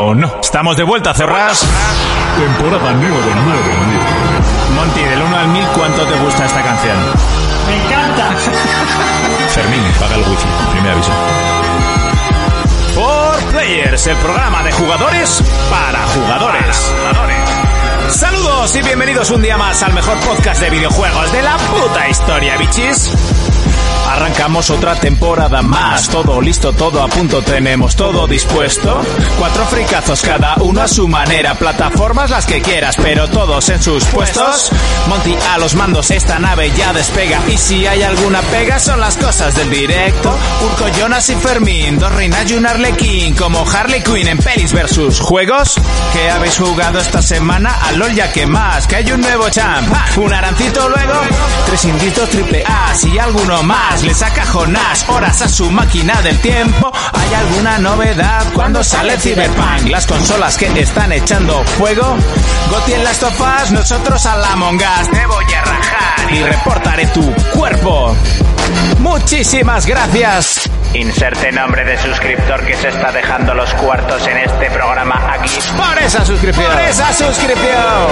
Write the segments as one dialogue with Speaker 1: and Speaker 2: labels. Speaker 1: o no. Estamos de vuelta, cerrás.
Speaker 2: Temporada 9 de 9.
Speaker 1: Monty, del 1 al 1000, ¿cuánto te gusta esta canción?
Speaker 3: Me encanta.
Speaker 1: Fermín, paga el wifi. Primer aviso. For Players, el programa de jugadores para jugadores. Saludos y bienvenidos un día más al mejor podcast de videojuegos de la puta historia, bichis. Arrancamos otra temporada más, todo listo, todo a punto, tenemos todo dispuesto. Cuatro fricazos cada uno a su manera, plataformas las que quieras, pero todos en sus puestos. Monty a los mandos, esta nave ya despega y si hay alguna pega son las cosas del directo. Urco, Jonas y Fermín, dos reinas y un arlequín, como Harley Quinn en pelis versus juegos. ¿Qué habéis jugado esta semana? A LOL ya que más, que hay un nuevo champ, ¡Ah! un arancito luego, tres inditos triple A, si alguno más le saca Jonás horas a su máquina del tiempo. ¿Hay alguna novedad cuando sale Cyberpunk? Las consolas que están echando fuego. Goti en las tofas, nosotros a la mongas. Te voy a rajar y reportaré tu cuerpo. Muchísimas gracias.
Speaker 4: Inserte nombre de suscriptor que se está dejando los cuartos en este programa aquí.
Speaker 1: Por esa suscripción. Por esa suscripción.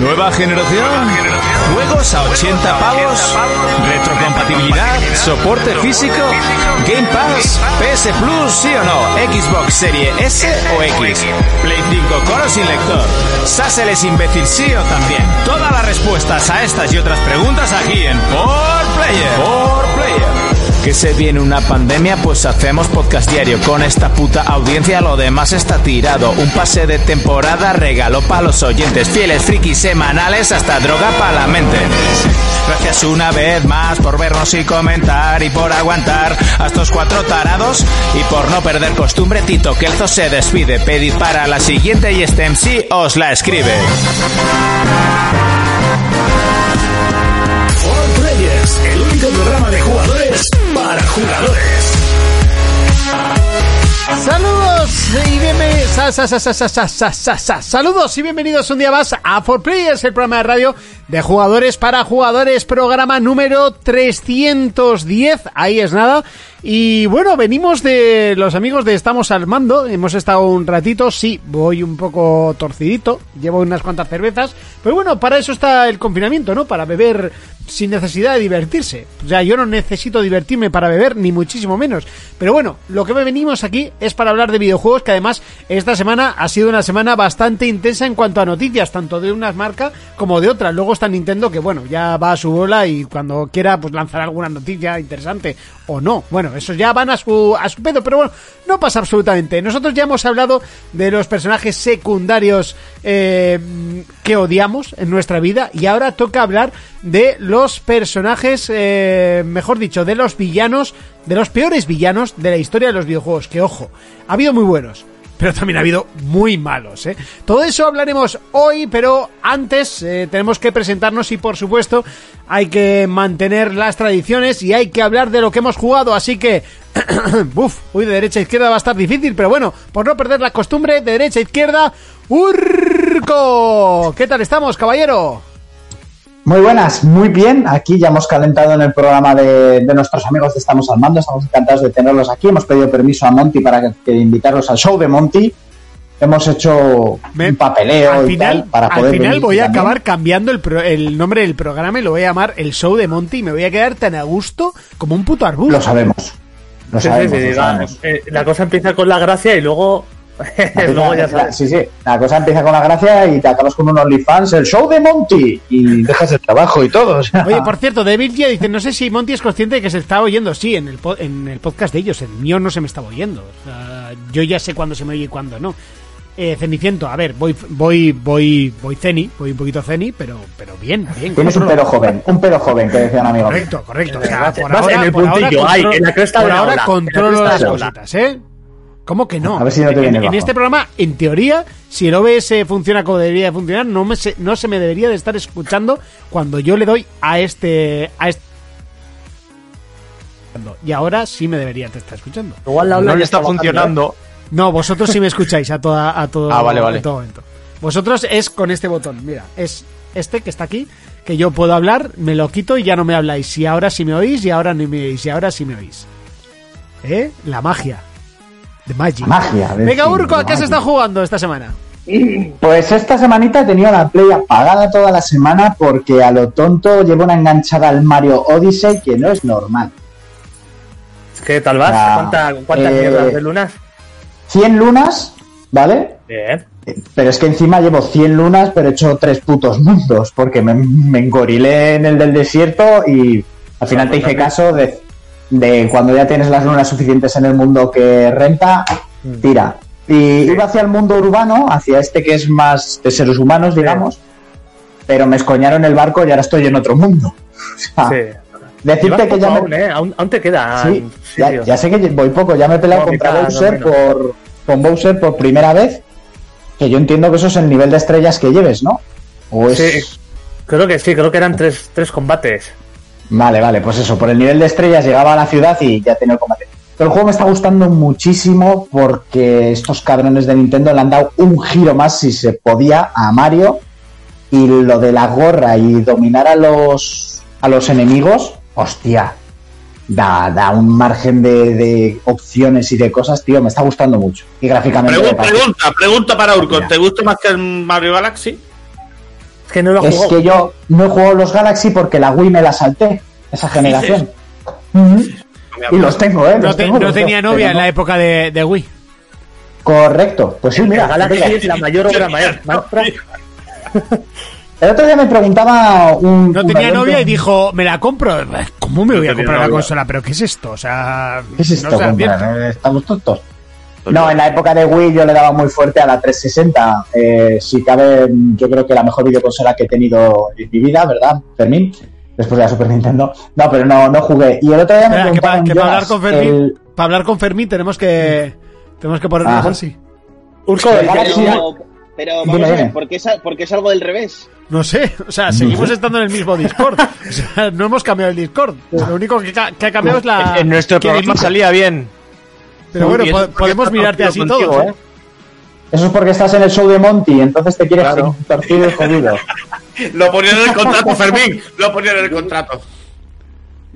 Speaker 1: Nueva generación. Juegos a 80 pavos. Retrocompatibilidad. Soporte físico. Game Pass. PS Plus, sí o no. Xbox Serie S o X. Play 5 con o sin lector. Sassel es imbécil, sí o también. Todas las respuestas a estas y otras preguntas aquí en Por Player. Por Player que se viene una pandemia, pues hacemos podcast diario con esta puta audiencia. Lo demás está tirado. Un pase de temporada, regalo para los oyentes, fieles frikis semanales, hasta droga para la mente. Gracias una vez más por vernos y comentar y por aguantar a estos cuatro tarados y por no perder costumbre. Tito Kelzo se despide. Pedid para la siguiente y este MC os la escribe.
Speaker 2: All Players, el único programa de jugadores para jugadores.
Speaker 3: Saludos y bienvenidos. sa- sa- sa- sa- sa- sa- sa- sa- sa- Saludos y bienvenidos un día más a For Players, el programa de radio de jugadores para jugadores, programa número 310. Ahí es nada. Y bueno, venimos de los amigos de Estamos al Mando. Hemos estado un ratito, sí, voy un poco torcidito. Llevo unas cuantas cervezas. Pero bueno, para eso está el confinamiento, ¿no? Para beber sin necesidad de divertirse. O sea, yo no necesito divertirme para beber, ni muchísimo menos. Pero bueno, lo que venimos aquí es para hablar de videojuegos, que además esta semana ha sido una semana bastante intensa en cuanto a noticias, tanto de unas marcas como de otras. Luego está Nintendo, que bueno, ya va a su bola y cuando quiera, pues lanzará alguna noticia interesante o no. Bueno, esos ya van a su, a su pedo, pero bueno, no pasa absolutamente. Nosotros ya hemos hablado de los personajes secundarios eh, que odiamos en nuestra vida y ahora toca hablar de los personajes, eh, mejor dicho, de los villanos, de los peores villanos de la historia de los videojuegos. Que ojo, ha habido muy buenos. Pero también ha habido muy malos, ¿eh? Todo eso hablaremos hoy, pero antes eh, tenemos que presentarnos y, por supuesto, hay que mantener las tradiciones y hay que hablar de lo que hemos jugado, así que... Buf, uy, de derecha a izquierda va a estar difícil, pero bueno, por no perder la costumbre, de derecha a izquierda, Urco. ¿Qué tal estamos, caballero?
Speaker 5: Muy buenas, muy bien. Aquí ya hemos calentado en el programa de, de nuestros amigos de Estamos al Mando. Estamos encantados de tenerlos aquí. Hemos pedido permiso a Monty para que, que invitarlos al show de Monty. Hemos hecho
Speaker 3: Me-
Speaker 5: un papeleo
Speaker 3: al
Speaker 5: y
Speaker 3: final,
Speaker 5: tal para
Speaker 3: al
Speaker 5: poder.
Speaker 3: final
Speaker 5: venir
Speaker 3: voy a
Speaker 5: también.
Speaker 3: acabar cambiando el, pro- el nombre del programa y lo voy a llamar El Show de Monty y me voy a quedar tan a gusto como un puto arbusto.
Speaker 5: Lo sabemos. Lo
Speaker 6: Sí, sí,
Speaker 5: sabemos.
Speaker 6: sí,
Speaker 5: lo
Speaker 6: va,
Speaker 5: sabemos.
Speaker 6: eh, la cosa empieza con la gracia y luego, luego ya
Speaker 5: La-
Speaker 6: sabes.
Speaker 5: sí, sí. La cosa empieza con la gracia y te acabas con un OnlyFans, el show de Monty. Y dejas el trabajo y todo. o sea.
Speaker 3: Oye, por cierto, David ya dice, no sé si Monty es consciente de que se está oyendo. Sí, en el, po- en el podcast de ellos, el mío no se me estaba oyendo. O sea, yo ya sé cuándo se me oye y cuándo no. Eh, Ceniciento, a ver, voy, voy, voy, voy ceni, voy un poquito ceni, pero, pero bien, bien.
Speaker 5: Tienes un
Speaker 3: control.
Speaker 5: pero joven, un pero joven que decía un amigo. mío.
Speaker 3: Correcto, correcto. O sea,
Speaker 6: Eh, Vas-
Speaker 3: por
Speaker 6: vas
Speaker 3: ahora,
Speaker 6: en el
Speaker 3: por ahora
Speaker 6: puntillo, ahí,
Speaker 3: controlo-
Speaker 6: en la cresta
Speaker 3: por
Speaker 6: de la
Speaker 3: ahora
Speaker 6: ola, en la
Speaker 3: controlo
Speaker 6: cresta
Speaker 3: las
Speaker 6: de la ola.
Speaker 3: cositas, ¿eh? ¿Cómo que no?
Speaker 5: A ver si no te
Speaker 3: en,
Speaker 5: viene
Speaker 3: en
Speaker 5: bajo.
Speaker 3: este programa, en teoría, si el OBS funciona como debería de funcionar, no, me se, no se me debería de estar escuchando cuando yo le doy a este... A este y ahora sí me deberías de estar escuchando.
Speaker 6: Igual la ola
Speaker 7: no
Speaker 6: ya
Speaker 7: le está
Speaker 6: bajando,
Speaker 7: funcionando.
Speaker 3: No, vosotros sí me escucháis a toda a todo,
Speaker 7: Ah, vale, vale.
Speaker 3: en todo momento. Vosotros es con este botón, mira, es este que está aquí, que yo puedo hablar, me lo quito y ya no me habláis. Y ahora sí me oís, y ahora no me oís, y ahora sí me oís. ¿Eh? La magia. The Magic.
Speaker 5: Magia. de-
Speaker 3: Venga, Urco, ¿a qué se
Speaker 5: magia.
Speaker 3: está jugando esta semana?
Speaker 5: Pues esta semanita he tenido la Play apagada toda la semana porque a lo tonto llevo una enganchada al Mario Odyssey que no es normal.
Speaker 6: ¿Qué tal vas?
Speaker 5: Ah,
Speaker 6: ¿Cuánta- ¿Cuántas
Speaker 5: eh,
Speaker 6: mierdas de lunas?
Speaker 5: 100 lunas, ¿vale?
Speaker 6: Bien.
Speaker 5: Pero es que encima llevo 100 lunas, pero he hecho tres putos mundos, porque me, me engorilé en el del desierto y al final te hice caso de, de cuando ya tienes las lunas suficientes en el mundo que renta,
Speaker 6: Mm.
Speaker 5: tira. Y iba hacia el mundo urbano, hacia este que es más de seres humanos, digamos, pero me escoñaron el barco y ahora estoy en otro mundo. O sea,
Speaker 6: Sí.
Speaker 5: Decirte
Speaker 6: Llevas
Speaker 5: ah, que ya
Speaker 6: poco
Speaker 5: me...
Speaker 6: aún, ¿eh? aún, aún te queda.
Speaker 5: Sí, ya, ya sé que voy poco, ya me he peleado
Speaker 6: No, me
Speaker 5: contra
Speaker 6: cago en
Speaker 5: Bowser
Speaker 6: menos.
Speaker 5: por, con Bowser por primera vez, que yo entiendo que eso es el nivel de estrellas que lleves, ¿no? O es-
Speaker 6: Sí. Creo que sí, creo que eran tres, tres combates.
Speaker 5: Vale, vale, pues eso, por el nivel de estrellas llegaba a la ciudad y ya tenía el combate. Pero el juego me está gustando muchísimo porque estos cabrones de Nintendo le han dado un giro más si se podía a Mario y lo de la gorra y dominar a los a los enemigos, hostia, da, da un margen de, de opciones y de cosas, tío, me está gustando mucho. Y gráficamente me
Speaker 7: Pregunta,
Speaker 5: parece-
Speaker 7: pregunta, pregunta para Urco.
Speaker 5: Mira.
Speaker 7: ¿Te gusta más que el Mario Galaxy?
Speaker 6: Es que no lo he
Speaker 5: es
Speaker 6: jugado.
Speaker 5: que yo no he jugado los Galaxy porque la Wii me la salté, esa generación. Ujú. Y los tengo, ¿eh?
Speaker 3: No,
Speaker 5: los
Speaker 3: te-
Speaker 5: tengo,
Speaker 3: no
Speaker 5: los
Speaker 3: tenía
Speaker 5: tengo,
Speaker 3: novia
Speaker 5: pero
Speaker 3: en
Speaker 5: no-
Speaker 3: la época de, de Wii.
Speaker 5: Correcto. Pues sí,
Speaker 6: El
Speaker 5: mira.
Speaker 6: Galaxy
Speaker 5: mira.
Speaker 6: es la mayor obra mayor- maestra.
Speaker 5: El otro día me preguntaba un.
Speaker 3: No
Speaker 5: un
Speaker 3: tenía
Speaker 5: oyente-
Speaker 3: novia y dijo, me la compro. ¿Cómo me voy a
Speaker 7: tenía
Speaker 3: comprar la
Speaker 7: novia.
Speaker 3: consola? ¿Pero qué es esto? O sea,
Speaker 5: ¿Qué es esto?
Speaker 3: no se
Speaker 5: comprar?
Speaker 3: advierte.
Speaker 5: Eh, Estamos tontos. No, en la época de Wii yo le daba muy fuerte a la 360. Eh, si cabe, yo creo que la mejor videoconsola que he tenido en mi vida, ¿verdad, Fermín? Después de la Super Nintendo. No, pero no, no jugué. Y el otro día me
Speaker 3: Espera, que
Speaker 5: preguntaba
Speaker 3: para,
Speaker 5: un
Speaker 3: que para hablar
Speaker 5: Jonas,
Speaker 3: con Fermín,
Speaker 5: el-
Speaker 3: para hablar con Fermín tenemos que tenemos que ponernos
Speaker 5: Ajá.
Speaker 3: así.
Speaker 6: Urco,
Speaker 5: el
Speaker 6: el
Speaker 5: Galaxy-
Speaker 8: Pero, pero vamos
Speaker 5: Dime,
Speaker 8: a ver,
Speaker 5: dime.
Speaker 8: ¿por qué, es, a- por qué es algo del revés?
Speaker 3: No sé, o sea, seguimos estando en el mismo Discord. O sea, no hemos cambiado el Discord. Lo único que, ca- que ha cambiado es la.
Speaker 9: En nuestro
Speaker 3: ¿Quién
Speaker 9: programa
Speaker 3: elige?
Speaker 9: salía bien.
Speaker 3: Pero bueno,
Speaker 9: Muy
Speaker 3: po-
Speaker 9: bien, porque
Speaker 3: podemos
Speaker 9: está
Speaker 3: mirarte así
Speaker 9: contigo,
Speaker 3: todos.
Speaker 9: contigo,
Speaker 3: ¿eh?
Speaker 5: Eso es porque estás en el show de Monty, entonces te quieres
Speaker 9: Claro.
Speaker 5: torcer el jodido.
Speaker 7: Lo ponían en el contrato, Fermín. Lo ponían en el contrato.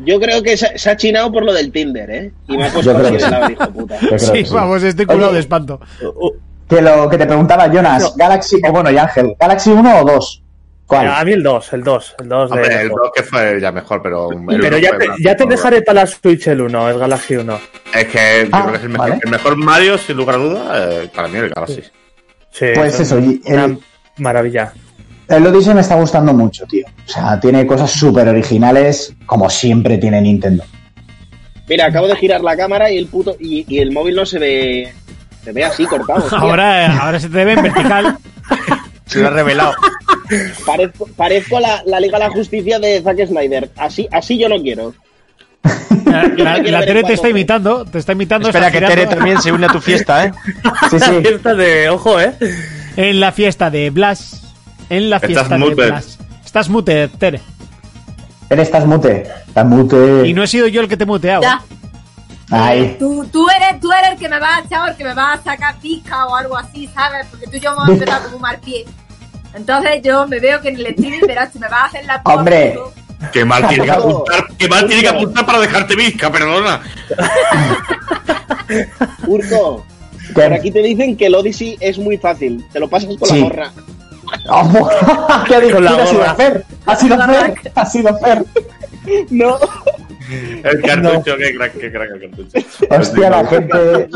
Speaker 8: Yo creo que se, se ha chinado por lo del Tinder, ¿eh? Y me ha puesto
Speaker 5: Yo creo
Speaker 8: así
Speaker 5: que
Speaker 8: de
Speaker 5: sí.
Speaker 8: lado, hijo puta.
Speaker 5: Yo creo
Speaker 3: Sí,
Speaker 5: que
Speaker 3: vamos, este culo
Speaker 5: Oye,
Speaker 3: de espanto.
Speaker 5: Que lo que te preguntaba Jonas, Galaxy, o bueno, y Ángel, ¿Galaxy 1 o 2? ¿Cuál?
Speaker 6: A mí el 2, el 2, el 2
Speaker 7: Hombre, el
Speaker 6: de.
Speaker 7: 2 que fue ya mejor, pero. el
Speaker 6: Pero
Speaker 7: uno
Speaker 6: ya
Speaker 7: fue
Speaker 6: te,
Speaker 7: más
Speaker 6: ya te
Speaker 7: mejor.
Speaker 6: dejaré para la Switch el 1, el Galaxy 1.
Speaker 7: Es que yo
Speaker 5: Ah,
Speaker 7: creo que es el mejor,
Speaker 5: vale.
Speaker 7: el mejor Mario, sin lugar a duda, eh, para mí el Galaxy.
Speaker 6: Sí,
Speaker 5: Pues
Speaker 3: eh,
Speaker 6: es
Speaker 5: eso, y
Speaker 6: una
Speaker 5: el-
Speaker 6: maravilla.
Speaker 5: El Odyssey me está gustando mucho, tío. O sea, tiene cosas súper originales, como siempre tiene Nintendo.
Speaker 8: Mira, acabo de girar la cámara y el puto y, y el móvil no se ve se ve así cortado. hostia.
Speaker 3: Ahora, eh, ahora se te ve en vertical.
Speaker 9: Se lo ha revelado.
Speaker 8: Parezco, parezco la, la Liga de la Justicia de Zack Snyder. Así así yo no quiero.
Speaker 3: La, la-
Speaker 8: quiero
Speaker 3: la
Speaker 8: ver
Speaker 3: Tere
Speaker 8: en
Speaker 3: te está
Speaker 8: cuatro.
Speaker 3: imitando, te está imitando.
Speaker 9: Espera
Speaker 3: está
Speaker 9: que Tere
Speaker 3: girando.
Speaker 9: también se une a tu fiesta, ¿eh?
Speaker 5: Sí, sí.
Speaker 6: Fiesta de. Ojo, eh.
Speaker 3: En la fiesta de Blas. En la
Speaker 7: Estás
Speaker 3: fiesta de
Speaker 7: muted.
Speaker 3: Blas. Estás mute, Tere.
Speaker 5: Pero estás mute. Estás mute.
Speaker 3: Y no he sido yo el que te he muteado. ¿eh?
Speaker 10: Ya.
Speaker 5: Ahí.
Speaker 10: Tú, tú, eres, tú eres el que me va a echar, el que me va a sacar pica o algo así, ¿sabes? Porque tú y yo hemos empezado a fumar pie. Entonces yo me veo que en el streaming, verás, tú me vas a hacer la
Speaker 5: Hombre.
Speaker 10: porra, tú.
Speaker 7: Que mal tiene que
Speaker 8: Claro.
Speaker 7: apuntar, que mal tiene que apuntar para dejarte visca, perdona.
Speaker 8: Urco,
Speaker 5: ¿Qué?
Speaker 8: por aquí te dicen que el Odyssey es muy fácil. Te lo pasas con
Speaker 5: Sí.
Speaker 8: la gorra.
Speaker 5: ¡Oh! ¿Qué ha dicho?
Speaker 6: Con la
Speaker 5: ¿Quién ha sido
Speaker 6: gorra.
Speaker 5: Fer? Ha sido Fer. Ha sido Fer.
Speaker 8: No.
Speaker 7: El cartucho, qué crack, qué crack el cartucho.
Speaker 5: Hostia, la gente.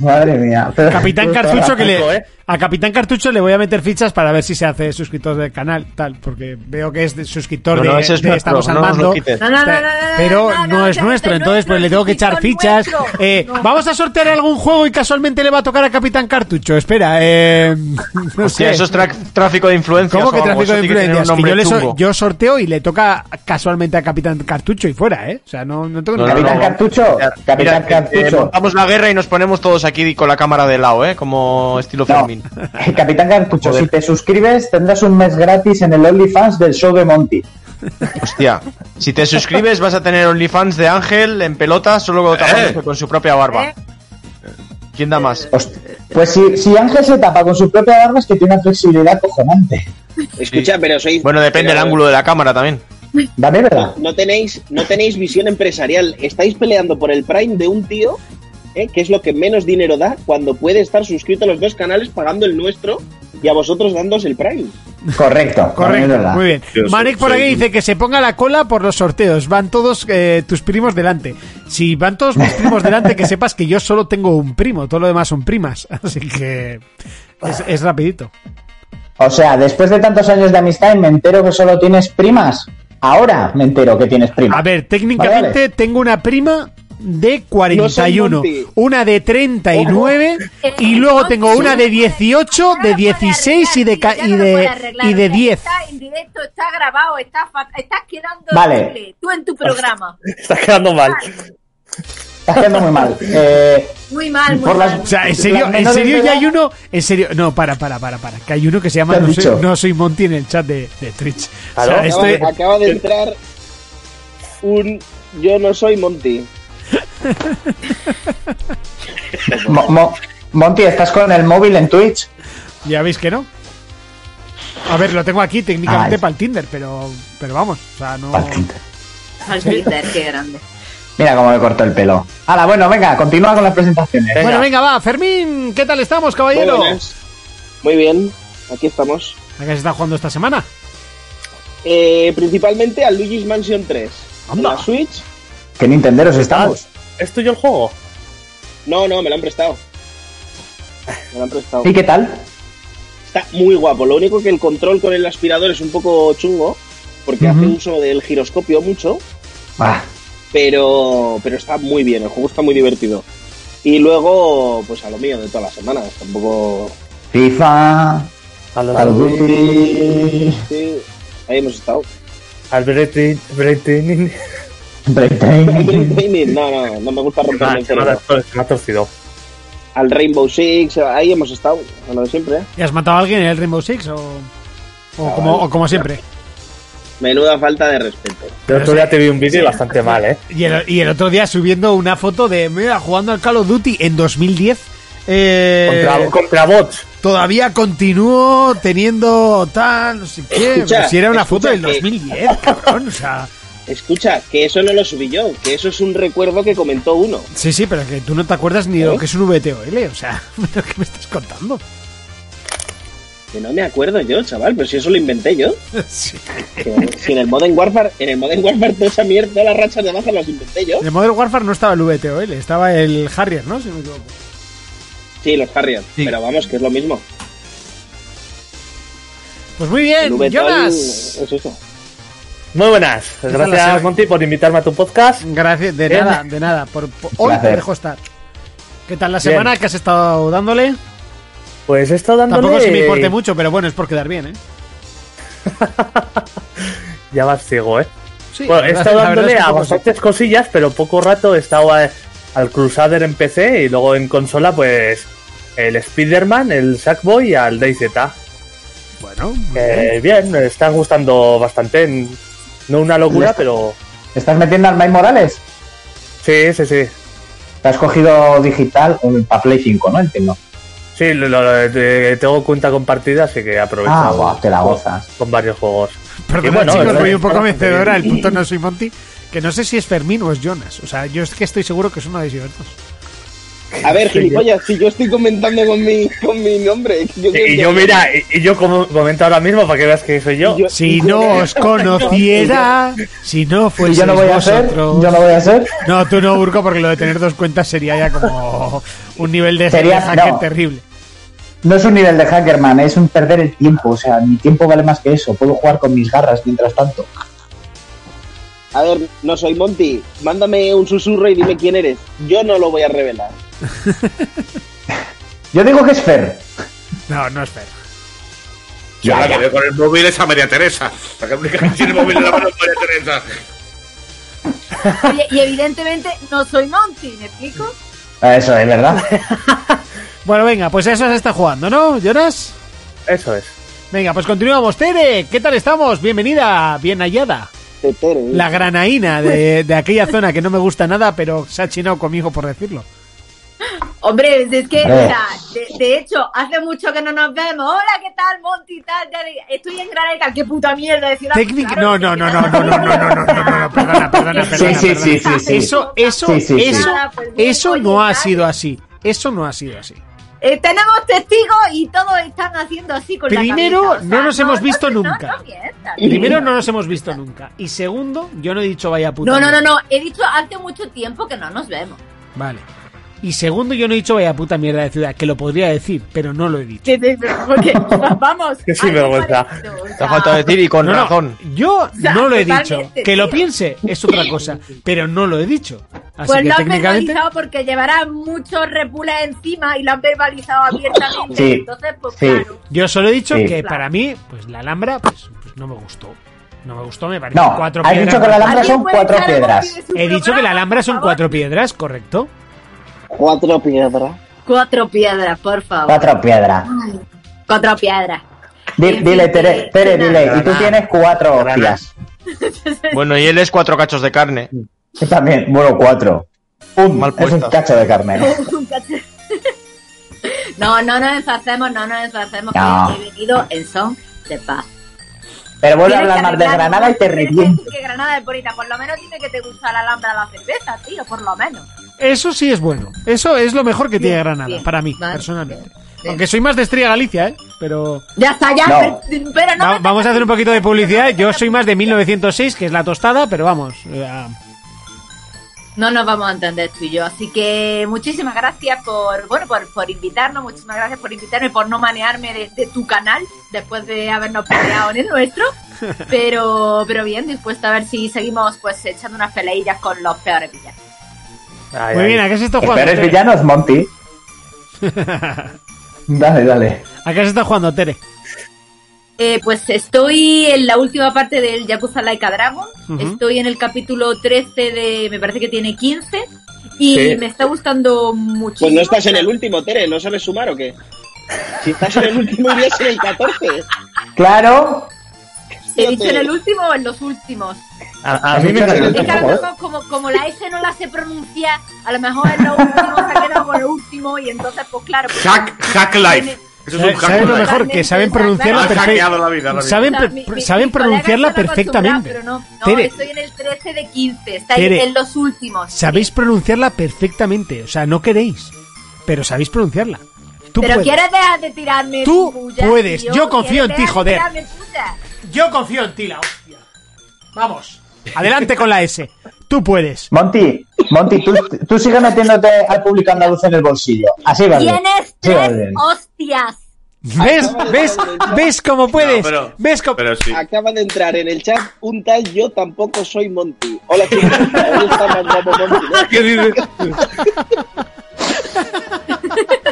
Speaker 5: Madre mía. Pero-
Speaker 3: Capitán Cartucho que
Speaker 6: Urco,
Speaker 3: le,
Speaker 6: ¿eh?
Speaker 3: a Capitán Cartucho le voy a meter fichas para ver si se hace suscriptor del canal, tal, porque veo que es de- suscriptor
Speaker 9: No,
Speaker 3: de,
Speaker 9: no, ese es
Speaker 3: de
Speaker 9: nuestro,
Speaker 3: Estamos
Speaker 9: no
Speaker 3: al
Speaker 9: nos
Speaker 3: mando.
Speaker 9: lo quites.
Speaker 10: No, no, no, no, no, no,
Speaker 3: Pero
Speaker 10: no,
Speaker 3: no,
Speaker 10: no,
Speaker 3: es
Speaker 10: no,
Speaker 3: nuestro,
Speaker 10: no,
Speaker 3: entonces pues
Speaker 10: no,
Speaker 3: le tengo que echar
Speaker 10: no,
Speaker 3: fichas.
Speaker 10: nuestro.
Speaker 3: Eh,
Speaker 10: No.
Speaker 3: Vamos a sortear algún juego y casualmente le va a tocar a Capitán Cartucho. Espera, eh, no
Speaker 9: Hostia,
Speaker 3: sé.
Speaker 9: eso es tra- tráfico de influencias.
Speaker 3: ¿Cómo que
Speaker 9: o algo, eso
Speaker 3: tráfico de
Speaker 9: tiene que tener
Speaker 3: influencias?
Speaker 9: un
Speaker 3: Que yo, le
Speaker 9: nombre
Speaker 3: so-
Speaker 9: chungo.
Speaker 3: yo sorteo y le toca casualmente a Capitán Cartucho y fuera, ¿eh? O sea, no, no tengo
Speaker 9: No,
Speaker 3: ni
Speaker 9: no,
Speaker 5: Capitán
Speaker 9: no.
Speaker 5: Cartucho.
Speaker 9: Mira,
Speaker 5: Capitán
Speaker 9: mira, que, eh,
Speaker 5: Cartucho.
Speaker 9: montamos la guerra y nos ponemos todos aquí con la cámara de lado, ¿eh? Como estilo
Speaker 5: No.
Speaker 9: Fermín.
Speaker 5: Capitán Cartucho,
Speaker 9: Joder.
Speaker 5: si te suscribes, tendrás un mes gratis en el OnlyFans del show de Monty.
Speaker 9: Hostia. Si te suscribes vas a tener OnlyFans de Ángel en pelota solo
Speaker 6: Eh.
Speaker 9: tapándose con su propia barba.
Speaker 10: ¿Eh?
Speaker 9: ¿Quién da más?
Speaker 5: Hostia. Pues si, si Ángel se tapa con su propia barba, es que tiene una flexibilidad cojonante.
Speaker 8: Escucha, pero sois
Speaker 9: Bueno, depende del
Speaker 6: Eh.
Speaker 8: pero-
Speaker 9: ángulo de la cámara también.
Speaker 5: Dame, ¿verdad?
Speaker 8: No tenéis, no tenéis visión empresarial. Estáis peleando por el Prime de un tío ¿eh? que es lo que menos dinero da cuando puede estar suscrito a los dos canales pagando el nuestro y a vosotros dándos el Prime.
Speaker 3: Correcto,
Speaker 5: Correcto, correcto.
Speaker 3: muy bien.
Speaker 7: Yo
Speaker 3: Marek
Speaker 7: soy-
Speaker 3: por aquí
Speaker 7: soy-
Speaker 3: dice que se ponga la cola por los sorteos. Van todos eh, tus primos delante. Si van todos mis primos delante, que sepas que yo solo tengo un primo. Todo lo demás son primas. Así que es, es rapidito.
Speaker 5: O sea, después de tantos años de amistad, me entero que solo tienes primas. Ahora me entero que tienes primas.
Speaker 3: A ver, técnicamente
Speaker 5: Vale, vale.
Speaker 3: tengo una prima de
Speaker 8: No
Speaker 3: 41,
Speaker 8: son Monty.
Speaker 3: una de 39
Speaker 10: Ojo.
Speaker 3: y luego tengo
Speaker 10: Monty,
Speaker 3: una de
Speaker 10: Eh, no lo
Speaker 3: 18,
Speaker 10: puede
Speaker 3: de
Speaker 10: arreglar,
Speaker 3: 16 y de
Speaker 10: tío,
Speaker 3: ca-
Speaker 10: ya
Speaker 3: y
Speaker 10: no lo puede
Speaker 3: de
Speaker 10: arreglar.
Speaker 3: y de 10.
Speaker 10: Está en directo, está grabado, está fat- estás quedando
Speaker 5: Vale.
Speaker 10: horrible. Tú en tu programa.
Speaker 6: Está quedando mal.
Speaker 5: Está quedando muy mal. Eh,
Speaker 10: Muy mal, muy
Speaker 5: Por las-
Speaker 10: mal.
Speaker 3: O sea, en serio,
Speaker 5: La
Speaker 3: en
Speaker 5: menor
Speaker 3: serio ya
Speaker 5: enfermedad-
Speaker 3: hay uno, en serio, no, para, para, para, para, que hay uno que se llama
Speaker 5: ¿Qué has
Speaker 3: No soy,
Speaker 5: dicho?
Speaker 3: no soy Monty en el chat de, de Twitch. O
Speaker 6: Claro.
Speaker 3: sea, este,
Speaker 8: Acaba,
Speaker 3: estoy-
Speaker 8: acaba de entrar un yo no soy Monty.
Speaker 5: Mo- Mo- Monty, ¿estás con el móvil en Twitch?
Speaker 3: ya veis que no. A ver, lo tengo aquí técnicamente
Speaker 5: Ay.
Speaker 3: para el Tinder, pero, pero vamos, o sea, no.
Speaker 10: Al Tinder, qué grande.
Speaker 5: Mira cómo me cortó el pelo. Ahora, bueno, venga, continúa con las presentaciones.
Speaker 6: Venga.
Speaker 3: Bueno, venga, va, Fermín, ¿qué tal estamos,
Speaker 8: Muy
Speaker 3: caballero?
Speaker 8: buenas. Muy bien, aquí estamos.
Speaker 3: ¿A qué se está jugando esta semana?
Speaker 8: Eh, principalmente al Luigi's Mansion 3. En la Switch.
Speaker 5: ¿Qué nintenderos estamos?
Speaker 3: Ah.
Speaker 6: ¿Es tuyo el juego?
Speaker 8: No, no, me lo han prestado. Me lo han prestado.
Speaker 5: ¿Y qué tal?
Speaker 8: Está muy guapo. Lo único que el control con el aspirador es un poco chungo, porque hace
Speaker 5: Ujú.
Speaker 8: uso del giroscopio mucho,
Speaker 5: Ah,
Speaker 8: pero, pero está muy bien. El juego está muy divertido. Y luego, pues a lo mío de todas las semanas. Tampoco.
Speaker 5: FIFA,
Speaker 6: A los-
Speaker 5: Call of Duty,
Speaker 8: Sí, ahí hemos estado.
Speaker 6: Al Bretin. Bretin.
Speaker 5: Break Training.
Speaker 8: No, no, no me gusta romperme el
Speaker 6: se me ha-
Speaker 8: cerebro.
Speaker 6: se me ha torcido.
Speaker 8: Al Rainbow Six, ahí hemos estado, a lo de siempre. ¿eh?
Speaker 3: ¿Y has matado a alguien en el Rainbow Six o, o
Speaker 5: Ah,
Speaker 3: como, o como siempre?
Speaker 8: Menuda falta de respeto.
Speaker 6: Pero otro día te vi un vídeo y bastante mal, ¿eh?
Speaker 3: Y el, y el otro día subiendo una foto de, mira, jugando al Call of Duty en 2010. Eh,
Speaker 6: Contra, contra bots.
Speaker 3: todavía continuó teniendo tal, no sé qué.
Speaker 8: Escucha,
Speaker 3: pero si era una foto
Speaker 8: escucha
Speaker 3: del
Speaker 8: que-
Speaker 3: 2010, cabrón. O sea,
Speaker 8: Escucha, que eso no lo subí yo, que eso es un recuerdo que comentó uno.
Speaker 3: sí, sí, pero que tú no te acuerdas ni de lo
Speaker 8: ¿Eh?
Speaker 3: que es un VTOL. O sea, ¿pero qué me estás contando?
Speaker 8: Que no me acuerdo yo, chaval, pero si eso lo inventé yo.
Speaker 3: Sí.
Speaker 8: Que, si en el Modern Warfare, en el Modern Warfare toda esa mierda, todas las rachas de abajo las inventé yo.
Speaker 3: En el Modern Warfare no estaba el VTOL, estaba el Harrier, ¿no? Si no me equivoco.
Speaker 8: Sí, los Harrier,
Speaker 9: Sí.
Speaker 8: pero vamos, que es lo mismo.
Speaker 3: Pues muy
Speaker 8: El
Speaker 3: bien,
Speaker 8: VTOL
Speaker 3: Jonas.
Speaker 8: es eso.
Speaker 6: Muy buenas.
Speaker 3: tal la semana?
Speaker 6: Gracias, Monty, por invitarme a tu podcast.
Speaker 3: Gracias, de
Speaker 6: Bien.
Speaker 3: nada, de nada. Por, por- hoy te
Speaker 5: placer.
Speaker 3: dejo estar. ¿Qué tal la
Speaker 6: Bien.
Speaker 3: semana que has estado dándole?
Speaker 6: Pues he estado dándole...
Speaker 3: Tampoco es que me importe mucho, pero bueno, es por quedar bien, ¿eh?
Speaker 6: Ya vas ciego, ¿eh?
Speaker 3: Sí,
Speaker 6: bueno, he
Speaker 3: la-
Speaker 6: estado
Speaker 3: la verdad
Speaker 6: dándole
Speaker 3: es que
Speaker 6: a
Speaker 3: poco sé.
Speaker 6: bastantes cosillas, pero poco rato he estado a- al Crusader en PC y luego en consola, pues el Spider-Man, el Sackboy y al DayZ.
Speaker 3: Bueno, muy bien.
Speaker 6: Eh, bien, me están gustando bastante. n- No una locura, pero
Speaker 5: ¿Estás metiendo al Mike Morales?
Speaker 6: sí, sí, sí.
Speaker 5: Te has cogido digital para Play 5, ¿no? Entiendo.
Speaker 6: Sí, lo- lo- eh, tengo cuenta compartida, así que aprovecho
Speaker 5: Ah, guau, te la gozas.
Speaker 6: con varios juegos.
Speaker 3: Perdona,
Speaker 6: y bueno,
Speaker 3: chicos,
Speaker 6: es-
Speaker 3: voy un poco
Speaker 6: bastante
Speaker 5: eh,
Speaker 3: vencedora. El punto no soy Monty. Que no sé si es Fermín o es Jonas. O sea, yo es que estoy seguro que es uno de ellos dos.
Speaker 8: A ver, gilipollas, si yo estoy comentando con mi, con mi nombre. que Yo
Speaker 6: Eh, Y, y yo, mira, y, y yo como comento ahora mismo para que veas que soy yo.
Speaker 8: Yo-
Speaker 3: Si no os conociera, si no
Speaker 5: Y
Speaker 3: fueseis
Speaker 5: yo no voy a hacer,
Speaker 3: Pues vosotros...
Speaker 5: yo no voy a hacer.
Speaker 3: No, tú no, Urco, porque lo de tener dos cuentas sería ya como un nivel de
Speaker 5: Sería-
Speaker 3: hacker
Speaker 5: no.
Speaker 3: terrible.
Speaker 5: No es un nivel de Hackerman, es un perder el tiempo. O sea, mi tiempo vale más que eso. Puedo jugar con mis garras mientras tanto.
Speaker 8: A ver, no soy Monty, mándame un susurro y dime quién eres. Yo no lo voy a revelar.
Speaker 5: Yo digo que es Fer.
Speaker 3: No, no es fair.
Speaker 7: Yo la que veo con el móvil es a María Teresa. La que única que tiene el móvil en la mano es María Teresa.
Speaker 10: Oye, y evidentemente no soy Monty, ¿me explico?
Speaker 5: Eso es verdad.
Speaker 3: Bueno, venga, pues eso se está jugando, ¿no, Jonas?
Speaker 6: Eso es.
Speaker 3: Venga, pues continuamos. Tere, ¿qué tal estamos? Bienvenida, bien hallada.
Speaker 8: Tetere.
Speaker 3: La granaína de, de aquella zona que no me gusta nada, pero se ha chinado conmigo por decirlo.
Speaker 10: Hombre, es que,
Speaker 5: Hombre.
Speaker 10: o sea, de, de hecho, hace mucho que no nos vemos. Hola, ¿qué tal, Monty? Tal, tal, y- Estoy en Granada, qué puta mierda decir la-
Speaker 3: Técnica. No, no, no, no, no, no, no, no, no, no, no, no, perdona, perdona,
Speaker 5: Sí,
Speaker 3: perdona,
Speaker 5: sí,
Speaker 3: perdona.
Speaker 5: sí, sí, sí.
Speaker 3: Eso, eso,
Speaker 5: Sí, sí, sí.
Speaker 3: eso,
Speaker 10: Nada, pues bien,
Speaker 3: eso no ha sido así. Eso no ha sido así.
Speaker 10: Eh, tenemos testigos y todos están haciendo así con
Speaker 3: Primero,
Speaker 10: la cabeza, o sea,
Speaker 3: no nos hemos visto
Speaker 10: no,
Speaker 3: nunca.
Speaker 10: No, no mientas.
Speaker 3: Primero, no nos hemos visto nunca. Y segundo, yo no he dicho vaya puta
Speaker 10: No, no, no,
Speaker 3: mierda.
Speaker 10: no, he dicho hace mucho tiempo que no nos vemos.
Speaker 3: Vale. Y segundo, yo no he dicho vaya puta mierda de ciudad, que lo podría decir, pero no lo he dicho.
Speaker 10: Que te- porque, vamos.
Speaker 6: Qué sinvergüenza.
Speaker 9: Te ha faltado decir y con
Speaker 3: No, no,
Speaker 9: razón.
Speaker 3: yo
Speaker 10: sea,
Speaker 3: no lo he
Speaker 10: totalmente,
Speaker 3: dicho. Que lo
Speaker 10: tío.
Speaker 3: piense es otra cosa, pero no lo he dicho. Así
Speaker 10: Pues
Speaker 3: que
Speaker 10: lo han
Speaker 3: técnicamente.
Speaker 10: verbalizado porque llevará muchos repules encima y lo han verbalizado abiertamente.
Speaker 5: Sí,
Speaker 10: Entonces, pues
Speaker 5: sí.
Speaker 10: claro.
Speaker 3: Yo solo he dicho
Speaker 5: Sí.
Speaker 3: que para mí, pues la Alhambra, pues, pues no me gustó. No me gustó, me parece
Speaker 5: No,
Speaker 3: cuatro
Speaker 5: has
Speaker 3: piedras.
Speaker 5: dicho que la Alhambra
Speaker 10: ¿Alguien
Speaker 5: son
Speaker 10: puede
Speaker 5: cuatro
Speaker 10: echar a
Speaker 5: piedras.
Speaker 10: Monty de su
Speaker 3: He dicho
Speaker 10: programa,
Speaker 3: que la Alhambra son
Speaker 10: por favor?
Speaker 3: cuatro piedras, correcto.
Speaker 8: Cuatro piedras.
Speaker 10: Cuatro piedras, por favor.
Speaker 5: Cuatro piedras.
Speaker 10: Cuatro piedras.
Speaker 5: Di- Dile, Tere, Tere, dile. Y tú tienes cuatro
Speaker 6: Nada.
Speaker 5: hostias.
Speaker 9: Bueno, y él es cuatro cachos de carne.
Speaker 5: Yo también, bueno, cuatro. Pum,
Speaker 9: Mal
Speaker 5: es un
Speaker 9: puesta.
Speaker 5: cacho de carne.
Speaker 10: No, no nos enfacemos, no nos enfacemos.
Speaker 5: No.
Speaker 10: Que he venido en son de paz.
Speaker 5: Pero vuelve a
Speaker 10: Tienes
Speaker 5: hablar más
Speaker 10: que
Speaker 5: de
Speaker 10: arreglar,
Speaker 5: Granada y te
Speaker 10: tienes que
Speaker 5: reviento.
Speaker 10: decir Que Granada es bonita, por lo menos dime que te gusta la Alhambra la cerveza, tío, por lo menos.
Speaker 3: Eso sí es bueno. Eso es lo mejor que tiene Granada,
Speaker 10: bien,
Speaker 3: para mí,
Speaker 10: vale,
Speaker 3: personalmente.
Speaker 10: bien.
Speaker 3: Aunque soy más de Estrella Galicia, ¿eh? Pero.
Speaker 10: Ya está, ya,
Speaker 5: No.
Speaker 10: pero, pero no.
Speaker 3: Va-
Speaker 10: me-
Speaker 3: vamos a hacer un poquito de publicidad. Yo soy más de 1906, que es la tostada, pero vamos. eh, ah,
Speaker 10: No nos vamos a entender tú y yo. Así que muchísimas gracias por, bueno, por, por invitarnos, muchísimas gracias por invitarme, por no manearme de, de tu canal después de habernos peleado en el nuestro. Pero, pero bien, dispuesto a ver si seguimos pues echando unas peleillas con los peores villanos.
Speaker 6: Ay,
Speaker 3: Muy
Speaker 6: ay.
Speaker 3: bien, ¿a qué se está
Speaker 5: ¿Que
Speaker 3: jugando?
Speaker 5: peores
Speaker 3: Tere?
Speaker 5: villanos, Monty? Dale, dale.
Speaker 3: ¿A qué se está jugando, Tere?
Speaker 10: Eh, pues estoy en la última parte del Yakuza Like a Dragon.
Speaker 3: Ujú.
Speaker 10: Estoy en el capítulo 13 de. Me parece que tiene 15. Y
Speaker 8: Sí.
Speaker 10: me está gustando muchísimo.
Speaker 8: Pues no estás en el último, Tere, ¿no sabes sumar o qué? Si estás en el último, irías en el 14.
Speaker 5: Claro,
Speaker 10: He dicho en el último o en los últimos.
Speaker 6: A, a mí me
Speaker 10: Es que a lo
Speaker 5: Joder.
Speaker 10: mejor, como, como la S no la sé pronunciar, a lo mejor es lo último, se ha quedado con lo último, y entonces, pues claro. pues-
Speaker 7: Hack, hack life. Eso es un
Speaker 3: ¿Sabes
Speaker 7: hack
Speaker 3: sabes lo
Speaker 7: life.
Speaker 3: mejor? Que saben
Speaker 7: Has
Speaker 3: pronunciarla
Speaker 10: Exacto.
Speaker 7: hackeado
Speaker 3: perfectamente.
Speaker 7: la vida, la vida.
Speaker 3: Saben,
Speaker 10: o sea, mi-
Speaker 3: pr-
Speaker 10: mi-
Speaker 3: saben
Speaker 10: mis colegas
Speaker 3: pronunciarla
Speaker 10: están acostumbrados,
Speaker 3: perfectamente.
Speaker 10: Pero no, no,
Speaker 3: Tere.
Speaker 10: estoy en el 13 de 15, está ahí
Speaker 3: Tere.
Speaker 10: en los últimos.
Speaker 3: Sabéis pronunciarla perfectamente. O sea, no queréis. Pero sabéis pronunciarla. Tú
Speaker 10: pero
Speaker 3: puedes.
Speaker 10: quieres dejar de tirarme
Speaker 3: Tú
Speaker 10: tu bulla,
Speaker 3: puedes,
Speaker 10: tío?
Speaker 3: yo confío en
Speaker 10: ¿Quieres
Speaker 3: ti,
Speaker 10: dejar de
Speaker 3: joder.
Speaker 10: tirarme puya?
Speaker 3: Yo confío en ti, la hostia. Vamos. Adelante con la S. Tú puedes.
Speaker 5: Monty, Monty, tú, tú sigue metiéndote al público andaluz en el bolsillo. Así va bien.
Speaker 10: Tienes
Speaker 5: Sí,
Speaker 10: tres
Speaker 5: vale.
Speaker 10: hostias.
Speaker 9: Eh,
Speaker 3: ¿Ves? ¿Ves? ¿Ves cómo puedes?
Speaker 7: No, pero-
Speaker 3: ¿Ves cómo-
Speaker 7: Pero sí.
Speaker 8: Acaba de entrar en el chat un tal Yo tampoco soy Monty. Hola, chicos. Hoy está más guapo Monty, ¿no?
Speaker 7: ¿Qué dices?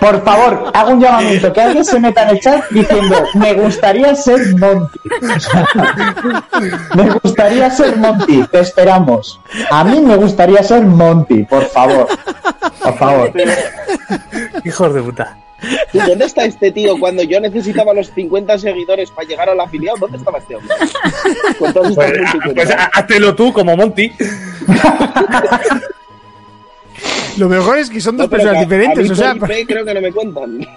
Speaker 5: Por favor, hago un llamamiento. Que alguien se meta en el chat diciendo, me gustaría ser Monty. me gustaría ser Monty. Te esperamos. A mí me gustaría ser Monty, por favor. Por favor.
Speaker 6: Hijos de puta.
Speaker 8: ¿Y ¿Dónde está este tío? Cuando yo necesitaba los 50 seguidores para llegar a la filial, ¿dónde estaba este hombre? Con todas estas
Speaker 6: Pues, ah, pues,
Speaker 8: multitudes.
Speaker 6: ah, háztelo tú, como Monty.
Speaker 3: Lo mejor es que son dos
Speaker 8: No, pero
Speaker 3: personas
Speaker 8: que a- a
Speaker 3: diferentes.
Speaker 8: mí
Speaker 3: O sea, pues-
Speaker 8: con IP creo que no me cuentan.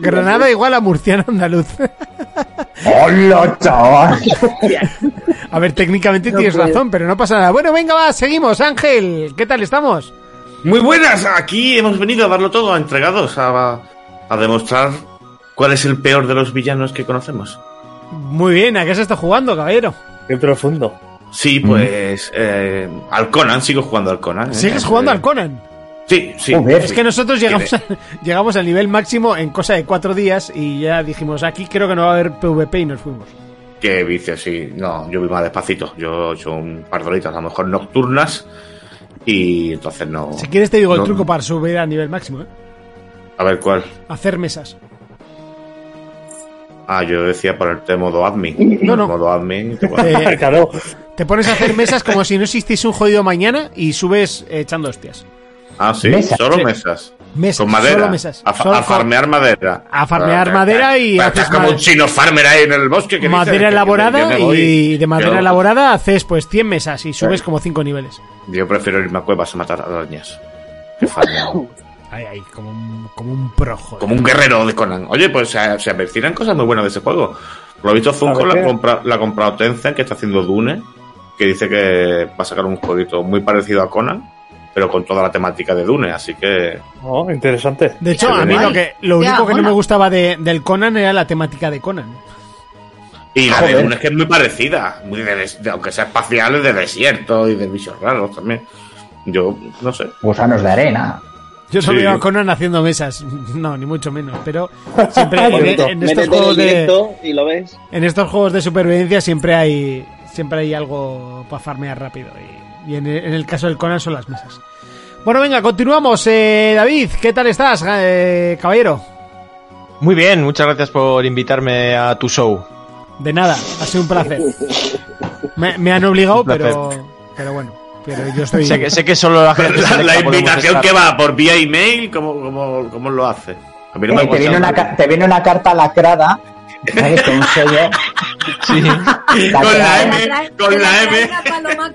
Speaker 3: Granada igual a murciano andaluz.
Speaker 5: ¡Hola, chaval!
Speaker 3: A ver, técnicamente tienes razón, pero no pasa nada. Bueno, venga, va, seguimos. Ángel, ¿qué tal estamos?
Speaker 7: Muy buenas, aquí hemos venido a darlo todo, a entregados, a, a demostrar cuál es el peor de los villanos que conocemos.
Speaker 3: Muy bien, ¿a qué se está jugando, caballero?
Speaker 6: Qué profundo.
Speaker 7: Sí, pues eh, al Conan, sigo jugando al Conan. ¿eh?
Speaker 3: ¿Sigues jugando
Speaker 7: Eh,
Speaker 3: al Conan?
Speaker 7: Sí, sí.
Speaker 5: Joder.
Speaker 7: sí.
Speaker 3: Es que nosotros llegamos, a- llegamos al nivel máximo en cosa de cuatro días y ya dijimos, aquí creo que no va a haber PvP y nos fuimos.
Speaker 7: Qué vicio, sí. No, yo voy más despacito. Yo he hecho un par de horitas, a lo mejor nocturnas. Y entonces no.
Speaker 3: Si quieres te digo el
Speaker 7: Oh. no-
Speaker 3: truco para subir al nivel máximo, ¿eh?
Speaker 7: A ver cuál.
Speaker 3: Hacer mesas.
Speaker 7: Ah, yo decía ponerte modo admin.
Speaker 3: No, no.
Speaker 7: Modo admin. que bueno.
Speaker 3: Te,
Speaker 6: Claro.
Speaker 3: te pones a hacer mesas como si no existiese un jodido mañana y subes eh, echando hostias.
Speaker 7: Ah, sí,
Speaker 5: Mesas.
Speaker 7: solo
Speaker 3: Sí.
Speaker 7: mesas.
Speaker 3: Mesas,
Speaker 7: Con madera.
Speaker 3: solo mesas.
Speaker 7: A, fa-
Speaker 3: Solo
Speaker 7: a
Speaker 3: fa-
Speaker 7: farmear madera. Ah,
Speaker 3: A farmear madera y
Speaker 7: Estás
Speaker 3: haces
Speaker 7: como
Speaker 3: ma-
Speaker 7: un chino farmer ahí en el bosque. que dices, que-
Speaker 3: Madera
Speaker 7: que- yo
Speaker 3: elaborada
Speaker 7: me voy.
Speaker 3: y de madera
Speaker 7: Yo-
Speaker 3: elaborada haces pues 100 mesas y subes como 5 niveles.
Speaker 7: Yo prefiero irme a cuevas a matar arañas.
Speaker 3: Ay, ay, como un, como un projo.
Speaker 7: Como un guerrero de Conan. Oye, pues se, se avecinan cosas muy buenas de ese juego. Lo he visto Funko,
Speaker 6: A ver,
Speaker 7: la,
Speaker 6: ¿qué?
Speaker 7: compra, la ha comprado Tencent, que está haciendo Dune, que dice que va a sacar un jueguito muy parecido a Conan, pero con toda la temática de Dune, así que...
Speaker 6: Oh, interesante.
Speaker 3: De hecho, a mí lo, que, lo
Speaker 10: Ya,
Speaker 3: único que no
Speaker 10: hola.
Speaker 3: me gustaba de- del Conan era la temática de Conan.
Speaker 7: Y la de
Speaker 5: Joder.
Speaker 7: Dune es que es muy parecida, muy de des- de- aunque sea espacial, es de desierto y de bichos raros también. Yo, no sé.
Speaker 5: Gusanos de arena.
Speaker 3: Yo solo
Speaker 7: Sí.
Speaker 3: veo a Conan haciendo mesas. No, ni mucho menos. Pero siempre en,
Speaker 6: Bonito.
Speaker 3: en estos
Speaker 8: Métete en el
Speaker 3: juegos de,
Speaker 8: directo y lo ves.
Speaker 3: en estos juegos de supervivencia siempre hay siempre hay algo para farmear rápido. Y, y en, el- en el caso del Conan son las mesas. Bueno, venga, continuamos. Eh, David, ¿qué tal estás, eh, caballero?
Speaker 9: Muy bien, muchas gracias por invitarme a tu show.
Speaker 3: De nada, ha sido un placer. Me, me han obligado,
Speaker 9: Un placer.
Speaker 3: pero, pero bueno. Pero yo estoy.
Speaker 9: Sé que, sé que solo la gente.
Speaker 7: La,
Speaker 9: selecta
Speaker 7: la
Speaker 9: podemos
Speaker 7: invitación
Speaker 9: estar.
Speaker 7: que va por vía email, ¿cómo, cómo, cómo lo hace? A mí no
Speaker 5: Eh, te, viene una, ca- te viene una carta lacrada. ¿sabes? Con un sello.
Speaker 7: Con la
Speaker 5: lacrada.
Speaker 3: ¿eh?
Speaker 7: M, con la M.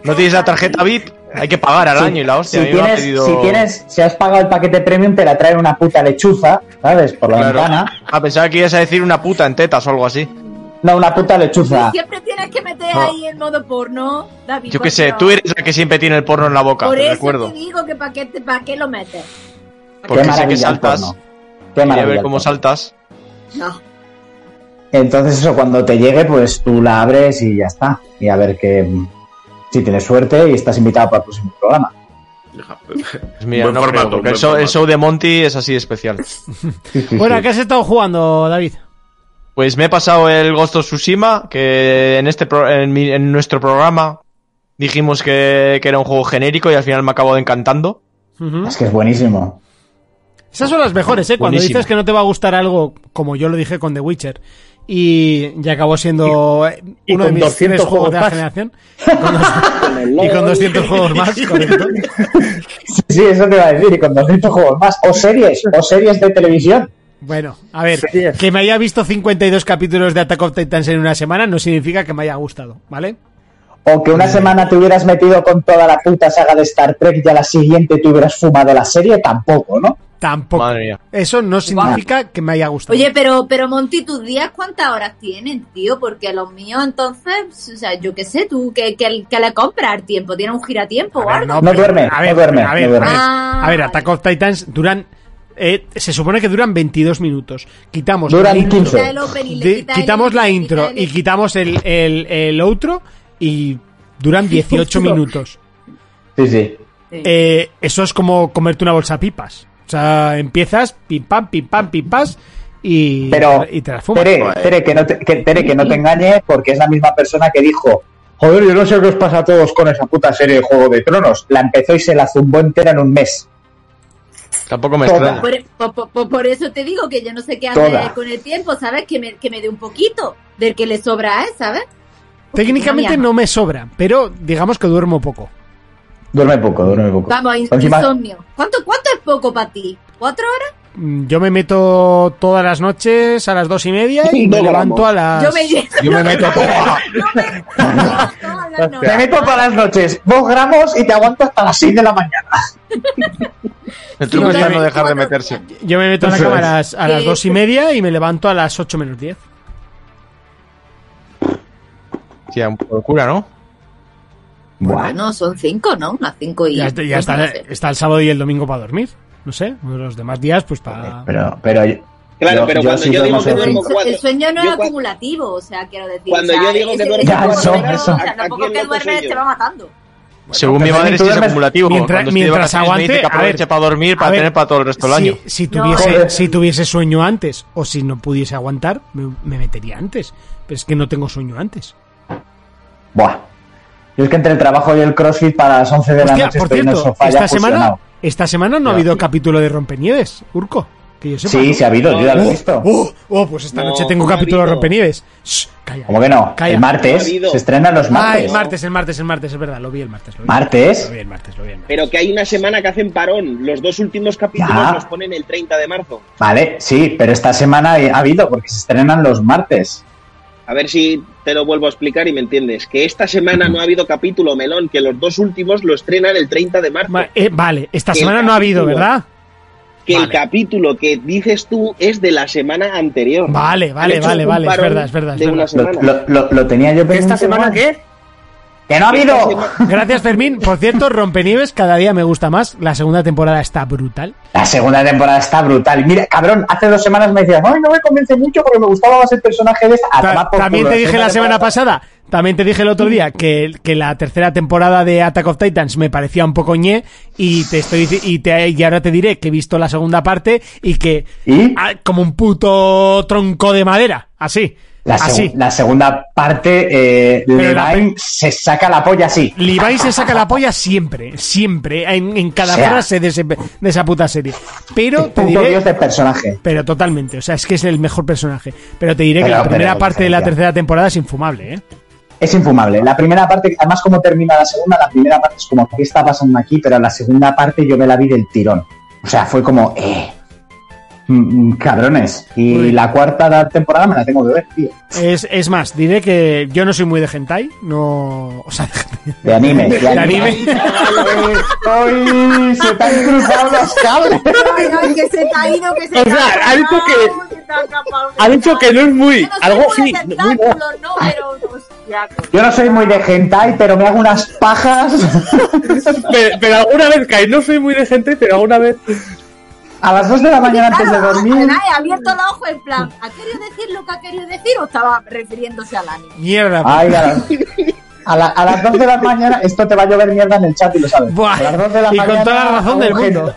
Speaker 9: ¿No tienes la tarjeta VIP? Hay que pagar al
Speaker 5: Si-
Speaker 9: año y la hostia. a
Speaker 5: si
Speaker 9: mí me han
Speaker 5: tienes,
Speaker 9: pedido-
Speaker 5: si tienes, si has pagado el paquete premium, te la traen una puta lechuza, ¿sabes? Por la
Speaker 9: Claro.
Speaker 5: ventana.
Speaker 9: Ah, pensaba que ibas a decir una puta en tetas o algo así.
Speaker 5: No, una puta lechuza.
Speaker 10: Siempre tienes que meter
Speaker 9: No.
Speaker 10: ahí el modo porno, David.
Speaker 9: Yo qué
Speaker 10: por
Speaker 9: sé,
Speaker 10: Dios.
Speaker 9: tú eres la que siempre tiene el porno en la boca,
Speaker 10: Por
Speaker 9: te
Speaker 10: eso
Speaker 9: recuerdo.
Speaker 10: te digo que para qué, te- pa' qué lo metes.
Speaker 9: Porque
Speaker 5: Qué
Speaker 9: sé que
Speaker 5: maravilla el
Speaker 9: saltas.
Speaker 5: porno. Qué
Speaker 6: Ah,
Speaker 9: Quería
Speaker 5: maravilla
Speaker 9: ver
Speaker 5: el
Speaker 9: cómo
Speaker 5: porno.
Speaker 9: saltas.
Speaker 10: No.
Speaker 5: Entonces eso, cuando te llegue, pues tú la abres y ya está. Y a ver que si tienes suerte y estás invitado para el próximo programa.
Speaker 9: Pues mira,
Speaker 7: Buen
Speaker 9: no creo,
Speaker 7: formato,
Speaker 9: porque
Speaker 7: buen
Speaker 9: el show, el
Speaker 7: formato.
Speaker 9: show de Monty es así especial.
Speaker 5: Sí, sí,
Speaker 3: Bueno,
Speaker 5: sí.
Speaker 3: ¿a qué has estado jugando, David?
Speaker 9: Pues me he pasado el Ghost of Tsushima, que en este pro- en, mi- en nuestro programa dijimos que, que era un juego genérico y al final me acabo encantando.
Speaker 3: Ujú.
Speaker 5: Es que es buenísimo.
Speaker 3: Esas son las mejores, ¿eh? Cuando
Speaker 9: Buenísimo.
Speaker 3: dices que no te va a gustar algo, como yo lo dije con The Witcher, y ya acabó siendo eh,
Speaker 6: y
Speaker 3: uno de
Speaker 6: con
Speaker 3: mis
Speaker 6: 200
Speaker 3: tres juegos de la
Speaker 6: juegos
Speaker 3: generación. Con dos-
Speaker 8: Con el
Speaker 3: y
Speaker 8: LOL.
Speaker 3: con 200 juegos más, correcto.
Speaker 5: Sí, sí, eso te iba a decir. Y con 200 juegos más. O series, o series de televisión.
Speaker 3: Bueno, a ver,
Speaker 6: Sí, es.
Speaker 3: que me haya visto 52 capítulos de Attack of Titans en una semana no significa que me haya gustado, ¿vale?
Speaker 5: O que
Speaker 9: Eh.
Speaker 5: una semana te hubieras metido con toda la puta saga de Star Trek y a la siguiente te hubieras fumado la serie, tampoco, ¿no?
Speaker 3: Tampoco.
Speaker 9: Madre mía.
Speaker 3: Eso no significa que me haya gustado.
Speaker 10: Oye, pero, pero Monty, tus días, ¿cuántas horas tienen, tío? Porque los míos, entonces, o sea, yo qué sé, tú, que, que, que le compras tiempo, tiene un giratiempo o
Speaker 3: A ver,
Speaker 10: algo.
Speaker 5: No
Speaker 3: pero-
Speaker 5: duerme, no duerme,
Speaker 3: a ver,
Speaker 5: no duerme.
Speaker 3: a ver,
Speaker 10: Ah,
Speaker 3: a ver,
Speaker 10: vale.
Speaker 3: Attack of Titans duran. eh, se supone que duran 22 minutos. Quitamos.
Speaker 5: Duran
Speaker 3: la intro,
Speaker 5: 15.
Speaker 10: Quita el open y le
Speaker 3: de-
Speaker 10: quita el-
Speaker 3: quitamos la
Speaker 10: le
Speaker 3: intro
Speaker 10: quita el-
Speaker 3: y quitamos el, el, el outro y duran 18 minutos.
Speaker 5: Sí, sí.
Speaker 10: Sí.
Speaker 3: Eh, eso es como comerte una bolsa de pipas. O sea, empiezas pim pam, pim pam, pim pas y,
Speaker 5: Pero,
Speaker 3: y te la fumas.
Speaker 5: Tere, Tere, que no te, que, Tere, que no te engañe, porque es la misma persona que dijo: Joder, yo no sé qué os pasa a todos con esa puta serie de Juego de Tronos. La empezó y se la zumbó entera en un mes.
Speaker 9: Tampoco me
Speaker 5: Toda.
Speaker 9: extraña.
Speaker 10: Por, por- por- por- por eso te digo que yo no sé qué
Speaker 5: Toda.
Speaker 10: hacer con el tiempo, ¿sabes? Que me, que me dé un poquito del que le sobra a él, ¿sabes?
Speaker 3: Técnicamente
Speaker 10: Mami,
Speaker 3: no me sobra, pero digamos que duermo poco.
Speaker 5: Duerme poco, duerme poco.
Speaker 10: Vamos, in-
Speaker 5: Encima-
Speaker 10: insomnio. ¿Cuánto, ¿Cuánto es poco para ti? ¿Cuatro horas?
Speaker 3: Mm, Yo me meto todas las noches a las dos y media y me
Speaker 8: Dos
Speaker 3: levanto a las.
Speaker 10: Yo me llevo
Speaker 9: Yo me meto todo.
Speaker 10: todas las
Speaker 5: Te
Speaker 10: noches.
Speaker 5: meto todas las noches, dos gramos y te aguanto hasta las 6 de la mañana.
Speaker 9: El truco
Speaker 10: Sí,
Speaker 9: es ya
Speaker 10: no,
Speaker 9: no
Speaker 10: no,
Speaker 9: dejar de
Speaker 10: no, no.
Speaker 9: meterse.
Speaker 3: Yo me meto en la
Speaker 5: Eso
Speaker 3: cama a
Speaker 5: es.
Speaker 3: las, a las
Speaker 10: Sí.
Speaker 3: dos y media y me levanto a las ocho menos diez.
Speaker 9: Sí, un poco locura, ¿no?
Speaker 5: Buah.
Speaker 10: No, son cinco, ¿no? Unas cinco y...
Speaker 3: Ya, está, ya
Speaker 10: pues
Speaker 3: está,
Speaker 10: no sé.
Speaker 3: está el sábado y el domingo para dormir. No sé, los demás días pues para...
Speaker 5: Pero, pero.
Speaker 8: Claro, pero cuando yo
Speaker 5: duermo
Speaker 8: digo que
Speaker 5: solo cinco.
Speaker 8: duermo
Speaker 10: El su-
Speaker 8: cuatro.
Speaker 10: El sueño no
Speaker 8: Yo
Speaker 10: es
Speaker 8: cua-
Speaker 10: acumulativo, o sea, quiero decir.
Speaker 8: Cuando
Speaker 10: o sea,
Speaker 8: yo digo que
Speaker 10: ese-
Speaker 8: duermo
Speaker 10: ese
Speaker 5: cuatro
Speaker 10: cuerpo
Speaker 5: horas,
Speaker 10: entero,
Speaker 5: eso.
Speaker 10: O sea, tampoco
Speaker 8: Aquí
Speaker 10: que
Speaker 8: el loco
Speaker 10: duermes
Speaker 8: soy
Speaker 10: te
Speaker 8: yo.
Speaker 10: va matando.
Speaker 9: Según mi
Speaker 5: pero
Speaker 9: madre,
Speaker 5: tú
Speaker 9: sí es
Speaker 5: duermes-
Speaker 9: acumulativo.
Speaker 3: mientras-
Speaker 9: Cuando estoy de
Speaker 3: mientras
Speaker 9: vacaciones me dice
Speaker 3: aguante,
Speaker 9: que
Speaker 3: a ver,
Speaker 9: aproveche para dormir, para
Speaker 3: a ver,
Speaker 9: tener para todo el resto del
Speaker 3: si,
Speaker 9: año.
Speaker 3: si
Speaker 10: No.
Speaker 3: tuviese,
Speaker 5: Joder.
Speaker 3: si tuviese sueño antes o si no pudiese aguantar, me, me metería antes. Pero es que no tengo sueño antes.
Speaker 5: Buah. Yo es que entre el trabajo y el crossfit para las 11 de la
Speaker 3: Hostia,
Speaker 5: noche
Speaker 3: por
Speaker 5: estoy en el
Speaker 3: cierto,
Speaker 5: sofá ya
Speaker 3: esta semana,
Speaker 5: fusionado.
Speaker 3: esta semana no ha
Speaker 9: Ya.
Speaker 3: habido capítulo de Rompenieves, Urco. Que yo sepa.
Speaker 5: Sí, sí ha habido, yo ya lo he
Speaker 3: Oh,
Speaker 5: visto.
Speaker 3: oh, oh, pues esta
Speaker 8: No,
Speaker 3: noche tengo
Speaker 8: no ha
Speaker 3: capítulo de
Speaker 8: habido.
Speaker 3: Rompenieves. Shh, calla.
Speaker 5: ¿Cómo que no?
Speaker 3: Calla.
Speaker 5: El martes.
Speaker 8: No ha habido.
Speaker 5: Se estrena los
Speaker 3: Ah,
Speaker 5: martes.
Speaker 3: el martes, el martes, el martes, es verdad, lo vi el martes. Lo vi.
Speaker 5: ¿Martes?
Speaker 3: Lo vi el martes, lo vi el martes.
Speaker 8: Pero que hay una semana que hacen parón. Los dos últimos capítulos
Speaker 5: Ya.
Speaker 8: los ponen el 30 de marzo.
Speaker 5: Vale, sí, pero esta semana ha habido porque se estrenan los martes.
Speaker 8: A ver si te lo vuelvo a explicar y me entiendes. Que esta semana no ha habido capítulo melón, que los dos últimos lo estrenan el 30 de marzo.
Speaker 3: Va- eh, vale, esta
Speaker 8: El
Speaker 3: semana no ha habido,
Speaker 8: capítulo.
Speaker 3: ¿verdad?
Speaker 8: que el capítulo que dices tú es de la semana anterior.
Speaker 3: Vale, vale,
Speaker 8: Han hecho
Speaker 3: vale,
Speaker 8: un
Speaker 3: vale, es
Speaker 8: parón
Speaker 3: verdad, es verdad, es
Speaker 8: de una
Speaker 5: Lo,
Speaker 8: semana.
Speaker 5: lo- lo- lo tenía yo pendiente.
Speaker 6: ¿Esta semana qué?
Speaker 5: ¡Que no ha habido!
Speaker 3: Gracias, Fermín. Por cierto, Rompenieves cada día me gusta más. La segunda temporada está brutal.
Speaker 5: La segunda temporada está brutal. Mira, cabrón, hace dos semanas me decías, ay, no me convence mucho porque me gustaba más el personaje de esta. A
Speaker 3: Ta-
Speaker 5: tomar Ah, por
Speaker 3: también
Speaker 5: culo.
Speaker 3: te dije la
Speaker 5: segunda
Speaker 3: semana pasada, también te dije el otro día que, que la tercera temporada de Attack of Titans me parecía un poco ñe y te estoy dici- y, te, y ahora te diré que he visto la segunda parte y que
Speaker 5: ¿Y?
Speaker 3: ah, como un puto tronco de madera, así,
Speaker 5: La, segu-
Speaker 3: así.
Speaker 5: la segunda parte, eh,
Speaker 3: Ah, Pero la
Speaker 5: Levine
Speaker 3: prim-
Speaker 5: se saca la polla así.
Speaker 3: Levi se saca la polla siempre, siempre, en, en cada
Speaker 5: O sea.
Speaker 3: frase de, ese- de esa puta serie. Pero te
Speaker 5: Punto
Speaker 3: diré
Speaker 5: dios del personaje.
Speaker 3: Pero totalmente, o sea, es que es el mejor personaje. Pero te diré que
Speaker 5: Pero-
Speaker 3: la primera
Speaker 5: pero,
Speaker 3: parte de la
Speaker 5: diferencia.
Speaker 3: tercera temporada es infumable, ¿eh?
Speaker 5: Es infumable. La primera parte, además como termina la segunda, la primera parte es como, ¿qué está pasando aquí? Pero la segunda parte yo me la vi del tirón. O sea, fue como, eh. mm, mm, cabrones. Y
Speaker 3: Uy.
Speaker 5: la cuarta da- temporada me la tengo que ver, tío.
Speaker 3: Es, es más, diré que yo no soy muy de hentai, no... O sea,
Speaker 5: De anime.
Speaker 3: de anime.
Speaker 5: ¡Ay! Se te han cruzado los cables.
Speaker 10: Ay, ay, que se te ha ido, que se
Speaker 6: O
Speaker 10: te
Speaker 6: sea,
Speaker 10: ha
Speaker 6: ha dicho
Speaker 10: escapado, se te ha escapado, se
Speaker 6: Ha
Speaker 10: te
Speaker 6: dicho que no es muy.
Speaker 10: Yo no soy
Speaker 6: Algo sí.
Speaker 10: muy de
Speaker 6: no, muy bueno.
Speaker 10: tentáculos, no, pero... hostia, que-
Speaker 5: Yo no soy muy de hentai, pero me hago unas pajas.
Speaker 6: Pero, pero alguna vez caí. No soy muy de gente, pero alguna vez.
Speaker 5: A las 2 de la mañana antes de
Speaker 10: Claro,
Speaker 5: dormir.
Speaker 10: además, he abierto los ojos en plan, ¿ha querido decir lo que ha querido decir o estaba refiriéndose al anime?
Speaker 3: Mierda.
Speaker 5: Ay, a, la- a la- a las 2 de la mañana, esto te va a llover mierda en el chat y lo sabes.
Speaker 3: Buah,
Speaker 5: a las 2 de la
Speaker 3: y con
Speaker 5: mañana.
Speaker 3: toda la razón del
Speaker 5: agujero.
Speaker 3: mundo.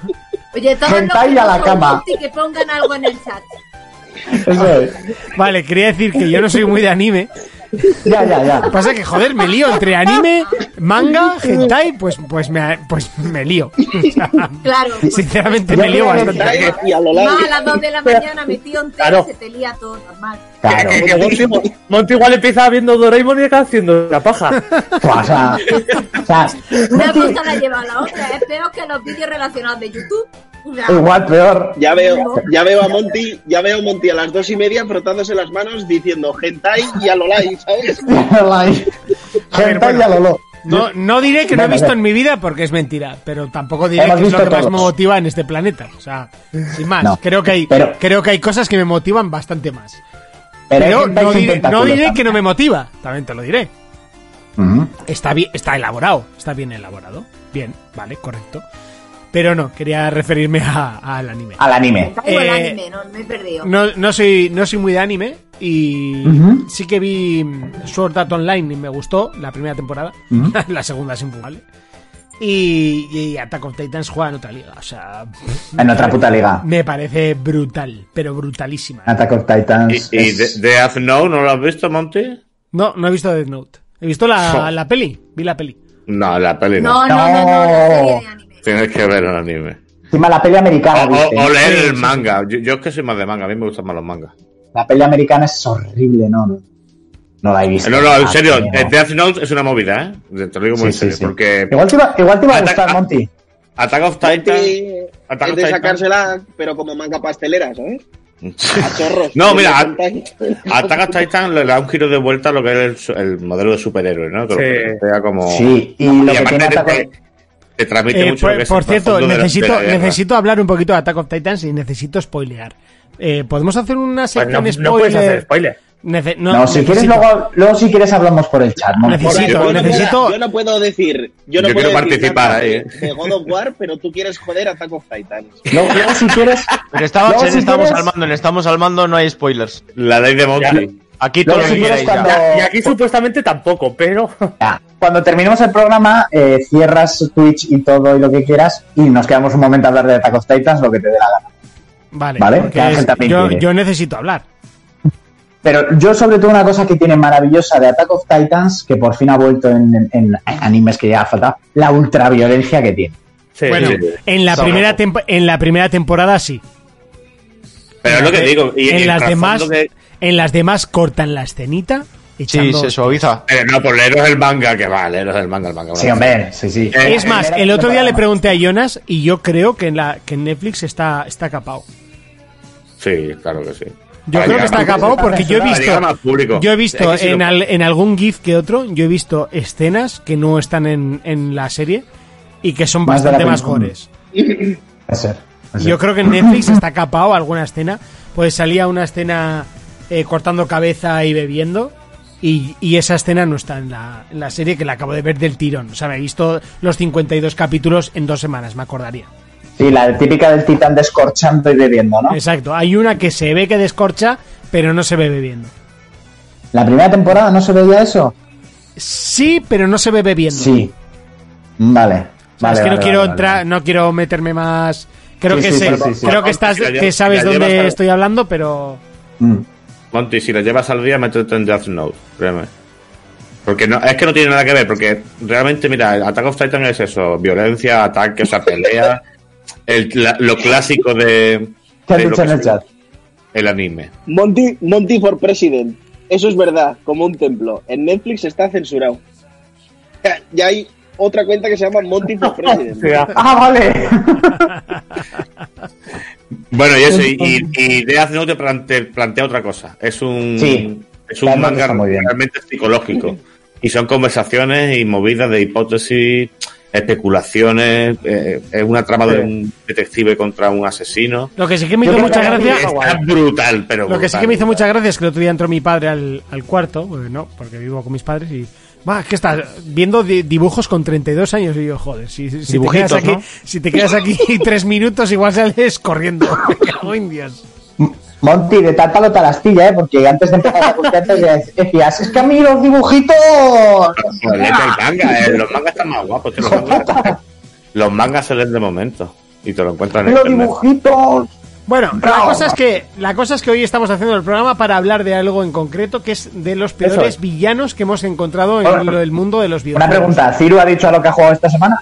Speaker 10: Oye, todos los
Speaker 5: Hentai
Speaker 10: que
Speaker 5: a
Speaker 10: no
Speaker 5: la
Speaker 10: son
Speaker 5: cama.
Speaker 10: multi, que pongan algo en el chat.
Speaker 5: Eso es.
Speaker 3: Vale, quería decir que yo no soy muy de anime.
Speaker 5: Ya, ya, ya.
Speaker 3: Pasa que, joder, me lío entre anime, manga, hentai, pues, pues, me, pues me lío. O sea,
Speaker 10: Claro.
Speaker 3: sinceramente me lío bastante.
Speaker 8: Y a lo
Speaker 10: No,
Speaker 8: largo.
Speaker 10: a las 2 de la mañana metido en tele
Speaker 6: Claro.
Speaker 10: se te lía todo normal.
Speaker 5: Claro.
Speaker 6: Que, que Monty, Monty igual empieza viendo Doraemon y acaba haciendo la paja.
Speaker 5: Buah, O sea, o sea,
Speaker 10: Una cosa la lleva a la otra. Es peor que los vídeos relacionados de YouTube. O sea,
Speaker 5: igual peor.
Speaker 8: Ya veo, ya veo a Monty, ya veo a Monty a las dos y media frotándose las manos diciendo hentai y a lo lai, ¿sabes?
Speaker 3: ver,
Speaker 5: Hentai
Speaker 3: bueno.
Speaker 5: y aloló.
Speaker 3: No, no diré que no he
Speaker 5: Venga,
Speaker 3: visto
Speaker 5: venga.
Speaker 3: en mi vida porque es mentira, pero tampoco diré
Speaker 5: Hemos
Speaker 3: que es lo
Speaker 5: visto
Speaker 3: que más me
Speaker 5: todos.
Speaker 3: motiva en este planeta. O sea, sin más,
Speaker 5: No,
Speaker 3: creo, que hay,
Speaker 5: pero-
Speaker 3: creo que hay cosas que me motivan bastante más.
Speaker 5: Pero, hay
Speaker 3: Pero
Speaker 5: hentai
Speaker 3: no
Speaker 5: sin
Speaker 3: diré, no
Speaker 5: tentáculos
Speaker 3: diré que
Speaker 5: también.
Speaker 3: no me motiva, también te lo diré.
Speaker 5: Ujú.
Speaker 3: Está bien, está elaborado, está bien elaborado. Bien, vale, correcto. Pero no, quería referirme a- al anime.
Speaker 5: Al anime.
Speaker 10: o el
Speaker 3: Eh,
Speaker 10: anime, no, me he perdido.
Speaker 3: No, no soy, no soy muy de anime y
Speaker 5: Ujú.
Speaker 3: sí que vi mm, Sword Art Online y me gustó la primera temporada.
Speaker 5: Ujú.
Speaker 3: la segunda es infumable. Y, y Attack of Titans juega en otra liga. O sea,
Speaker 5: En otra puta liga.
Speaker 3: me parece brutal, pero brutalísima.
Speaker 5: Attack of Titans.
Speaker 7: ¿Y, y
Speaker 5: es-
Speaker 7: de- Death Note no lo has visto, Monty?
Speaker 3: No, no he visto Death Note. He visto la, la peli, vi la peli.
Speaker 7: No, la peli no.
Speaker 10: No, no, no, no, la serie de anime.
Speaker 7: Tienes que ver el anime.
Speaker 5: Encima la peli
Speaker 7: O,
Speaker 5: americana,
Speaker 7: o-
Speaker 5: ¿viste?
Speaker 7: o leer el manga. Yo, yo es que soy más de manga, a mí me gustan más los mangas.
Speaker 5: La peli americana es horrible, no, no. No la he visto.
Speaker 7: No, no, en
Speaker 5: Ah,
Speaker 7: serio,
Speaker 5: tío.
Speaker 7: eh, Death Note es una movida, ¿eh? Te te lo digo muy en
Speaker 5: Sí, sí,
Speaker 7: serio,
Speaker 5: sí.
Speaker 7: porque
Speaker 5: Igual te iba, igual te iba a
Speaker 7: Ataca-
Speaker 5: gustar, Monty.
Speaker 7: Attack of
Speaker 8: Monty
Speaker 7: Titan... Attack
Speaker 8: es
Speaker 7: of
Speaker 8: de
Speaker 7: Titan-
Speaker 8: sacársela, pero como manga pastelera, ¿sabes? A chorros.
Speaker 7: No, mira, a-
Speaker 8: Hentai.
Speaker 7: Attack on Titan le da un giro de vuelta a lo que es el su- el, modelo de superhéroe, ¿no? Que lo
Speaker 6: Sí.
Speaker 7: plantea como...
Speaker 5: Sí, y
Speaker 7: Y
Speaker 5: lo que
Speaker 7: aparte
Speaker 5: tiene
Speaker 7: te,
Speaker 5: Attack on-
Speaker 7: te- te transmite
Speaker 3: Eh,
Speaker 7: mucho
Speaker 3: por
Speaker 7: lo que es
Speaker 3: por
Speaker 7: el
Speaker 3: cierto,
Speaker 7: trasfondo de la-
Speaker 3: necesito,
Speaker 7: de la guerra.
Speaker 3: necesito hablar un poquito de Attack of Titans y necesito spoilear. Eh, ¿Podemos hacer una
Speaker 6: Pues no,
Speaker 3: sección
Speaker 6: no
Speaker 3: spoiler?
Speaker 6: puedes hacer spoiler.
Speaker 3: Nece- no,
Speaker 5: No, si quieres
Speaker 3: necesito.
Speaker 5: luego, luego si quieres hablamos por el chat, Monty.
Speaker 3: Necesito-
Speaker 8: Yo no puedo-
Speaker 3: necesito-
Speaker 8: Yo no puedo decir. Yo, no puedo
Speaker 7: Yo quiero
Speaker 8: decir
Speaker 7: participar
Speaker 8: nada
Speaker 7: ahí, ¿eh?
Speaker 8: De God of War, pero tú quieres joder a Attack of Titans.
Speaker 5: Luego, luego si quieres,
Speaker 9: Pero estaba,
Speaker 5: Luego,
Speaker 9: en
Speaker 5: si
Speaker 9: estamos
Speaker 5: quieres-
Speaker 9: armando, en estamos armando no hay spoilers.
Speaker 7: La ley de Monty.
Speaker 9: Aquí todo
Speaker 5: luego
Speaker 9: lo
Speaker 5: si
Speaker 9: que
Speaker 5: quieres
Speaker 9: queráis ya.
Speaker 5: cuando,
Speaker 6: Y aquí supuestamente tampoco, pero.
Speaker 5: ya, cuando terminemos el programa, eh, cierras Twitch y todo y lo que quieras y nos quedamos un momento a hablar de Attack of Titans, lo que te dé la gana.
Speaker 3: Vale,
Speaker 5: Vale,
Speaker 3: porque
Speaker 5: que Ángel
Speaker 3: es-
Speaker 5: también
Speaker 3: yo,
Speaker 5: quiere.
Speaker 3: yo necesito hablar.
Speaker 5: Pero yo sobre todo una cosa que tiene maravillosa de Attack of Titans, que por fin ha vuelto en, en- en animes que ya ha faltado, la ultraviolencia que tiene.
Speaker 6: Sí,
Speaker 3: Bueno,
Speaker 6: sí.
Speaker 3: en la,
Speaker 9: Son
Speaker 3: primera
Speaker 9: locos.
Speaker 3: tempo- en la primera temporada sí.
Speaker 7: Pero es lo que digo. Y, y
Speaker 3: en,
Speaker 7: el
Speaker 3: las
Speaker 7: trasfondo
Speaker 3: demás,
Speaker 7: que-
Speaker 3: en las demás cortan la escenita.
Speaker 9: Sí,
Speaker 3: Echando...
Speaker 9: se suaviza.
Speaker 7: Pero Eh, no, por leeros el manga, que va, leeros el manga, el manga.
Speaker 5: Sí,
Speaker 7: bueno.
Speaker 5: hombre, sí, sí.
Speaker 7: Eh,
Speaker 3: Es más, el otro día le pregunté
Speaker 5: eh,
Speaker 3: a Jonas y yo creo que en, la, que en Netflix está, está capado.
Speaker 7: Sí, claro que sí.
Speaker 3: Yo creo
Speaker 7: Para
Speaker 3: que
Speaker 7: llegar
Speaker 3: está
Speaker 7: más-
Speaker 3: capado porque yo he
Speaker 7: para llegar más
Speaker 3: visto,
Speaker 7: público.
Speaker 3: yo he visto
Speaker 7: Es que si
Speaker 3: en,
Speaker 7: lo-
Speaker 3: al- en algún GIF que otro, yo he visto escenas que no están en, en la serie y que son
Speaker 5: Más de la
Speaker 3: bastante más
Speaker 5: película.
Speaker 3: gores.
Speaker 5: Puede ser. puede ser.
Speaker 3: Yo creo que en Netflix está capado alguna escena, pues salía una escena eh, cortando cabeza y bebiendo. Y, y esa escena no está en la, en la serie que la acabo de ver del tirón. O sea, me he visto los 52 capítulos en dos semanas, me acordaría.
Speaker 5: Sí, la típica del titán descorchando y bebiendo, ¿no?
Speaker 3: Exacto, hay una que se ve que descorcha, pero no se ve bebiendo.
Speaker 5: ¿La primera temporada no se veía eso?
Speaker 3: Sí, pero no se ve bebiendo.
Speaker 5: Sí. Vale.
Speaker 3: O sea,
Speaker 5: vale,
Speaker 3: es que
Speaker 5: vale,
Speaker 3: no quiero
Speaker 5: vale,
Speaker 3: entrar,
Speaker 5: vale.
Speaker 3: no quiero meterme más. Creo
Speaker 5: Sí,
Speaker 3: que
Speaker 5: sí,
Speaker 3: sé,
Speaker 5: sí, Ah, sí, sí.
Speaker 3: creo que estás,
Speaker 7: Ya lleva-
Speaker 3: que sabes
Speaker 7: ya lleva
Speaker 3: dónde
Speaker 7: hasta-
Speaker 3: estoy hablando, pero
Speaker 5: Mm.
Speaker 7: Monty, si la llevas al día, métete en Death Note, créeme. Porque no, es que no tiene nada que ver, porque realmente, mira, el Attack of Titan es eso, violencia, ataque, o sea, pelea, el- la- lo clásico de,
Speaker 5: ¿Qué has
Speaker 7: de lo
Speaker 5: dicho
Speaker 7: que
Speaker 5: en el
Speaker 7: es
Speaker 5: chat?
Speaker 7: el anime.
Speaker 8: Monty, Monty for President. Eso es verdad, como un templo. En Netflix está censurado. Ya- Ya hay otra cuenta que se llama Monty for President.
Speaker 5: Ah, vale.
Speaker 7: Bueno, y eso, y, y, y Death Note te plante- plantea otra cosa. Es un,
Speaker 5: Sí,
Speaker 7: es
Speaker 5: Death
Speaker 7: un
Speaker 5: Note
Speaker 7: manga
Speaker 5: está muy bien.
Speaker 7: realmente psicológico. Y son conversaciones y movidas de hipótesis, especulaciones, eh, es una trama de un detective contra un asesino.
Speaker 3: lo que sí que me hizo
Speaker 5: creo que
Speaker 3: mucha
Speaker 5: la
Speaker 3: gracia,
Speaker 5: serie
Speaker 7: Está brutal, pero
Speaker 3: lo que sí
Speaker 7: brutal.
Speaker 3: que
Speaker 5: ¿eh?
Speaker 3: me hizo mucha gracia es que el otro día entró mi padre al, al cuarto, porque no, porque vivo con mis padres y va, que estás viendo di- dibujos con 32 años y yo, joder, si, si te
Speaker 9: Dibujitos,
Speaker 3: quedas aquí,
Speaker 9: ¿no?
Speaker 3: si te quedas aquí tres minutos igual sales corriendo. Me cago en Dios.
Speaker 5: Monty, de tal palo tal astilla, ¿eh? Porque antes de empezar la confianza decías, es que a mí los dibujitos...
Speaker 7: Pues léete el manga, eh, los mangas están más guapos. tío, los, mangas, los mangas se leen de momento y te lo encuentran en
Speaker 5: Los
Speaker 7: internet.
Speaker 5: dibujitos...
Speaker 3: Bueno, la cosa es que la cosa es que hoy estamos haciendo el programa para hablar de algo en concreto que es de los peores
Speaker 5: es.
Speaker 3: villanos que hemos encontrado en
Speaker 5: Bueno,
Speaker 3: lo- el mundo de los
Speaker 5: Una
Speaker 3: videojuegos.
Speaker 5: pregunta, ¿Ciru ha dicho a lo que ha jugado esta semana?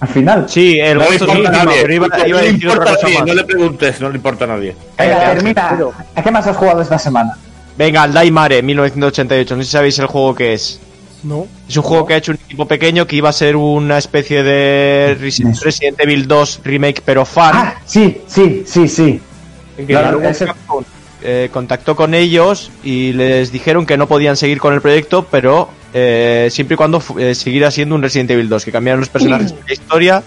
Speaker 5: Al final.
Speaker 9: Sí, el
Speaker 7: No le
Speaker 9: Ghost es
Speaker 7: importa a
Speaker 9: último,
Speaker 7: nadie,
Speaker 9: pero iba, iba
Speaker 7: no
Speaker 9: a
Speaker 7: le
Speaker 9: decir
Speaker 7: importa
Speaker 9: otra
Speaker 7: a
Speaker 9: cosa
Speaker 7: nadie,
Speaker 9: más.
Speaker 7: no le preguntes, no le importa a nadie.
Speaker 5: Venga, termina.
Speaker 6: Ciru.
Speaker 5: ¿A qué más has jugado esta semana?
Speaker 9: Venga, el Daimare 1988, no sé si sabéis el juego que es.
Speaker 3: No.
Speaker 9: Es un juego que ha hecho un equipo pequeño que iba a ser una especie de Resi-
Speaker 5: Eso.
Speaker 9: Resident Evil 2 remake, pero fan.
Speaker 5: Ah, sí, sí, sí, sí.
Speaker 9: que
Speaker 5: Claro,
Speaker 9: luego
Speaker 5: ese-
Speaker 9: Capcom, eh, contactó con ellos y les dijeron que no podían seguir con el proyecto, pero eh, siempre y cuando fu- eh, siguiera siendo un Resident Evil 2, que cambiaron los personajes de la historia.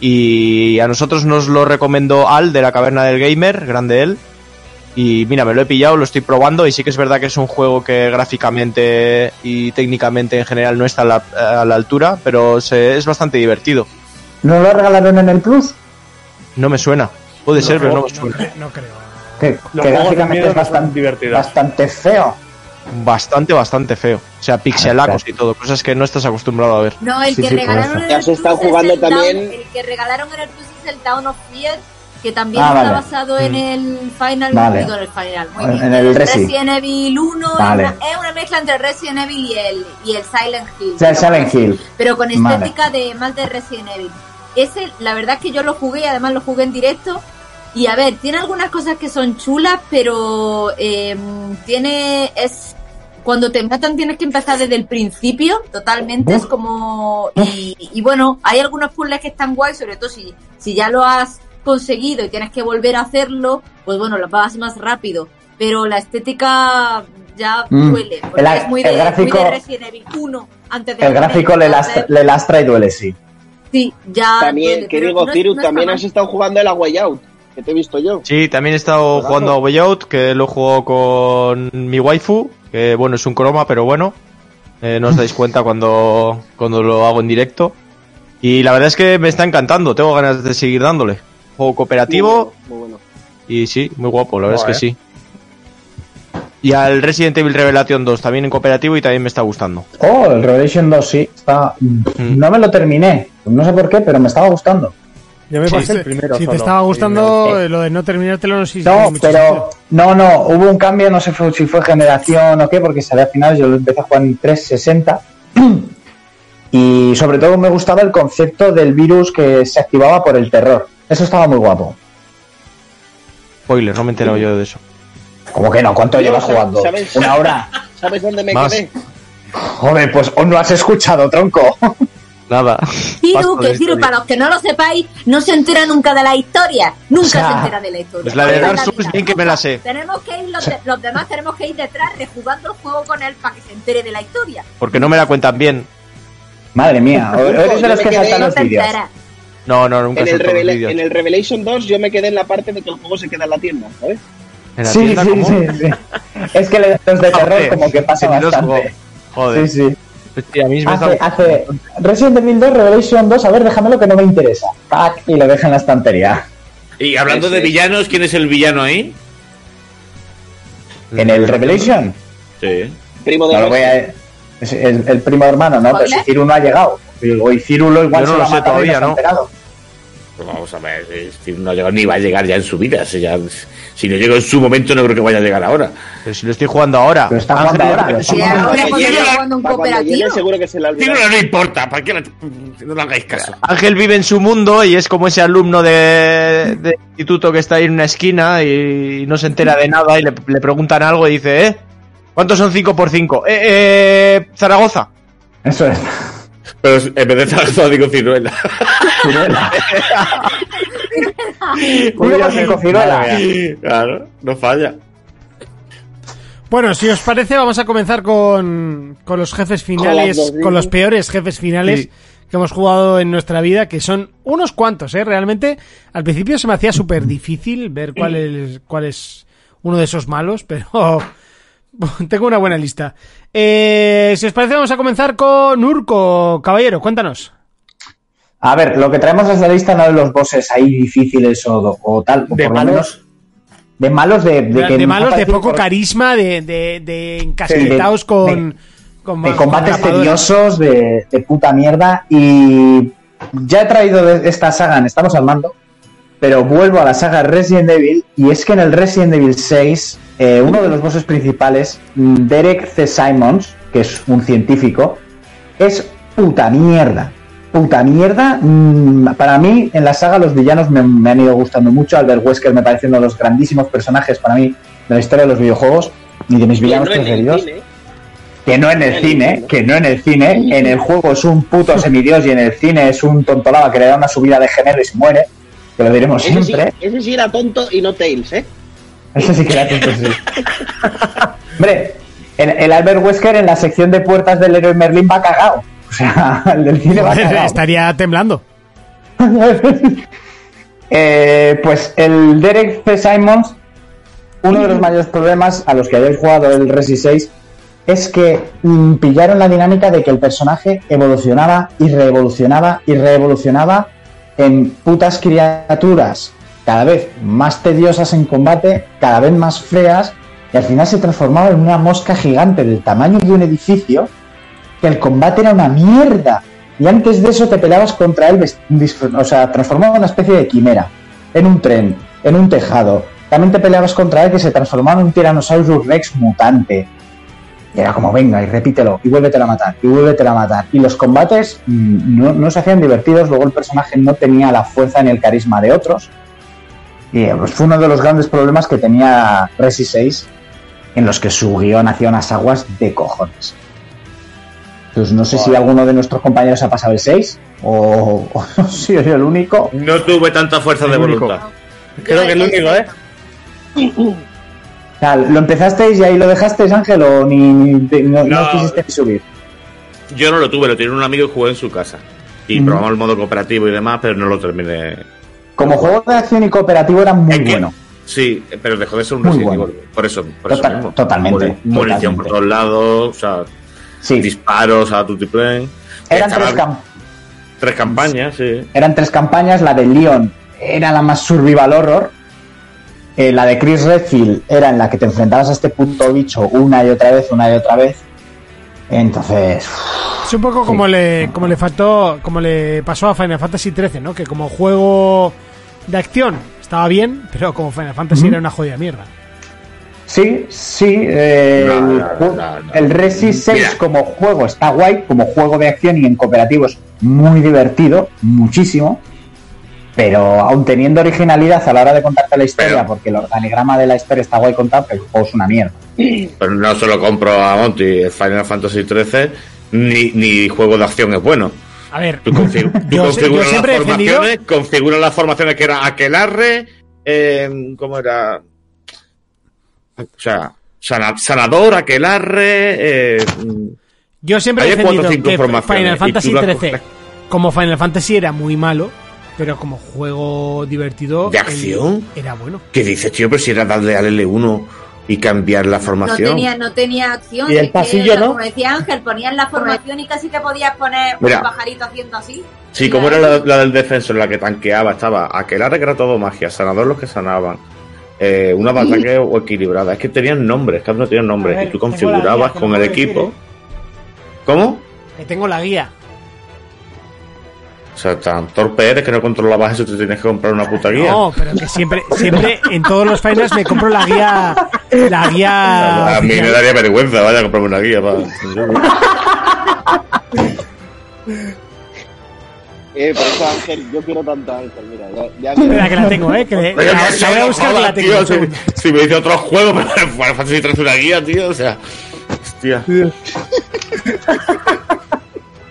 Speaker 9: Y a nosotros nos lo recomendó Al de la Caverna del Gamer, grande él. Y mira, me lo he pillado, lo estoy probando y sí que es verdad que es un juego que gráficamente y técnicamente en general no está a la, a la altura, pero se- es bastante divertido.
Speaker 5: ¿No lo regalaron en el Plus?
Speaker 9: No me suena. Puede ser, pero no me suena.
Speaker 3: No creo.
Speaker 5: Que,
Speaker 6: Los
Speaker 5: que
Speaker 6: juegos de
Speaker 5: gráficamente
Speaker 6: miedo
Speaker 5: es
Speaker 6: no son
Speaker 5: bastante,
Speaker 6: divertidos.
Speaker 5: bastante feo.
Speaker 9: bastante, bastante feo. O sea, pixelacos y todo, cosas que no estás acostumbrado a ver.
Speaker 10: No, el
Speaker 5: Sí,
Speaker 10: que
Speaker 5: sí, por
Speaker 10: regalaron
Speaker 5: eso.
Speaker 8: Ya se están jugando
Speaker 10: el Town-
Speaker 8: también-
Speaker 10: el que regalaron en el Plus es el Town of Fear, que también
Speaker 5: Ah,
Speaker 10: está
Speaker 5: vale.
Speaker 10: basado en el Final,
Speaker 5: Vale.
Speaker 10: digo, en el Final, muy
Speaker 5: En-
Speaker 10: bien,
Speaker 5: en el Resi.
Speaker 10: Resident Evil 1, es
Speaker 5: Vale.
Speaker 10: una- es una mezcla entre Resident Evil y el, y el Silent Hill.
Speaker 5: O sea, el Silent Hill.
Speaker 10: pero con
Speaker 5: Vale.
Speaker 10: estética de mal de Resident Evil. Ese, la verdad es que yo lo jugué, además lo jugué en directo. Y a ver, tiene algunas cosas que son chulas, pero eh, tiene. es Cuando te matan tienes que empezar desde el principio, totalmente. Es como. Y, y bueno, hay algunos puzzles que están guay, sobre todo si, si ya lo has conseguido y tienes que volver a hacerlo, pues bueno, lo vas más rápido. Pero la estética ya
Speaker 5: Mm.
Speaker 10: duele. porque
Speaker 5: El-
Speaker 10: es muy de,
Speaker 5: el gráfico-
Speaker 10: muy de Resident Evil 1 antes de
Speaker 5: El gráfico le lastra, le lastra y duele, sí.
Speaker 10: Sí, ya.
Speaker 8: También,
Speaker 10: duele,
Speaker 8: que
Speaker 10: Ah, pues, pero
Speaker 8: digo,
Speaker 10: no es-
Speaker 8: Ciru,
Speaker 10: no está
Speaker 8: también
Speaker 10: mal.
Speaker 8: has estado jugando el Away Out, que te he visto yo.
Speaker 9: Sí, también he estado
Speaker 8: Pedazo.
Speaker 9: jugando a Way Out, que lo juego con mi waifu, que bueno, es un croma, pero bueno, eh, no os dais cuenta cuando, cuando lo hago en directo. Y la verdad es que me está encantando, tengo ganas de seguir dándole. Juego cooperativo
Speaker 8: Muy bueno, muy bueno.
Speaker 9: y sí, muy guapo, la verdad
Speaker 6: Guay,
Speaker 9: es que sí. Y al Resident Evil Revelation 2 también en cooperativo y también me está gustando.
Speaker 5: Oh, el Revelation 2 sí. Está... No me lo terminé. No sé por qué, pero me estaba gustando.
Speaker 6: Yo me pasé el primero.
Speaker 3: Si te
Speaker 6: solo.
Speaker 3: estaba
Speaker 6: Y
Speaker 3: gustando lo de no terminártelo, no sé si tiene
Speaker 5: No,
Speaker 3: mucho
Speaker 5: pero...
Speaker 3: sentido.
Speaker 5: No, no. Hubo un cambio, no sé fu- si fue generación o qué, porque salió al final. Yo lo empecé a jugar en 360. Y sobre todo me gustaba el concepto del virus que se activaba por el terror. Eso estaba muy guapo.
Speaker 9: Spoiler, no me he enterado yo de eso.
Speaker 5: ¿Cómo que no? ¿Cuánto
Speaker 8: No,
Speaker 5: llevas
Speaker 8: ¿sabes-
Speaker 5: jugando?
Speaker 8: sabes?
Speaker 5: ¿Una hora?
Speaker 8: ¿Sabes dónde me
Speaker 9: Más.
Speaker 8: quedé?
Speaker 5: Joder, pues o no has escuchado, tronco.
Speaker 9: Nada.
Speaker 10: Ciru,
Speaker 9: Paso de
Speaker 10: que Ciru,
Speaker 9: historia.
Speaker 10: para los que no lo sepáis, no se entera nunca de la historia. Nunca
Speaker 9: O sea,
Speaker 10: se entera de la historia.
Speaker 9: Pues la de
Speaker 10: Ahora
Speaker 9: Dark
Speaker 10: la
Speaker 9: Souls,
Speaker 10: vida.
Speaker 9: bien que me la sé.
Speaker 10: Tenemos que ir, los, de- los demás tenemos que ir detrás rejugando el juego con él para que se entere de la historia.
Speaker 9: Porque no me la cuentan bien.
Speaker 5: Madre mía, o- o eres de los que saltan
Speaker 10: no
Speaker 5: los
Speaker 10: se
Speaker 5: vídeos.
Speaker 10: entera.
Speaker 9: No, no, nunca
Speaker 8: En el,
Speaker 9: salto los
Speaker 8: Revela-
Speaker 9: vídeos.
Speaker 8: en el Revelation 2 yo me quedé en la parte de que el juego se queda en la tienda, ¿sabes?
Speaker 9: En la
Speaker 5: sí,
Speaker 9: tienda,
Speaker 5: sí,
Speaker 9: ¿cómo?
Speaker 5: sí, sí. Es que le- los de terror
Speaker 9: Joder,
Speaker 5: como que pasa
Speaker 9: en los
Speaker 5: bastante.
Speaker 9: juegos. Joder.
Speaker 5: Sí, Ah, sí.
Speaker 9: Hostia, a mí me
Speaker 5: Hace,
Speaker 9: está-
Speaker 5: hace Resident Evil 2, Revelation 2, a ver, déjamelo que no me interesa. Pac, y lo deja en la estantería.
Speaker 7: Y hablando de villanos, ¿quién es el villano ahí?
Speaker 5: En el Revelation,
Speaker 7: Sí.
Speaker 8: Primo de
Speaker 5: no lo voy a... Es el, el primo hermano, ¿no? Pero si
Speaker 10: ¿Spoiler?
Speaker 5: Ciru no ha llegado. Y Ciru lo igual
Speaker 9: Yo no
Speaker 5: se
Speaker 9: lo
Speaker 5: lo ha
Speaker 9: sé
Speaker 5: matado y
Speaker 9: todavía,
Speaker 5: no se ha
Speaker 9: ¿no?
Speaker 5: enterado.
Speaker 7: Pues vamos a ver, eh, si no ha llegado, ni va a llegar ya en su vida. Si, ya- si no llegó en su momento, no creo que vaya a llegar ahora.
Speaker 9: Pero si lo estoy jugando ahora.
Speaker 5: Pero está
Speaker 9: Ángel,
Speaker 5: jugando ahora.
Speaker 9: pero
Speaker 5: pero
Speaker 9: Ah, sí.
Speaker 5: está
Speaker 10: Y
Speaker 5: jugando
Speaker 10: ahora
Speaker 5: ahora.
Speaker 10: cuando
Speaker 7: llega-
Speaker 10: está jugando un
Speaker 8: Pa' cuando llegue
Speaker 10: cooperativo.
Speaker 8: seguro que se la olvidará.
Speaker 7: Título no importa, ¿para qué la- no le hagáis caso?
Speaker 9: Ángel vive en su mundo y es como ese alumno de, de instituto que está ahí en una esquina y no se entera de nada y le, le preguntan algo y dice, ¿eh? ¿Cuántos son 5 por 5? Eh, eh, Zaragoza.
Speaker 5: Eso es.
Speaker 7: Pero es- en vez de Zaragoza digo Ciruela.
Speaker 5: Uno con cinco ciruelas.
Speaker 7: claro, no falla.
Speaker 3: Bueno, si os parece, vamos a comenzar con, con los jefes finales,
Speaker 8: Con las dos,
Speaker 3: con los
Speaker 8: ¿sí?
Speaker 3: peores jefes finales
Speaker 9: Sí.
Speaker 3: que hemos jugado en nuestra vida, que son unos cuantos, ¿eh? Realmente, al principio se me hacía súper difícil ver cuál es, cuál es uno de esos malos, pero tengo una buena lista. Eh, si os parece, vamos a comenzar con Urco, caballero, cuéntanos.
Speaker 5: A ver, lo que traemos es la lista no de los bosses ahí difíciles o, o tal. o
Speaker 6: De
Speaker 5: por lo menos-
Speaker 6: malos.
Speaker 5: De malos de...
Speaker 3: De,
Speaker 5: De, que no
Speaker 3: malos, de
Speaker 5: aparecen
Speaker 3: poco
Speaker 5: por-
Speaker 3: carisma, de, de, de encasquetados
Speaker 5: Sí, de-
Speaker 3: con, con-
Speaker 5: de
Speaker 3: con
Speaker 5: combates
Speaker 3: rapadoras.
Speaker 5: tediosos, de, de puta mierda. Y ya he traído de esta saga, en estamos armando, pero vuelvo a la saga Resident Evil. Y es que en el Resident Evil 6, eh, uno de los bosses principales, mm, Derek C. Simons, que es un científico, es puta mierda. Puta mierda. mm, Para mí, en la saga, los villanos me, me han ido gustando mucho. Albert Wesker me parece uno de los grandísimos personajes para mí de la historia de los videojuegos y de mis
Speaker 8: Que
Speaker 5: villanos
Speaker 8: no en el
Speaker 5: preferidos.
Speaker 8: cine.
Speaker 5: Que no en el cine, que no en el cine, en el juego es un puto semidios y en el cine es un tontolaba que le da una subida de género y se muere, que lo diremos
Speaker 8: Ese sí,
Speaker 5: siempre.
Speaker 8: ese sí era tonto y no Tails, ¿eh?
Speaker 5: Eso sí que era tonto, sí. Hombre, el, el Albert Wesker en la sección de puertas del héroe Merlin va cagado. O sea, el del cine va cagado.
Speaker 3: Estaría temblando.
Speaker 5: Eh, pues el Derek C. Simons, uno de los mayores problemas a los que habéis jugado el Resi 6 es que mm, pillaron la dinámica de que el personaje evolucionaba y reevolucionaba y reevolucionaba en putas criaturas cada vez más tediosas en combate, cada vez más feas y al final se transformaba en una mosca gigante del tamaño de un edificio que el combate era una mierda. Y antes de eso te peleabas contra él, ves- disf- o sea, transformaba en una especie de quimera, en un tren, en un tejado. También te peleabas contra él que se transformaba en un Tyrannosaurus Rex mutante. Y era como, venga, y repítelo, y vuélvetelo a matar, y vuélvetelo a matar. Y los combates mm, no, no se hacían divertidos, luego el personaje no tenía la fuerza ni el carisma de otros. Y eh, pues, fue uno de los grandes problemas que tenía Resi 6, en los que su guión hacía unas aguas de cojones. Entonces Pues no sé si alguno de nuestros compañeros ha pasado el 6 o, o si soy el único.
Speaker 7: No tuve tanta fuerza de
Speaker 9: único.
Speaker 7: voluntad.
Speaker 6: Creo que el
Speaker 10: Yo-
Speaker 6: único, ¿eh?
Speaker 5: O sea, ¿Lo empezasteis y ahí lo dejasteis, Ángel, o ni, ni- te- no, no
Speaker 7: No.
Speaker 5: quisiste ni subir?
Speaker 7: Yo no lo tuve, lo tenía un amigo y jugué en su casa. Y
Speaker 5: Ujú.
Speaker 7: probamos el modo cooperativo y demás, pero no lo terminé.
Speaker 5: Como juego de acción y cooperativo era muy
Speaker 7: Es que-
Speaker 5: bueno.
Speaker 7: Sí, pero dejó de ser un
Speaker 5: Muy
Speaker 7: Resident
Speaker 5: bueno.
Speaker 7: Evil, Por eso, por
Speaker 5: Total-
Speaker 7: eso mismo.
Speaker 5: totalmente,
Speaker 7: Muni- Munición por
Speaker 5: totalmente.
Speaker 7: todos lados, o sea,
Speaker 5: Sí,
Speaker 7: disparos a tutiplén.
Speaker 5: eran
Speaker 7: Estaba-
Speaker 5: tres, cam-
Speaker 7: tres campañas, sí.
Speaker 5: eran tres campañas. La de Leon era la más survival horror. eh, la de Chris Redfield era en la que te enfrentabas a este puto bicho una y otra vez, una y otra vez. Entonces,
Speaker 3: Es un poco como le como le faltó, como le pasó a Final Fantasy XIII, ¿no? Que como juego de acción estaba bien, pero como Final Fantasy era una jodida mierda.
Speaker 5: Sí, sí. eh,
Speaker 7: No,
Speaker 5: el,
Speaker 7: no,
Speaker 5: ju-
Speaker 7: no, no.
Speaker 5: el Resi 6
Speaker 7: Mira.
Speaker 5: como juego está guay, como juego de acción y en cooperativo es muy divertido, muchísimo. Pero aún teniendo originalidad a la hora de contarte la historia,
Speaker 7: Pero-
Speaker 5: porque el organigrama de la historia está guay contado, pero el juego es una mierda.
Speaker 7: Pero Pues no se lo compro a Monty el Final Fantasy XIII, ni, ni juego de acción es bueno.
Speaker 3: A ver,
Speaker 7: Tú, confi- tú
Speaker 3: Yo sé- yo
Speaker 7: configuras
Speaker 3: siempre he
Speaker 7: las
Speaker 3: defendido-
Speaker 7: formaciones, configuras las formaciones que era Aquelarre, eh, ¿cómo era? O sea, Sana- Sanador, Aquelarre, eh,
Speaker 3: yo siempre he
Speaker 7: Hay cuatro o
Speaker 3: defendido
Speaker 7: cinco
Speaker 3: que
Speaker 7: formaciones,
Speaker 3: Final
Speaker 7: y
Speaker 3: Fantasy
Speaker 7: tú las
Speaker 3: XIII,
Speaker 7: coges.
Speaker 3: como Final Fantasy era muy malo, pero como juego divertido...
Speaker 7: ¿De
Speaker 3: el-
Speaker 7: acción?
Speaker 3: Era bueno.
Speaker 7: ¿qué dices, tío? Pero si era darle al L1 y cambiar la
Speaker 10: No
Speaker 7: formación.
Speaker 10: tenía, no tenía acción.
Speaker 7: Y el
Speaker 10: es que,
Speaker 7: pasillo, ¿no?
Speaker 10: Como decía Ángel, ponían la formación y casi te podías poner
Speaker 7: Mira.
Speaker 10: un pajarito haciendo así.
Speaker 7: Sí, como era la, la del defensor, la que tanqueaba, estaba Aquelarre que era todo magia, Sanador los que sanaban. Eh, una batalla o equilibrada. Es que tenían nombres, cada uno tenía nombres.
Speaker 3: A ver,
Speaker 7: y tú
Speaker 3: tengo la guía,
Speaker 7: configurabas
Speaker 3: que
Speaker 7: con
Speaker 3: no ¿eh?
Speaker 7: el
Speaker 3: me refiere.
Speaker 7: equipo. ¿Cómo?
Speaker 3: Que tengo la guía.
Speaker 7: O sea, tan torpe eres que no controlabas eso, te tienes que comprar una puta guía.
Speaker 3: No, pero que siempre, siempre en todos los finals me compro la guía... La guía...
Speaker 7: a mí me daría vergüenza, vaya, comprarme una guía. pa.
Speaker 8: Eh, por eso Ángel, yo quiero tanta Ángel, mira, ya, ya-
Speaker 3: Espera, que la tengo, eh. Que le-
Speaker 7: Pero
Speaker 3: la-
Speaker 7: que
Speaker 3: la voy a buscar que la
Speaker 7: jodas,
Speaker 3: tengo.
Speaker 7: tío,
Speaker 3: un
Speaker 7: si,
Speaker 3: segundo.
Speaker 7: si me dice otro juego, pero Final Fantasy traes una guía, tío, o sea. Hostia.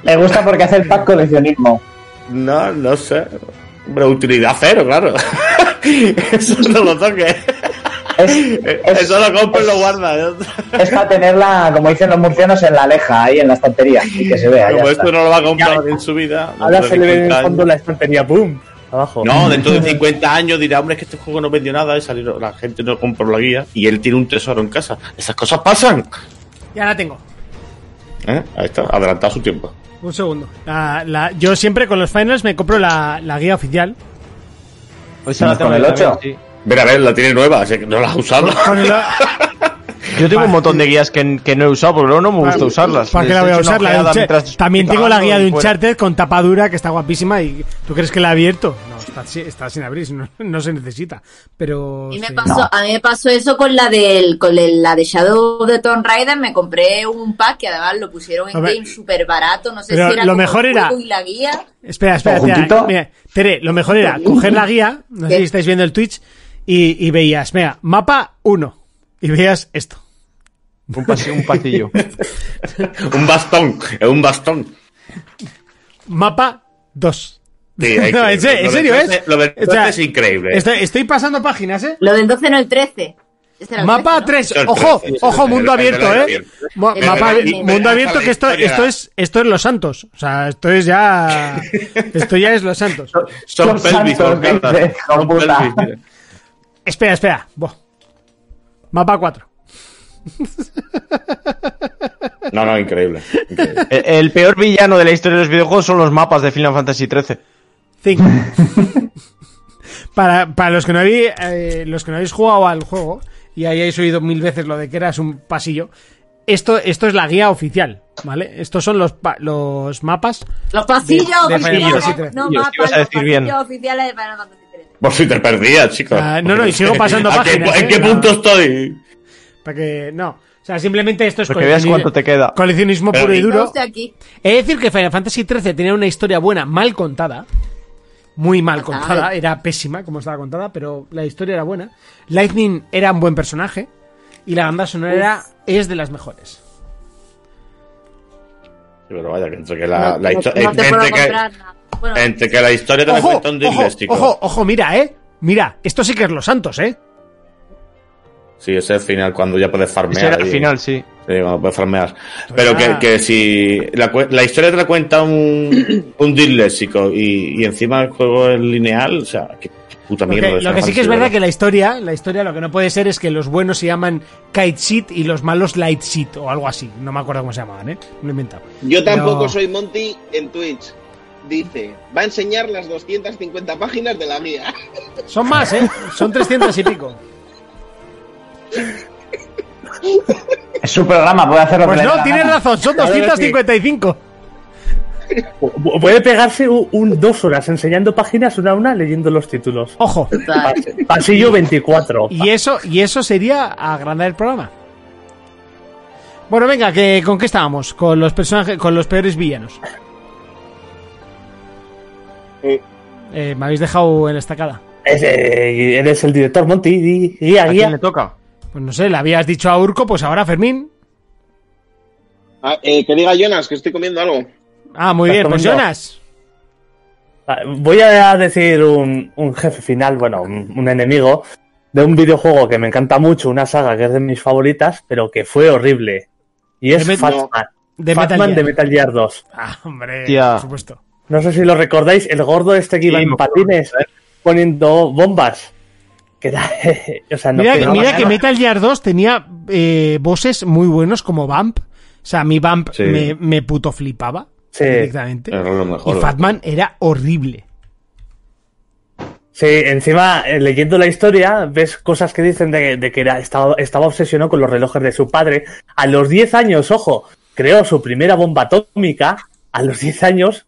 Speaker 5: Me gusta porque hace el pack coleccionismo.
Speaker 7: No, no sé. Pero utilidad cero, claro. Eso no lo toques. Eso lo compras y lo guardas.
Speaker 5: Es para tenerla, como dicen los murcianos, en la aleja, ahí en la estantería, y que se vea. ya
Speaker 7: Como
Speaker 5: está.
Speaker 7: esto no lo va a comprar en su vida.
Speaker 6: Ahora
Speaker 7: dentro
Speaker 6: se le
Speaker 7: de
Speaker 6: ve en
Speaker 7: 50
Speaker 6: el fondo
Speaker 7: años.
Speaker 6: la estantería, ¡pum! Abajo.
Speaker 7: No, dentro de 50 años dirá, hombre, es que este juego no vendió nada, y salieron- la gente no compró la guía y él tiene un tesoro en casa. Esas cosas pasan.
Speaker 3: Ya la tengo.
Speaker 7: ¿Eh? Ahí está, adelantado su tiempo.
Speaker 3: Un segundo. La- la- yo siempre con los finals me compro la, la guía oficial.
Speaker 9: Hoy se la
Speaker 5: Con
Speaker 9: tengo
Speaker 5: el
Speaker 9: yo
Speaker 5: ocho.
Speaker 9: también, sí.
Speaker 7: Ver, a ver, la tiene nueva, así que no la has usado.
Speaker 3: Con el-
Speaker 9: Yo tengo un montón de guías que, que no he usado porque luego no me gusta usarlas.
Speaker 3: ¿Para qué
Speaker 9: Les
Speaker 3: la voy
Speaker 9: he
Speaker 3: a
Speaker 9: hecho una
Speaker 3: usar? La de
Speaker 9: ojeada
Speaker 3: Unchar-
Speaker 9: mientras
Speaker 3: También tengo la
Speaker 9: cagando y
Speaker 3: guía de
Speaker 9: fuera.
Speaker 3: Uncharted con tapa dura que está guapísima y ¿tú crees que la he abierto? No, está, si- está sin abrir, si no, no se necesita. Pero...
Speaker 10: Y me
Speaker 3: Oh, sí.
Speaker 10: pasó, a mí me pasó eso con la del, con el- la de Shadow de Tomb Raider. Me compré un pack que además lo pusieron
Speaker 3: A
Speaker 10: en
Speaker 3: ver.
Speaker 10: game súper barato. No sé
Speaker 3: Pero
Speaker 10: si era
Speaker 3: lo
Speaker 10: como
Speaker 3: mejor
Speaker 10: el
Speaker 3: era-
Speaker 10: juego y la guía.
Speaker 3: Espera, espera,
Speaker 5: ¿Todo
Speaker 3: espera.
Speaker 5: juntito?
Speaker 3: Mira, Tere, lo mejor era coger la guía, no sé
Speaker 10: ¿Qué?
Speaker 3: si estáis viendo el Twitch, y, y veías, mira, mapa 1. Y veías esto.
Speaker 9: Un pasillo. Un pasillo.
Speaker 7: un bastón, es un bastón.
Speaker 3: Mapa 2.
Speaker 7: Sí, hay
Speaker 3: no,
Speaker 7: que-
Speaker 3: en serio, en
Speaker 7: lo del
Speaker 3: serio, ¿eh?
Speaker 7: 13 lo del 13 es increíble.
Speaker 3: Estoy, estoy pasando páginas, ¿eh?
Speaker 10: Lo del 12 no el 13. Ese era el
Speaker 3: Mapa
Speaker 10: 13,
Speaker 3: 3,
Speaker 7: El
Speaker 3: ojo,
Speaker 7: 13,
Speaker 3: ojo,
Speaker 7: el-
Speaker 3: mundo
Speaker 7: el- el-
Speaker 3: abierto,
Speaker 7: el-
Speaker 3: ¿eh?
Speaker 7: el-
Speaker 3: Mo-
Speaker 10: el-
Speaker 3: Mapa-
Speaker 10: el- el- el-
Speaker 3: Mundo
Speaker 7: el-
Speaker 3: abierto
Speaker 7: el-
Speaker 3: que esto,
Speaker 7: historia.
Speaker 3: esto es esto es Los Santos. O sea, esto es ya. Esto ya es Los Santos.
Speaker 7: Son
Speaker 5: Los
Speaker 7: pelvis,
Speaker 5: santos,
Speaker 7: son cartas.
Speaker 5: dice, hijo
Speaker 7: Son
Speaker 5: puta.
Speaker 7: pelvis, mira.
Speaker 3: Espera, espera. Buah. Mapa 4.
Speaker 7: No, no, increíble. increíble.
Speaker 9: El, el peor villano de la historia de los videojuegos son los mapas de Final Fantasy XIII.
Speaker 3: 5. para, para los que no habéis, los que no habéis jugado al juego y hayáis oído mil veces lo de que eras un pasillo, esto, esto es la guía oficial, ¿vale? Estos son los, pa- los mapas.
Speaker 10: ¿no? Los pasillos
Speaker 3: de Final
Speaker 10: oficiales.
Speaker 3: Fantasy 13.
Speaker 10: no,
Speaker 9: Dios,
Speaker 10: mapa,
Speaker 9: ibas a
Speaker 10: los
Speaker 9: decir bien.
Speaker 10: pasillos oficiales de Final Fantasy 13.
Speaker 7: Por si te perdías, chicos.
Speaker 3: Ah, no, no, y sigo pasando
Speaker 7: ¿A qué-
Speaker 3: páginas,
Speaker 7: ¿En
Speaker 3: ¿eh?
Speaker 7: qué
Speaker 3: No.
Speaker 7: punto estoy?
Speaker 3: Para que. No. O sea, simplemente esto es
Speaker 9: Para que veas
Speaker 3: coleccioni-
Speaker 9: cuánto te queda.
Speaker 3: Coleccionismo
Speaker 7: Pero-
Speaker 3: puro y
Speaker 10: Yo
Speaker 3: duro.
Speaker 10: estoy aquí.
Speaker 3: He de decir que Final Fantasy XIII tenía una historia buena, mal contada. Muy mal
Speaker 10: Fatal.
Speaker 3: contada. Era pésima como estaba contada, pero la historia era buena. Lightning era un buen personaje. Y la banda sonora es de las mejores.
Speaker 7: Sí, Pero vaya, que entre que la, Ah, la
Speaker 10: no,
Speaker 7: histo-
Speaker 10: no te puedo
Speaker 7: entre que-
Speaker 10: comprar nada. Bueno,
Speaker 7: entre que la historia te la
Speaker 3: Ojo,
Speaker 7: cuenta un
Speaker 3: ojo,
Speaker 7: diles, chicos.
Speaker 3: ojo, ojo, mira, eh. Mira, esto sí que es Los Santos, eh.
Speaker 7: Sí, ese es el final, cuando ya puedes farmear.
Speaker 9: Ese era el
Speaker 7: digo.
Speaker 9: final, sí.
Speaker 7: Sí, cuando puedes farmear. Pero que,
Speaker 3: ya.
Speaker 7: que si la, cue- la historia te la cuenta un, un disléxico y, y encima el juego es lineal, o sea, qué puta
Speaker 3: Lo
Speaker 7: mierda.
Speaker 3: que,
Speaker 7: de
Speaker 3: lo que sí que es
Speaker 7: Final
Speaker 3: verdad
Speaker 7: Fantasy,
Speaker 3: que la historia, la historia lo que no puede ser es que los buenos se llaman Kite Sheet y los malos Light Sheet o algo así. No me acuerdo cómo se llamaban, eh. Me lo he inventado.
Speaker 8: Yo tampoco
Speaker 3: No.
Speaker 8: soy Monty en Twitch. Dice, va a enseñar las 250 páginas de la guía.
Speaker 3: Son más, ¿eh? Son 300 y pico.
Speaker 5: Es su programa, puede hacerlo
Speaker 3: Pues
Speaker 5: que le dé
Speaker 3: no,
Speaker 5: la
Speaker 3: tienes
Speaker 5: gana.
Speaker 3: razón, son 255.
Speaker 6: Pu- Puede pegarse un, un- dos horas enseñando páginas una a una leyendo los títulos.
Speaker 3: Ojo.
Speaker 6: Ah,
Speaker 10: total.
Speaker 6: Pasillo 24.
Speaker 3: Y eso, y eso sería agrandar el programa. Bueno, venga, que ¿con qué estábamos? Con los personajes, con los peores villanos. Eh, me habéis dejado en la estacada.
Speaker 6: Ese- eh, eres el director, Monty. di- Guía,
Speaker 9: ¿A quién le
Speaker 6: guía.
Speaker 9: toca?
Speaker 3: Pues no sé, le habías dicho a Urco, pues ahora Fermín.
Speaker 8: Ah, eh, que diga Jonas, que estoy comiendo algo.
Speaker 3: Ah, muy bien, pues
Speaker 6: comiendo.
Speaker 3: Jonas.
Speaker 6: Ah, Voy a decir un, un jefe final, bueno, un, un enemigo de un videojuego que me encanta mucho, una saga que es de mis favoritas, pero que fue horrible. Y es
Speaker 3: De Met-
Speaker 6: Fatman.
Speaker 3: de
Speaker 6: Fatman
Speaker 3: Metal Gear.
Speaker 6: de Metal Gear 2.
Speaker 3: Ah, hombre,
Speaker 9: Tía.
Speaker 3: por supuesto.
Speaker 6: No sé si lo recordáis, el gordo este que iba
Speaker 9: Sí,
Speaker 6: en
Speaker 9: me acuerdo.
Speaker 6: patines poniendo bombas. Que da- o sea, no
Speaker 3: Mira,
Speaker 6: quedaba
Speaker 3: mira
Speaker 6: nada.
Speaker 3: que Metal Gear 2 tenía eh, bosses muy buenos como Bump. O sea, mi Bump
Speaker 7: Sí.
Speaker 3: me, me puto flipaba
Speaker 6: Sí.
Speaker 3: directamente.
Speaker 7: Era lo
Speaker 3: Y
Speaker 7: mejor.
Speaker 3: Fatman era horrible.
Speaker 6: Sí, encima, eh, leyendo la historia, ves cosas que dicen de, de que era, estaba, estaba obsesionado con los relojes de su padre. A los 10 años, ojo, creó su primera bomba atómica a los 10 años.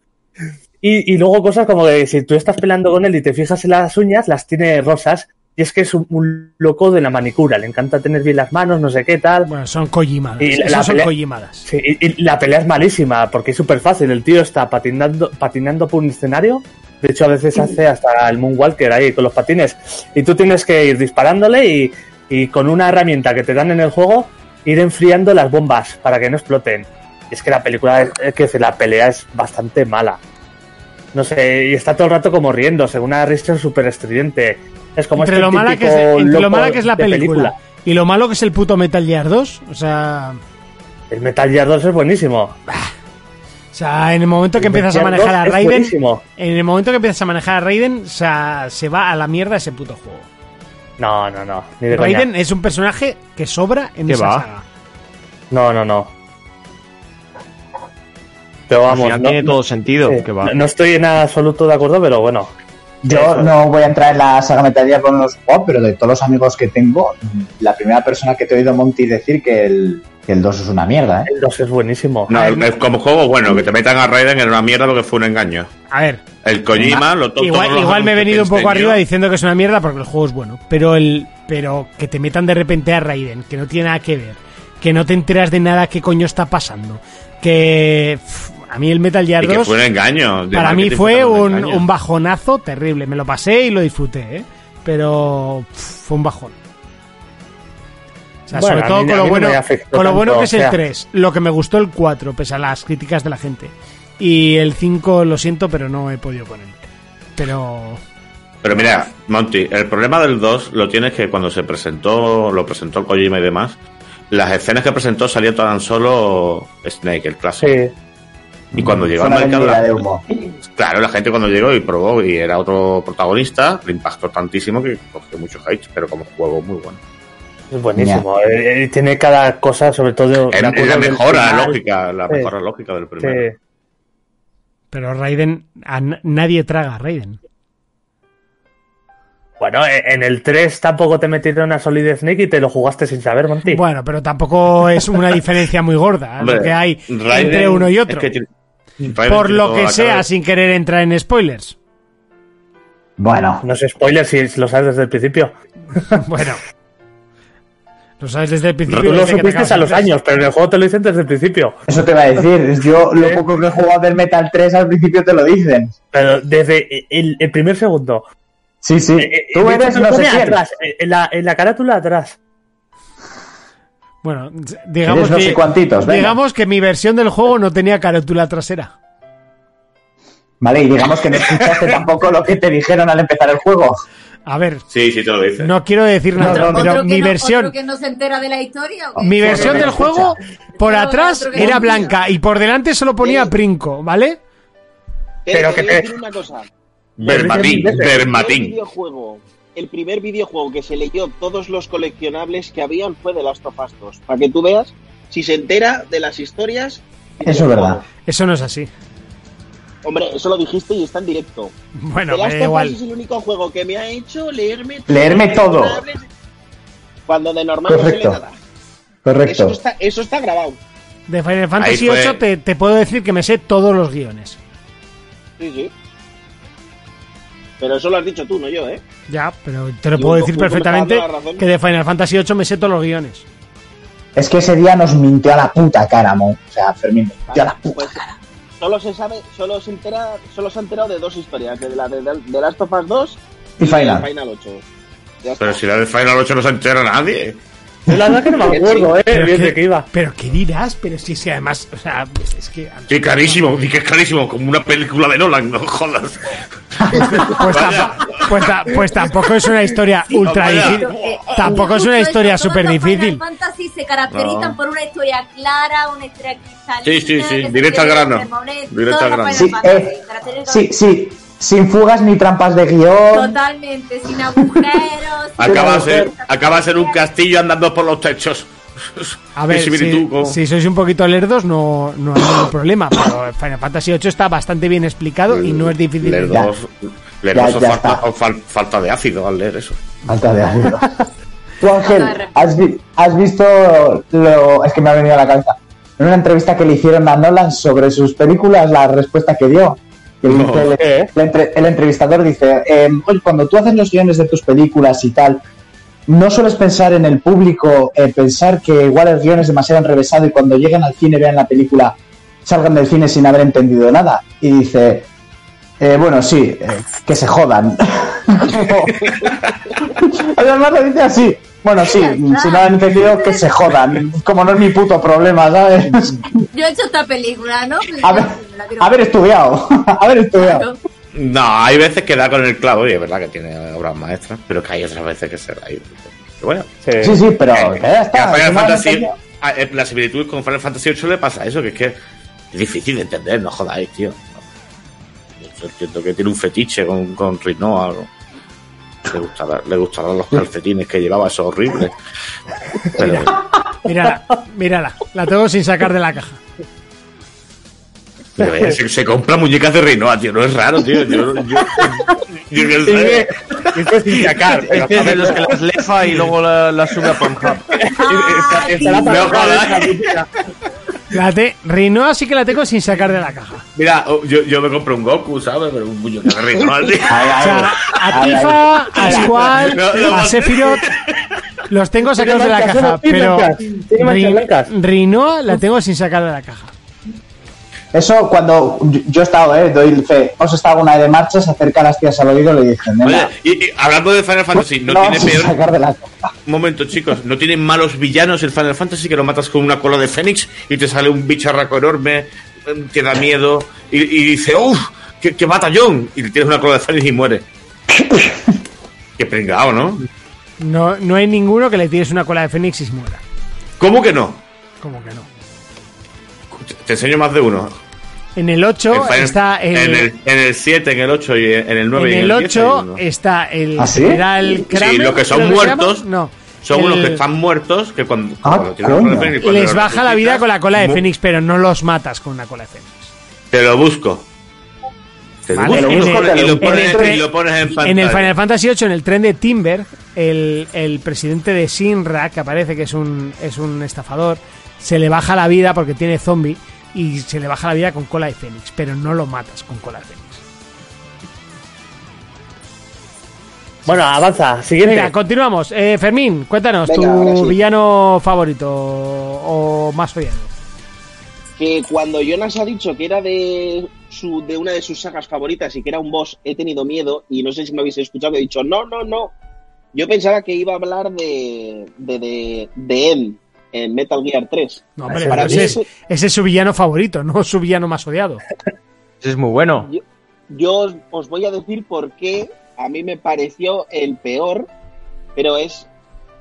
Speaker 6: Y, y luego cosas como que si tú estás pelando con él y te fijas en las uñas, las tiene rosas. Y es que es un, un loco de la manicura, le encanta tener bien las manos, no sé qué tal.
Speaker 3: Bueno, son Kojimadas.
Speaker 6: Y la-
Speaker 3: Esas
Speaker 6: la
Speaker 3: son
Speaker 6: pelea-
Speaker 3: Kojimadas.
Speaker 6: Sí, y, y la pelea es malísima, porque es súper fácil. El tío está patinando, patinando por un escenario. De hecho, a veces hace hasta el Moonwalker ahí con los patines. Y tú tienes que ir disparándole y, y con una herramienta que te dan en el juego, ir enfriando las bombas para que no exploten. Y es que la película, es- es que la pelea es bastante mala. No sé, y está todo el rato como riéndose, una risa súper estridente. Es como
Speaker 3: entre
Speaker 6: este
Speaker 3: lo mala, que es,
Speaker 6: típico
Speaker 3: entre lo
Speaker 6: loco
Speaker 3: mala que es la
Speaker 6: de
Speaker 3: película, y lo malo que es el puto Metal Gear 2. O sea,
Speaker 6: El Metal Gear 2 es buenísimo.
Speaker 3: o sea en el momento que
Speaker 6: El
Speaker 3: empiezas a
Speaker 6: Metal
Speaker 3: manejar
Speaker 6: Gear
Speaker 3: a
Speaker 6: 2 es
Speaker 3: Raiden,
Speaker 6: buenísimo.
Speaker 3: en el momento que empiezas a manejar a Raiden, o sea, se va a la mierda ese puto juego.
Speaker 6: No, no, no. Ni de coña.
Speaker 3: Raiden es un personaje que sobra en
Speaker 9: ¿Qué
Speaker 3: esa
Speaker 9: va?
Speaker 3: saga.
Speaker 6: No, no, no. Pero vamos, no,
Speaker 9: tiene todo sentido.
Speaker 6: sí,
Speaker 9: que va.
Speaker 6: no- no estoy en absoluto de acuerdo, pero bueno.
Speaker 5: Yo
Speaker 6: Eso.
Speaker 5: no voy a entrar en la saga Metal Gear con los juegos, pero de todos los amigos que tengo, la primera persona que te he oído Monty decir que el, que el 2 es una mierda, ¿eh?
Speaker 6: El 2 es buenísimo.
Speaker 7: No, el- el- como juego, bueno, que te metan a Raiden era una mierda porque fue un engaño.
Speaker 3: A ver,
Speaker 7: El Kojima, lo todo
Speaker 3: igual,
Speaker 7: todos los
Speaker 3: igual me he
Speaker 7: anuncios que
Speaker 3: venido un poco
Speaker 7: enseñó,
Speaker 3: arriba diciendo que es una mierda porque el juego es bueno. Pero el pero que te metan de repente a Raiden, que no tiene nada que ver, que no te enteras de nada qué coño está pasando. Que pff, a mí el Metal Gear
Speaker 7: y que
Speaker 3: 2
Speaker 7: fue un engaño. de
Speaker 3: para mí
Speaker 7: marketing
Speaker 3: fue
Speaker 7: todo
Speaker 3: un,
Speaker 7: engaño.
Speaker 3: un bajonazo terrible. Me lo pasé y lo disfruté, ¿eh? Pero pff, fue un bajón. O sea,
Speaker 6: Bueno,
Speaker 3: sobre
Speaker 6: a
Speaker 3: todo
Speaker 6: mí-
Speaker 3: con
Speaker 6: a
Speaker 3: lo,
Speaker 6: mí no
Speaker 3: bueno,
Speaker 6: me afectó
Speaker 3: con lo bueno
Speaker 6: tanto,
Speaker 3: que es
Speaker 6: o
Speaker 3: el
Speaker 6: sea.
Speaker 3: 3, lo que me gustó el 4, pese a las críticas de la gente. Y el 5, lo siento, pero no he podido con él. Pero.
Speaker 7: Pero mira, Monty, el problema del 2 lo tienes que cuando se presentó, lo presentó Kojima y demás, las escenas que presentó salía tan solo Snake, el clásico.
Speaker 6: Sí.
Speaker 7: Y cuando llegó
Speaker 5: Fue
Speaker 7: al
Speaker 5: una
Speaker 7: mercado,
Speaker 5: vendida
Speaker 7: la-
Speaker 5: de humo.
Speaker 7: claro, la gente cuando llegó y probó y era otro protagonista, le impactó tantísimo que cogió mucho hate, pero como juego muy bueno.
Speaker 6: Es buenísimo. Eh, eh, tiene cada cosa, sobre todo.
Speaker 7: Es
Speaker 6: me
Speaker 7: la,
Speaker 6: acuerdo del
Speaker 7: mejora
Speaker 6: final,
Speaker 7: lógica, la
Speaker 6: Sí.
Speaker 7: mejora lógica del
Speaker 6: sí.
Speaker 7: primero.
Speaker 3: Pero Raiden. a n- nadie traga a Raiden.
Speaker 6: Bueno, eh, en el 3 tampoco te metieron a Solid Snake y te lo jugaste sin saber, Monty.
Speaker 3: Bueno, pero tampoco es una diferencia muy gorda.
Speaker 7: Hombre,
Speaker 3: lo que hay
Speaker 7: Raiden
Speaker 3: entre uno y
Speaker 7: es
Speaker 3: otro.
Speaker 7: que tiene- Raiden
Speaker 3: por
Speaker 7: tiene
Speaker 3: lo
Speaker 7: toda
Speaker 3: que
Speaker 7: la
Speaker 3: sea,
Speaker 7: cara.
Speaker 3: sin querer entrar en spoilers.
Speaker 5: Bueno,
Speaker 6: No sé spoilers si lo sabes desde el principio.
Speaker 3: Bueno. Lo sabes desde el principio.
Speaker 6: Tú lo
Speaker 3: desde que te
Speaker 6: supiste a
Speaker 3: acabas
Speaker 6: los
Speaker 3: de entrar.
Speaker 6: años, pero en el juego te lo dicen desde el principio.
Speaker 5: eso te iba a decir. Yo lo poco que he jugado del Metal 3 al principio te lo dicen.
Speaker 6: Pero desde el- el primer segundo.
Speaker 5: Sí, sí.
Speaker 6: Eh, eh,
Speaker 5: Tú
Speaker 6: de hecho,
Speaker 5: eres
Speaker 6: se lo
Speaker 5: no sé
Speaker 6: pone
Speaker 5: quién.
Speaker 6: atrás, eh, en la, en la carátula atrás.
Speaker 3: Bueno, digamos
Speaker 5: Eres no
Speaker 3: que,
Speaker 5: sé cuantitos, venga.
Speaker 3: digamos que mi versión del juego no tenía carátula trasera.
Speaker 5: Vale, y digamos que no escuchaste tampoco lo que te dijeron al empezar el juego.
Speaker 3: A ver,
Speaker 7: Sí, sí, te lo dice.
Speaker 3: no quiero decir nada,
Speaker 10: ¿Otro,
Speaker 3: pero
Speaker 10: otro que
Speaker 3: mi
Speaker 10: no,
Speaker 3: versión,
Speaker 10: otro que no se entera de la historia? ¿o qué?
Speaker 3: mi versión
Speaker 5: no
Speaker 3: del
Speaker 5: escucha.
Speaker 3: juego por
Speaker 10: No,
Speaker 3: atrás
Speaker 10: otro que no
Speaker 3: era
Speaker 10: escucha.
Speaker 3: blanca y por delante solo ponía Princo, ¿vale?
Speaker 6: Pero
Speaker 8: te
Speaker 6: que
Speaker 8: voy a
Speaker 6: te-
Speaker 8: decir una cosa.
Speaker 7: Verbatim,
Speaker 8: El,
Speaker 7: verbatim.
Speaker 8: videojuego, el primer videojuego que se leyó todos los coleccionables que habían fue de Last of Us 2. Para que tú veas si se entera de las historias. y
Speaker 5: Eso es
Speaker 8: del
Speaker 5: verdad.
Speaker 8: juego.
Speaker 3: Eso no es así.
Speaker 8: Hombre, eso lo dijiste y está en directo.
Speaker 3: Bueno,
Speaker 8: The
Speaker 3: me
Speaker 8: Last
Speaker 3: da
Speaker 8: of Us
Speaker 3: igual.
Speaker 8: es el único juego que me ha hecho leerme todos
Speaker 5: Leerme
Speaker 8: los
Speaker 5: todo.
Speaker 8: coleccionables, Cuando de normal
Speaker 5: Correcto.
Speaker 8: no se lee nada. Eso
Speaker 5: Correcto.
Speaker 8: está, eso está grabado.
Speaker 3: De Final Fantasy
Speaker 7: fue-
Speaker 3: VIII te, te puedo decir que me sé todos los guiones.
Speaker 8: Sí, sí. Pero eso lo has dicho tú, no yo, ¿eh?
Speaker 3: Ya, pero te lo
Speaker 8: Yo
Speaker 3: puedo
Speaker 8: un
Speaker 3: decir
Speaker 8: poco me estaba
Speaker 3: perfectamente
Speaker 8: dando la razón.
Speaker 3: que de Final Fantasy VIII me sé todos los guiones.
Speaker 5: Es que ese día nos mintió a la puta cara, Mon. O sea, Fermín, mintió a la puta.
Speaker 8: Pues solo se sabe, solo se entera, solo se ha enterado de dos historias, de la de, de Last of Us 2
Speaker 5: Y
Speaker 8: de
Speaker 5: Final.
Speaker 8: Final 8. Ya está.
Speaker 7: Pero si la de Final 8 no se entera nadie.
Speaker 6: Yo La verdad que no me acuerdo, eh, bien de qué iba.
Speaker 3: Pero qué dirás, pero si, si además, o sea, es- es que...
Speaker 7: Sí, clarísimo, sí que es clarísimo, como una película de Nolan, no jodas.
Speaker 3: Pues, tampa- pues ta- pues tampoco es una historia ultra
Speaker 7: Vaya.
Speaker 3: difícil.
Speaker 10: Eh,
Speaker 3: Tampoco es una historia súper difícil.
Speaker 10: Final Fantasy se caracterizan
Speaker 7: No.
Speaker 10: por una historia clara, una historia cristalina.
Speaker 7: Sí, sí, sí,
Speaker 10: que se
Speaker 7: directa al
Speaker 10: entiende
Speaker 7: grano.
Speaker 10: desde el momento.
Speaker 7: Directa
Speaker 10: Todos
Speaker 7: al
Speaker 10: los
Speaker 7: grano.
Speaker 10: Final
Speaker 5: Sí,
Speaker 10: Fantasy
Speaker 5: eh,
Speaker 10: caracterizan
Speaker 5: Sí, sí, sin fugas ni trampas de guión.
Speaker 10: Totalmente, sin agujeros. sin-
Speaker 7: Acaba de ser, acaba de ser un castillo andando por los techos.
Speaker 3: A ver,
Speaker 7: Qué
Speaker 3: si,
Speaker 7: similitud con-
Speaker 3: si sois un poquito lerdos no, no hay ningún problema, pero Final Fantasy VIII está bastante bien explicado y no es difícil. de entender.
Speaker 7: Lerdos, lerdos
Speaker 5: Ya,
Speaker 7: o
Speaker 5: ya
Speaker 7: falta,
Speaker 5: está.
Speaker 7: o fal- falta de ácido al leer eso.
Speaker 5: Falta de ayuda. Tú, Ángel,
Speaker 10: Falta de
Speaker 5: has, vi- has visto lo. Es que me ha venido a la cabeza. En una entrevista que le hicieron a Nolan sobre sus películas, la respuesta que dio. que
Speaker 7: No,
Speaker 5: dice el,
Speaker 6: ¿qué?
Speaker 5: el entre- el entrevistador dice: em, "Oye, Cuando tú haces los guiones de tus películas y tal, no sueles pensar en el público, eh, pensar que igual el guión es demasiado enrevesado y cuando lleguen al cine vean la película, salgan del cine sin haber entendido nada. Y dice, eh, bueno, sí, eh, que se jodan. Como- Además lo dice así. Bueno, sí, mm, si no han entendido, que se jodan. Como no es mi puto problema, ¿sabes?
Speaker 10: Yo he hecho esta película, ¿no?
Speaker 5: A ver,
Speaker 10: La quiero-
Speaker 5: haber estudiado, haber estudiado.
Speaker 7: No, hay veces que da con el clavo y es verdad que tiene obras maestras, pero que hay otras veces que se da. ahí. Pero bueno,
Speaker 5: Sí, sí, pero que ya
Speaker 7: Eh, que a
Speaker 5: está.
Speaker 7: Final
Speaker 5: si no han
Speaker 7: Fantasy,
Speaker 5: entendido.
Speaker 7: a- eh, la similitud con Final Fantasy VIII le pasa eso, que es que es difícil de entender, no jodáis, tío. Yo entiendo que tiene un fetiche con, con Rinoa. ¿no? Le, gustará- le gustarán los calcetines que llevaba, eso horrible. Pero,
Speaker 3: Mírala, mírala, la tengo sin sacar de la caja.
Speaker 7: pero eh, se, se compra muñecas de Rinoa, tío, no es raro, tío. Yo, yo, yo, yo qué sé.
Speaker 6: Esto es sin sacar, pero
Speaker 9: Es de los que las lefa y luego la- las sube a Pornhub.
Speaker 10: Ah,
Speaker 6: estará
Speaker 7: No jodas.
Speaker 3: La te, Rinoa sí que la tengo sin sacar de la caja.
Speaker 7: Mira, oh, yo, yo me compro un Goku, ¿sabes? Pero un muñeca de Rinoa, tío.
Speaker 5: Ahí,
Speaker 3: O
Speaker 5: ahí.
Speaker 3: sea, a
Speaker 5: Ahí, ahí.
Speaker 3: Tifa, a Squall,
Speaker 7: No, no,
Speaker 3: a
Speaker 7: no.
Speaker 3: Sephiroth, los tengo sacados de la
Speaker 6: manchas,
Speaker 3: caja,
Speaker 6: tiene
Speaker 3: pero
Speaker 6: manchas, tiene manchas
Speaker 3: Ri-
Speaker 6: blancas.
Speaker 3: Rinoa la tengo sin sacar de la caja.
Speaker 5: Eso cuando yo- yo he estado, eh, doy fe, hemos estado una de marcha, se acerca las tías al oído y le dicen,
Speaker 7: Oye,
Speaker 5: "Nena,
Speaker 7: y, y hablando de Final Fantasy, no,
Speaker 5: la
Speaker 7: tiene
Speaker 5: vas a
Speaker 7: peor.
Speaker 5: sacar de la copa".
Speaker 7: Un momento, chicos, ¿no tienen malos villanos el Final Fantasy que lo matas con una cola de Fénix y te sale un bicharraco enorme eh, que da miedo y, y dice, ¡Uf! ¡Qué, qué batallón! Y tienes una cola de Fénix y muere. qué pringao, ¿no?
Speaker 3: No, no hay ninguno que le tires una cola de Fénix y se muera.
Speaker 7: ¿Cómo que no?
Speaker 3: Como que no.
Speaker 7: Te- Te enseño más de uno.
Speaker 3: En el 8
Speaker 7: En Final-
Speaker 3: está el,
Speaker 7: en el en el 7, en el 8 y en el 9
Speaker 3: en
Speaker 7: y
Speaker 3: el
Speaker 7: 10 hay
Speaker 3: 8
Speaker 7: uno.
Speaker 3: está el
Speaker 5: ¿Ah, sí?
Speaker 3: general
Speaker 7: Sí,
Speaker 3: Kramer.
Speaker 7: los que son
Speaker 3: creo se llama.
Speaker 7: muertos
Speaker 3: no,
Speaker 7: Son
Speaker 3: el-
Speaker 7: unos que están muertos que cuando,
Speaker 5: Ah,
Speaker 7: cuando tienen una cola de
Speaker 5: coño.
Speaker 7: Fénix, cuando
Speaker 3: Les
Speaker 7: los
Speaker 3: baja la vida
Speaker 7: resucitas,
Speaker 3: con la cola de
Speaker 7: mu-
Speaker 3: Fénix, pero no los matas con una cola de Fénix.
Speaker 7: Te lo busco. Te
Speaker 3: Vale,
Speaker 7: lo
Speaker 3: en
Speaker 7: busco
Speaker 3: el-
Speaker 7: y lo
Speaker 3: en el
Speaker 7: pones-
Speaker 3: tre-
Speaker 7: y lo pones en pantalla.
Speaker 3: En el Final Fantasy VIII, en el tren de Timber, el, el presidente de Sinra, que aparece que es un, es un estafador, se le baja la vida porque tiene zombie y se le baja la vida con cola de Fénix, pero no lo matas con cola de Fénix.
Speaker 6: Bueno, avanza, siguiente.
Speaker 3: Venga, continuamos. Eh, Fermín, cuéntanos,
Speaker 8: Venga, ahora
Speaker 3: tu
Speaker 8: sí.
Speaker 3: villano favorito o más odiado.
Speaker 8: que cuando Jonas ha dicho que era de su de una de sus sagas favoritas y que era un boss, he tenido miedo y no sé si me habéis escuchado, he dicho, no, no, no. Yo pensaba que iba a hablar de de, de, de M en Metal Gear 3.
Speaker 3: No, hombre,
Speaker 8: Para
Speaker 3: pero
Speaker 8: mí
Speaker 3: ese, es,
Speaker 8: eso-
Speaker 3: ese es su villano favorito, no su villano más odiado.
Speaker 9: Ese es muy bueno.
Speaker 8: Yo os- os voy a decir por qué a mí me pareció el peor, pero es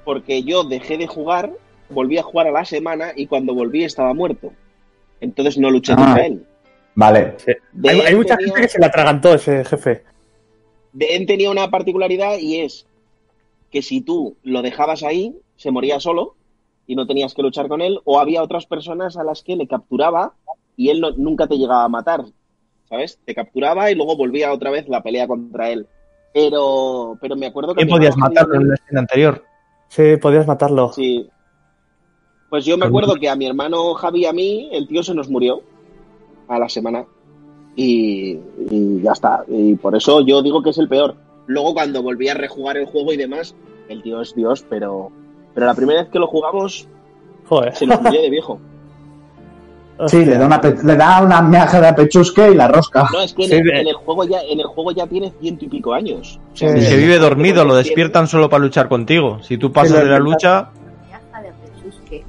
Speaker 8: porque yo dejé de jugar, volví a jugar a la semana y cuando volví estaba muerto. Entonces no luché
Speaker 5: Ah.
Speaker 8: contra él.
Speaker 5: Vale.
Speaker 8: De
Speaker 6: hay,
Speaker 8: él
Speaker 6: hay mucha
Speaker 8: tenía-
Speaker 6: gente que se la atragantó ese jefe.
Speaker 8: de él tenía una particularidad y es que si tú lo dejabas ahí, se moría solo y no tenías que luchar con él, o había otras personas a las que le capturaba y él no- nunca te llegaba a matar, ¿sabes? Te capturaba y luego volvía otra vez la pelea contra él. Pero, pero me acuerdo que...
Speaker 9: ¿Quién
Speaker 8: mi hermano
Speaker 9: podías matarlo en
Speaker 8: Javi-
Speaker 9: la escena anterior?
Speaker 6: Sí, podías matarlo.
Speaker 8: Sí. Pues yo me acuerdo que a mi hermano Javi y a mí, el tío se nos murió a la semana. Y, y ya está. Y por eso yo digo que es el peor. Luego cuando volví a rejugar el juego y demás, el tío es Dios, pero, pero la primera vez que lo jugamos
Speaker 6: Joder.
Speaker 8: se nos murió de viejo.
Speaker 5: Sí, le da una, pe- le da una miaja de pechusque y la rosca.
Speaker 8: No, es que en,
Speaker 6: Sí,
Speaker 8: el,
Speaker 6: de-
Speaker 8: en el jujuego ya, en el juego ya tiene ciento y pico años. O
Speaker 9: Y
Speaker 8: desde
Speaker 9: que vive
Speaker 8: que
Speaker 9: dormido, lo
Speaker 8: tiene-
Speaker 9: despiertan solo para luchar contigo. Si tú pasas
Speaker 6: Sí, lo
Speaker 9: de la lucha,
Speaker 10: Ya está Hostia,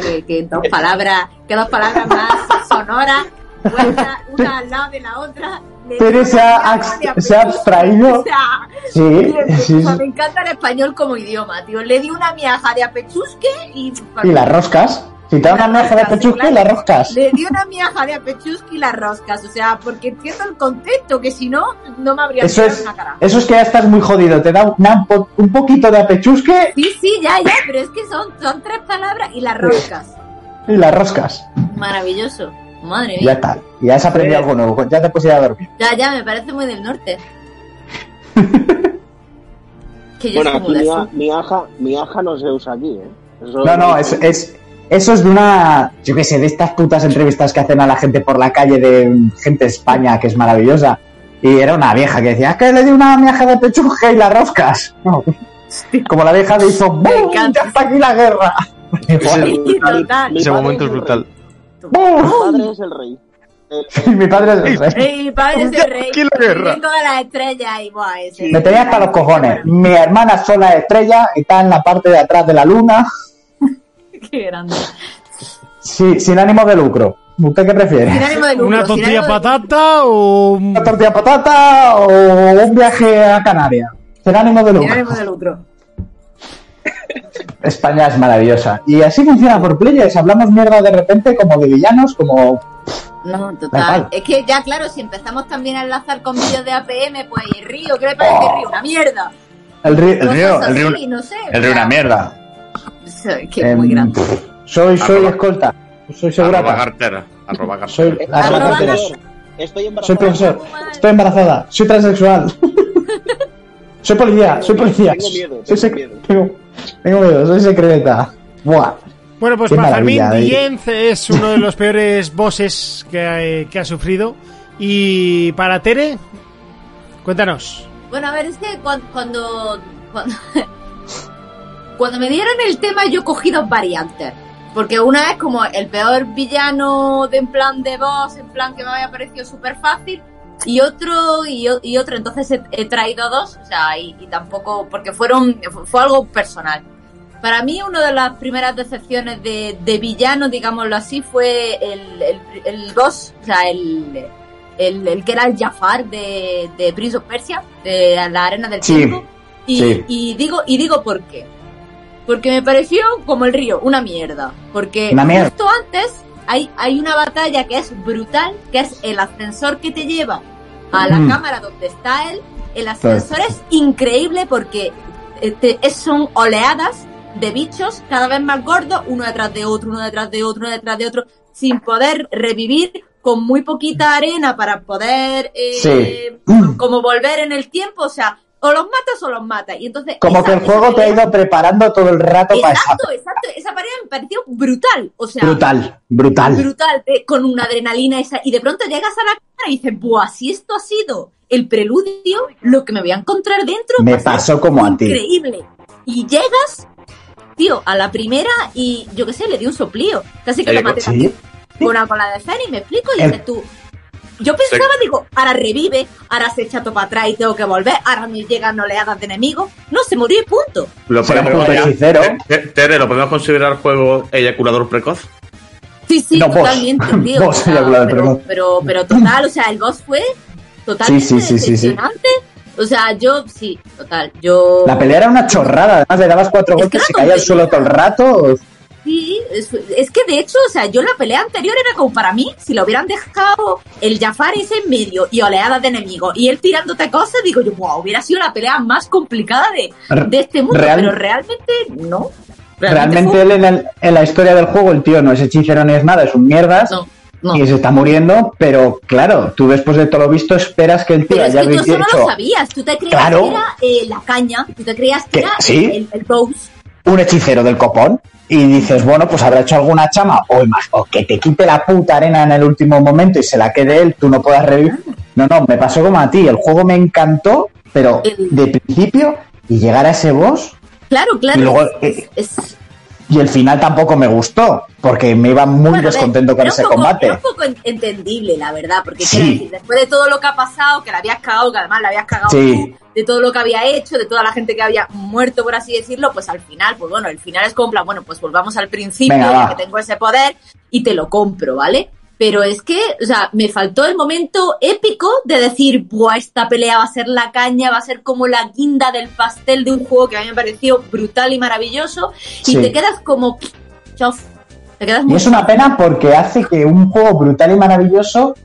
Speaker 10: que, que dos palabras, que dos palabras más sonoras, puestas una al lado de la otra. le-
Speaker 5: Pero se ha abs-
Speaker 10: le-
Speaker 5: se ha abstraído.
Speaker 10: O sea,
Speaker 5: Sí,
Speaker 10: le-
Speaker 5: sí, sí.
Speaker 10: Me encanta el español como idioma, tío. Le di una miaja de apechusque y.
Speaker 5: Y las roscas. Si te dan una
Speaker 10: Las
Speaker 5: miaja de
Speaker 10: roscas,
Speaker 5: pechusca,
Speaker 10: claro.
Speaker 5: las roscas.
Speaker 10: Le di una miaja de apechusque y las roscas. O sea, porque entiendo el contexto, que si no, no me habría
Speaker 5: Eso
Speaker 10: tirado
Speaker 5: es,
Speaker 10: una cara.
Speaker 5: eso es que ya estás muy jodido. Te da un, un po- un poquito de apechusque
Speaker 10: Sí, sí, ya, ya, pero es que son, son tres palabras y las roscas.
Speaker 5: y las roscas.
Speaker 10: Maravilloso. Madre
Speaker 5: Ya
Speaker 10: mía.
Speaker 5: está. Ya has aprendido algo nuevo. Ya te puedes ir a dormir.
Speaker 10: Ya, ya, me parece muy del norte. que yo
Speaker 8: Bueno,
Speaker 10: soy
Speaker 8: aquí
Speaker 10: muy del
Speaker 8: mi,
Speaker 10: sur.
Speaker 8: aja, mi aja no se usa aquí, ¿eh? Eso
Speaker 5: No, no, es, es- eso es de una, yo qué sé, de estas putas entrevistas que hacen a la gente por la calle de mm, gente de España, que es maravillosa. Y era una vieja que decía, "Es que le di una miaja de pechuje y las roscas. No. Como la vieja le hizo, ¡bum!
Speaker 10: encanta.
Speaker 5: ¡Ya está aquí la guerra!
Speaker 9: Ese,
Speaker 10: Sí, total.
Speaker 8: Mi
Speaker 9: ese
Speaker 8: padre
Speaker 9: momento es
Speaker 8: el
Speaker 9: brutal.
Speaker 8: rey. Mi padre es el rey. El-
Speaker 5: Y mi padre es el rey.
Speaker 10: Ey, padre es el rey.
Speaker 9: Aquí la guerra.
Speaker 10: Viendo a las estrellas y buah, ese.
Speaker 5: Me tenía hasta los cojones. Mi hermana es sola estrella, está en la parte de atrás de la luna,
Speaker 10: Qué grande.
Speaker 5: sí, sin ánimo de lucro. ¿Usted qué
Speaker 10: Sin
Speaker 5: prefiere?
Speaker 10: ánimo de lucro,
Speaker 3: ¿Una
Speaker 10: sin
Speaker 3: tortilla
Speaker 10: ánimo de-
Speaker 3: patata o un-
Speaker 5: ¿Una tortilla de patata o un viaje a Canarias? Sin ánimo de
Speaker 10: Sin
Speaker 5: lucro.
Speaker 10: ánimo de lucro.
Speaker 5: España es maravillosa. Y así funciona por players. Hablamos mierda de repente como de villanos, como...
Speaker 10: No,
Speaker 5: Da
Speaker 10: total.
Speaker 5: igual.
Speaker 10: Es que ya, claro, si empezamos también a enlazar con vídeos de APM, pues ¿y Río, ¿qué le parece Río? Una mierda.
Speaker 5: El río...
Speaker 10: Cosas
Speaker 7: el río-
Speaker 10: así, no sé,
Speaker 7: El de una
Speaker 10: o sea,
Speaker 7: mierda.
Speaker 10: es Que es muy
Speaker 5: Em,
Speaker 10: grande.
Speaker 5: Soy, soy
Speaker 7: Arroba.
Speaker 5: escolta. Soy
Speaker 7: Arroba
Speaker 5: segurata.
Speaker 7: cartera. Arroba cartera.
Speaker 5: Soy,
Speaker 10: Arroba
Speaker 5: arroba carteras.
Speaker 10: carteras.
Speaker 8: Estoy embarazada.
Speaker 5: soy profesor. Estoy embarazada. Soy transexual. soy policía. Soy policía.
Speaker 8: Tengo miedo,
Speaker 5: Soy
Speaker 8: tengo
Speaker 5: sec-
Speaker 8: miedo.
Speaker 5: tengo- tengo miedo. Soy secreta. Buah.
Speaker 3: Bueno, pues
Speaker 5: Qué
Speaker 3: para Fermín,
Speaker 5: maravilla, eh.
Speaker 3: Dillenz es uno de los peores bosses que, eh, que ha sufrido. Y para Tere, cuéntanos.
Speaker 10: Bueno, a ver, es que cuan- cuando cuando, cuando me dieron el tema yo cogí dos variantes. Porque una es como el peor villano de en plan de boss, en plan que me había parecido súper fácil. Y otro, y, o- y otro, entonces he, he traído dos, o sea, y, y tampoco, porque fueron, fu- fue algo personal. Para mí, una de las primeras decepciones de, de villano, digámoslo así, fue el, el, el boss, o sea, el, el, el que era el Jafar de, de Prince of Persia, de la Arena del
Speaker 5: Sí,
Speaker 10: Tiempo. Y,
Speaker 5: sí.
Speaker 10: y digo y digo por qué. Porque me pareció como el río, una mierda. Porque
Speaker 5: Una mierda.
Speaker 10: justo antes hay, hay una batalla que es brutal, que es el ascensor que te lleva a la
Speaker 5: Mm.
Speaker 10: cámara donde está él. El ascensor es increíble porque este, es- son oleadas de bichos cada vez más gordos, uno detrás de otro, uno detrás de otro, uno detrás de otro, sin poder revivir, con muy poquita arena para poder eh,
Speaker 5: Sí.
Speaker 10: como volver en el tiempo, o sea, o los matas o los matas. Y entonces
Speaker 5: Como
Speaker 10: esa-
Speaker 5: que el
Speaker 10: esa
Speaker 5: juego te ha
Speaker 10: pelea-
Speaker 5: ido preparando todo el rato para esa...
Speaker 10: Exacto, exacto, esa pelea me pareció brutal, o sea,
Speaker 5: Brutal, brutal.
Speaker 10: brutal, eh, con una adrenalina esa, y de pronto llegas a la cámara y dices, buah, si esto ha sido el preludio, lo que me voy a encontrar dentro. va
Speaker 5: Me
Speaker 10: a ser
Speaker 5: pasó como a ti.
Speaker 10: Increíble. Y llegas, tío, a la primera y yo qué sé, le di un soplío. Casi que
Speaker 7: Le
Speaker 10: lo
Speaker 7: digo,
Speaker 10: maté
Speaker 5: sí.
Speaker 10: también. con una cola de Fénix, me explico, y
Speaker 5: El-
Speaker 10: dices tú. Yo pensaba, digo, ahora revive, ahora se echa todo para atrás y tengo que volver, ahora me llegan oleadas de enemigos. No, se murió y punto.
Speaker 7: Lo
Speaker 5: Será un
Speaker 7: podemos
Speaker 5: punto
Speaker 7: ya-
Speaker 5: hechicero.
Speaker 7: Te- Tere, ¿lo podemos considerar juego eyaculador precoz?
Speaker 10: Sí, sí,
Speaker 5: No, boss.
Speaker 10: totalmente, tío.
Speaker 5: Boss, ya hablaba de
Speaker 10: pero,
Speaker 5: perdón.
Speaker 10: pero, pero total, o sea, el boss fue totalmente
Speaker 5: Sí, sí, sí, sí, sí.
Speaker 10: decepcionante. O sea, yo, sí, total, yo...
Speaker 5: La pelea era una chorrada, además le dabas cuatro
Speaker 10: Es que
Speaker 5: golpes
Speaker 10: era
Speaker 5: y caía al
Speaker 10: tontería.
Speaker 5: suelo todo el rato.
Speaker 10: Sí, es, es que de hecho, o sea, yo la pelea anterior era como para mí, si lo hubieran dejado el Jafar ese en medio y oleadas de enemigos y él tirándote cosas, digo yo, wow, hubiera sido la pelea más complicada de,
Speaker 5: Re-
Speaker 10: de este mundo,
Speaker 5: real-
Speaker 10: pero realmente no.
Speaker 5: Realmente
Speaker 10: fue-
Speaker 5: él en, el- en la historia del juego, el tío no es hechicero ni es nada, es un mierdas
Speaker 10: No, no.
Speaker 5: y se está muriendo, pero claro, tú después de todo lo visto esperas que el tío
Speaker 10: Pero es
Speaker 5: haya
Speaker 10: que tú eso no lo
Speaker 5: hecho
Speaker 10: sabías, tú te creías
Speaker 5: Claro.
Speaker 10: que era eh, la caña, tú te creías que
Speaker 5: Que-
Speaker 10: era
Speaker 5: sí.
Speaker 10: el, el boss.
Speaker 5: un hechicero del copón y dices, bueno, pues habrá hecho alguna chama o, ima- o que te quite la puta arena en el último momento y se la quede él, tú no puedas revivir. No, no, me pasó como a ti, el juego me encantó, pero de principio y llegar a ese boss
Speaker 10: Claro, claro.
Speaker 5: Y luego, eh,
Speaker 10: es- es- es-
Speaker 5: Y el final tampoco me gustó, porque me iba muy
Speaker 10: Bueno, a ver,
Speaker 5: descontento con
Speaker 10: era un
Speaker 5: ese
Speaker 10: poco-
Speaker 5: combate.
Speaker 10: Era un poco en- entendible, la verdad, porque
Speaker 5: Sí.
Speaker 10: quiero decir, después de todo lo que ha pasado, que la habías cagado, que además la habías cagado
Speaker 5: Sí.
Speaker 10: tú, de todo lo que había hecho, de toda la gente que había muerto, por así decirlo, pues al final, pues bueno, el final es como en plan, bueno, pues volvamos al principio,
Speaker 5: Venga,
Speaker 10: ya
Speaker 5: va.
Speaker 10: que tengo ese poder y te lo compro, ¿vale? Pero es que, o sea, me faltó el momento épico de decir, buah, esta pelea va a ser la caña, va a ser como la guinda del pastel de un juego que a mí me pareció brutal y maravilloso, y
Speaker 5: Sí.
Speaker 10: te quedas como, chof, te quedas
Speaker 5: Y
Speaker 10: muy
Speaker 5: es una pena porque hace que un juego brutal y maravilloso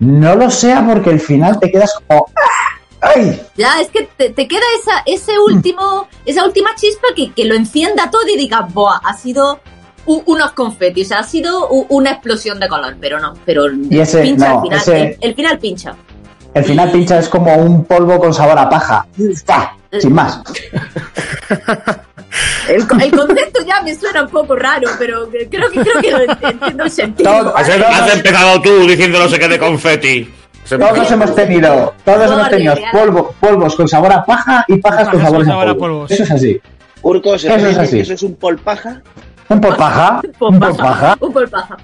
Speaker 5: no lo sea porque el final te quedas como... "Ah, ¡Ay!
Speaker 10: Ya, es que te, te queda esa, ese último,
Speaker 5: Mm.
Speaker 10: esa última chispa que, que lo encienda todo y digas, boa, ha sido u- unos confetis, ha sido u- una explosión de color, pero no, pero
Speaker 5: Y ese-
Speaker 10: pincha
Speaker 5: no,
Speaker 10: al final,
Speaker 5: ese-
Speaker 10: el, el final pincha.
Speaker 5: El final pincha es como un polvo con sabor a paja. ¡Fa! Sin más.
Speaker 10: El, co- el concepto ya me suena un poco raro, pero que- creo que, creo que lo ent- entiendo el sentido.
Speaker 5: Todo-
Speaker 10: ¿vale?
Speaker 5: todo-
Speaker 7: Has empezado tú diciéndolo se quede confeti. Se-
Speaker 5: Todos hemos tenido, todos hemos tenido polvo- polvos con sabor a paja y pajas con
Speaker 11: Pajas
Speaker 5: sabor
Speaker 11: con
Speaker 5: a
Speaker 11: sabor a
Speaker 5: polvo.
Speaker 11: polvos.
Speaker 5: Eso es así.
Speaker 8: Urco, ¿se
Speaker 5: Eso
Speaker 8: puede
Speaker 5: es
Speaker 8: decir
Speaker 5: así.
Speaker 8: que eso es un polpaja?
Speaker 5: Un por paja, un por paja.
Speaker 10: Un polpaja.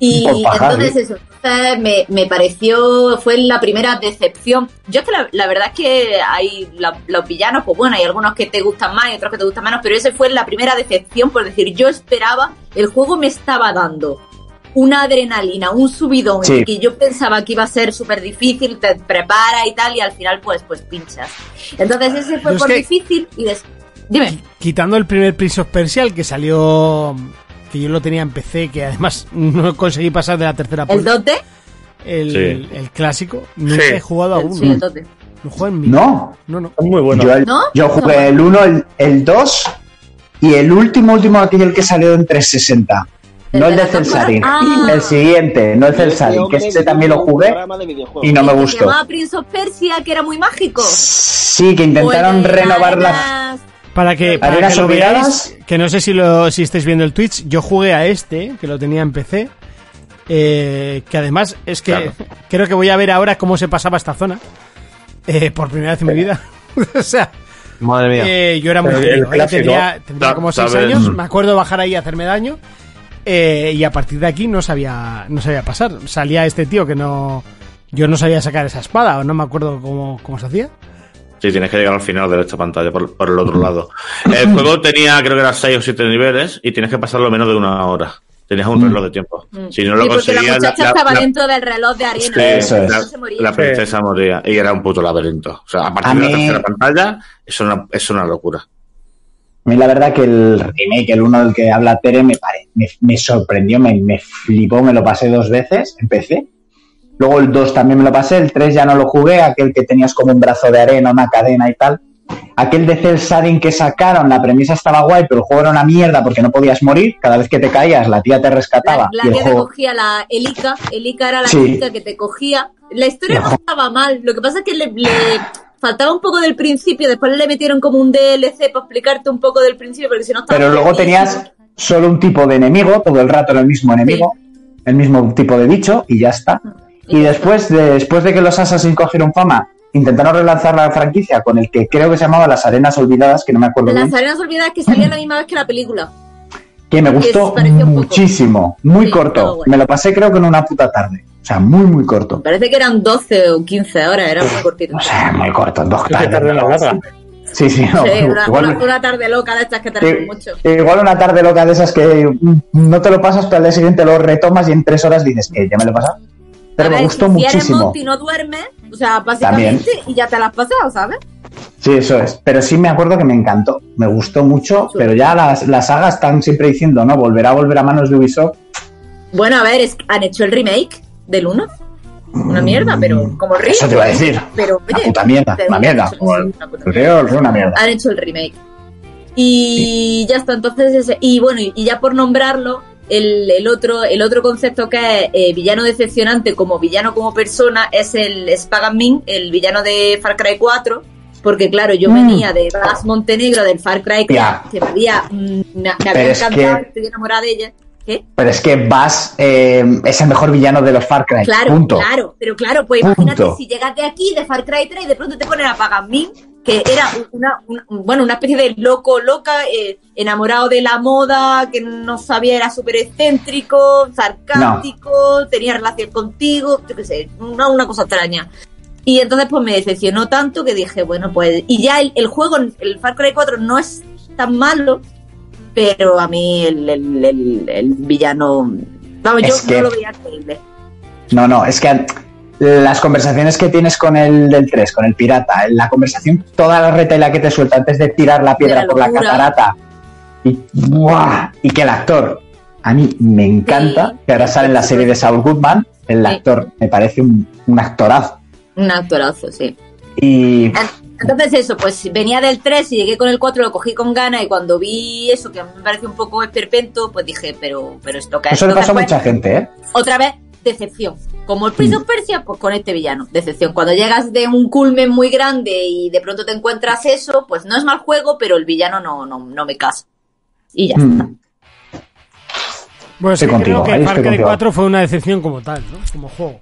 Speaker 10: Y
Speaker 5: Un polpaja,
Speaker 10: entonces
Speaker 5: sí.
Speaker 10: eso, entonces me, me pareció, fue la primera decepción. Yo es que la, la verdad es que hay la- los villanos, pues bueno, hay algunos que te gustan más y otros que te gustan menos, pero ese fue la primera decepción, por decir, yo esperaba, el juego me estaba dando una adrenalina, un subidón,
Speaker 5: Sí.
Speaker 10: que yo pensaba que iba a ser súper difícil, te prepara y tal, y al final pues, pues pinchas. Entonces ese fue
Speaker 3: Pero es
Speaker 10: por
Speaker 3: que-
Speaker 10: difícil y des- Dime.
Speaker 3: quitando el primer Prince of Persia, el que salió, que yo lo tenía en PC, que además no conseguí pasar de la tercera
Speaker 10: ¿El
Speaker 3: puerta.
Speaker 10: 2D?
Speaker 3: El,
Speaker 7: Sí.
Speaker 3: el clásico, nunca
Speaker 7: Sí.
Speaker 3: he jugado a
Speaker 10: El-
Speaker 3: uno.
Speaker 10: Sí, el 2D.
Speaker 3: No juego en mi.
Speaker 5: No,
Speaker 3: no, no.
Speaker 6: muy bueno.
Speaker 5: yo, el-
Speaker 10: ¿No?
Speaker 5: yo jugué el 1, el- el 2 y el último, último, aquel que salió en 360.
Speaker 10: ¿El
Speaker 5: No el de
Speaker 10: de la cámara?
Speaker 5: Celsarin.
Speaker 10: Ah.
Speaker 5: El siguiente, no el
Speaker 8: Este
Speaker 5: Celsarin, que
Speaker 8: hombre
Speaker 5: este también lo
Speaker 8: vive en un
Speaker 5: jugué
Speaker 8: programa de videojuegos.
Speaker 5: y no me
Speaker 10: El que Se
Speaker 5: gustó.
Speaker 10: llamaba Prince of Persia, que era muy mágico.
Speaker 5: Sí, que intentaron
Speaker 10: Pues,
Speaker 5: renovar las...
Speaker 10: arenas-
Speaker 3: Para que, para
Speaker 5: Arenas
Speaker 3: que lo
Speaker 5: olvidadas.
Speaker 3: veáis, que no sé si, lo, si estáis viendo el Twitch, yo jugué a este, que lo tenía en PC. eh, que además es que
Speaker 7: Claro.
Speaker 3: creo que voy a ver ahora cómo se pasaba esta zona. eh, por primera vez en mi vida. o sea,
Speaker 9: Madre mía.
Speaker 3: eh, yo era muy
Speaker 6: El- el
Speaker 3: pequeño, ¿eh?
Speaker 6: clásico.
Speaker 3: tenía, tendría
Speaker 7: Ta-
Speaker 3: como 6
Speaker 7: sabes-
Speaker 3: años,
Speaker 7: Mm.
Speaker 3: me acuerdo bajar ahí y hacerme daño. eh, y a partir de aquí no sabía, no sabía pasar. Salía este tío que no. Yo no sabía sacar esa espada, o no me acuerdo cómo, cómo se hacía.
Speaker 7: Sí, tienes que llegar al final de esta pantalla por, por el otro lado. El juego tenía, creo que eran 6 o 7 niveles y tienes que pasarlo menos de una hora. Tenías un reloj de tiempo. Si no lo
Speaker 10: sí, porque la
Speaker 7: conseguías,
Speaker 10: muchacha
Speaker 7: Mm. la-
Speaker 10: estaba
Speaker 7: la-
Speaker 10: dentro del reloj de arena.
Speaker 7: Sí,
Speaker 5: Eso
Speaker 10: ¿no?
Speaker 5: es.
Speaker 7: la,
Speaker 10: Se moría.
Speaker 7: la princesa moría y era un puto laberinto. O sea, a partir
Speaker 5: A
Speaker 7: de
Speaker 5: mí-
Speaker 7: la tercera pantalla es una, es una locura.
Speaker 5: A mí la verdad que el remake, el uno del que habla Tere, me, pare- me, me sorprendió, me, me flipó, me lo pasé dos veces, empecé. Luego el 2 también me lo pasé, el 3 ya no lo jugué, aquel que tenías como un brazo de arena, una cadena y tal. Aquel de Celsadin que sacaron, la premisa estaba guay, pero el juego era una mierda porque no podías morir. Cada vez que te caías, la tía te
Speaker 10: La,
Speaker 5: rescataba.
Speaker 10: la
Speaker 5: y el
Speaker 10: que te
Speaker 5: juego...
Speaker 10: cogía la Elika, Elika era la
Speaker 5: Sí.
Speaker 10: chica que te cogía. La historia no
Speaker 5: Ajá.
Speaker 10: estaba mal, lo que pasa es que le, le faltaba un poco del principio, después le metieron como un DLC para explicarte un poco del principio, porque si no estaba
Speaker 5: Pero luego
Speaker 10: perdidísimo.
Speaker 5: tenías solo un tipo de enemigo, todo el rato era el mismo enemigo, el mismo tipo de bicho y ya está. Y después de, después de que los Assassin's cogieron fama, intentaron relanzar la franquicia con el que creo que se llamaba Las Arenas Olvidadas, que no me acuerdo
Speaker 10: Las
Speaker 5: bien,
Speaker 10: arenas olvidadas que salían la misma vez que la película.
Speaker 5: que me gustó
Speaker 10: se parecía un poco.
Speaker 5: muchísimo, muy
Speaker 10: Sí, estaba
Speaker 5: corto.
Speaker 10: bueno.
Speaker 5: Me lo pasé creo que en una puta tarde. O sea, muy, muy corto.
Speaker 10: Me parece que eran 12 o 15 horas, era muy cortito.
Speaker 5: O sea, muy corto, dos
Speaker 6: Creo que tarde en la
Speaker 5: tardes.
Speaker 6: larga.
Speaker 5: Sí, sí, no,
Speaker 10: Sí, una,
Speaker 5: igual-
Speaker 10: una- una tarde loca de estas que te
Speaker 5: Eh,
Speaker 10: ríes mucho.
Speaker 5: Igual una tarde loca de esas que mm, no te lo pasas, pero al día siguiente lo retomas y en tres horas dices que ya me lo he pasado. Pero
Speaker 10: A ver,
Speaker 5: me gustó
Speaker 10: si eres
Speaker 5: muchísimo.
Speaker 10: Monty y no duermes, o sea, básicamente, y ya te la has pasado, ¿sabes?
Speaker 5: Sí, eso es. Pero sí me acuerdo que me encantó. Me gustó mucho, pero ya las, las sagas están siempre diciendo, ¿no? Volverá a volver a manos de Ubisoft.
Speaker 10: Bueno, a ver, es, han hecho el remake del 1. Una mierda, pero como el
Speaker 5: Mm, Eso te iba a decir.
Speaker 10: Pero,
Speaker 5: Una
Speaker 10: oye,
Speaker 5: puta mierda,
Speaker 10: te-
Speaker 5: una mierda.
Speaker 10: sí, Ah.
Speaker 5: como el-
Speaker 10: una puta
Speaker 5: el Real, es una mierda.
Speaker 10: Han hecho el remake. Y ya está, entonces ese- y bueno, y, y ya por nombrarlo, el, el otro, el otro concepto que es eh, villano decepcionante como villano como persona es el Spagan Min, el villano de Far Cry 4. Porque claro, yo venía de Gas Montenegro, del Far Cry, que,
Speaker 5: Mm. Ya.
Speaker 10: que me había, mm, me, me
Speaker 5: Pero
Speaker 10: había
Speaker 5: es que-
Speaker 10: encantado, estoy enamorada de ella. ¿Qué?
Speaker 5: Pero es que Bass eh, es el mejor villano de los Far Cry.
Speaker 10: Claro,
Speaker 5: punto.
Speaker 10: claro, pero claro, pues
Speaker 5: Punto.
Speaker 10: imagínate si llegas de aquí, de Far Cry 3, y de pronto te ponen a Pagan Min, que era una, una- bueno, una especie de loco, loca, eh, enamorado de la moda, que no sabía, era súper excéntrico, sarcástico, tenía relación contigo, yo qué sé, una, una cosa extraña. Y entonces pues me decepcionó tanto que dije, bueno, pues... Y ya el, el juego, el Far Cry 4 no es tan malo, pero a mí el, el- el- el villano... Vamos,
Speaker 5: Es
Speaker 10: yo
Speaker 5: que-
Speaker 10: no lo veía creíble.
Speaker 5: No, no, es que las conversaciones que tienes con el del 3, con el pirata, la conversación, toda la retela que te suelta antes de tirar la piedra
Speaker 10: la
Speaker 5: por la
Speaker 10: locura.
Speaker 5: catarata. Y, ¡buah! y que el actor, a mí me encanta,
Speaker 10: Sí.
Speaker 5: que ahora sale en la serie de Saul Goodman, el
Speaker 10: Sí.
Speaker 5: actor me parece un, un actorazo.
Speaker 10: Un actorazo, sí.
Speaker 5: Y
Speaker 10: Ah, Entonces eso, pues venía del 3 y llegué con el 4, lo cogí con ganas y cuando vi eso, que a mí me pareció un poco esperpento, pues dije, pero, pero esto que
Speaker 5: eso le
Speaker 10: esto que
Speaker 5: pasó a
Speaker 10: fue-
Speaker 5: mucha gente, ¿eh?
Speaker 10: Otra vez, decepción. Como el Prince of Persia, pues con este villano, decepción. Cuando llegas de un culmen muy grande y de pronto te encuentras eso, pues no es mal juego, pero el villano no, no, no me casa. Y ya está.
Speaker 5: Mm.
Speaker 3: Pues
Speaker 5: Estoy
Speaker 3: que
Speaker 5: contigo,
Speaker 3: creo que
Speaker 5: ahí
Speaker 3: Far
Speaker 5: estoy
Speaker 3: Cry
Speaker 5: contigo.
Speaker 3: 4 fue una decepción como tal, ¿no? Como juego.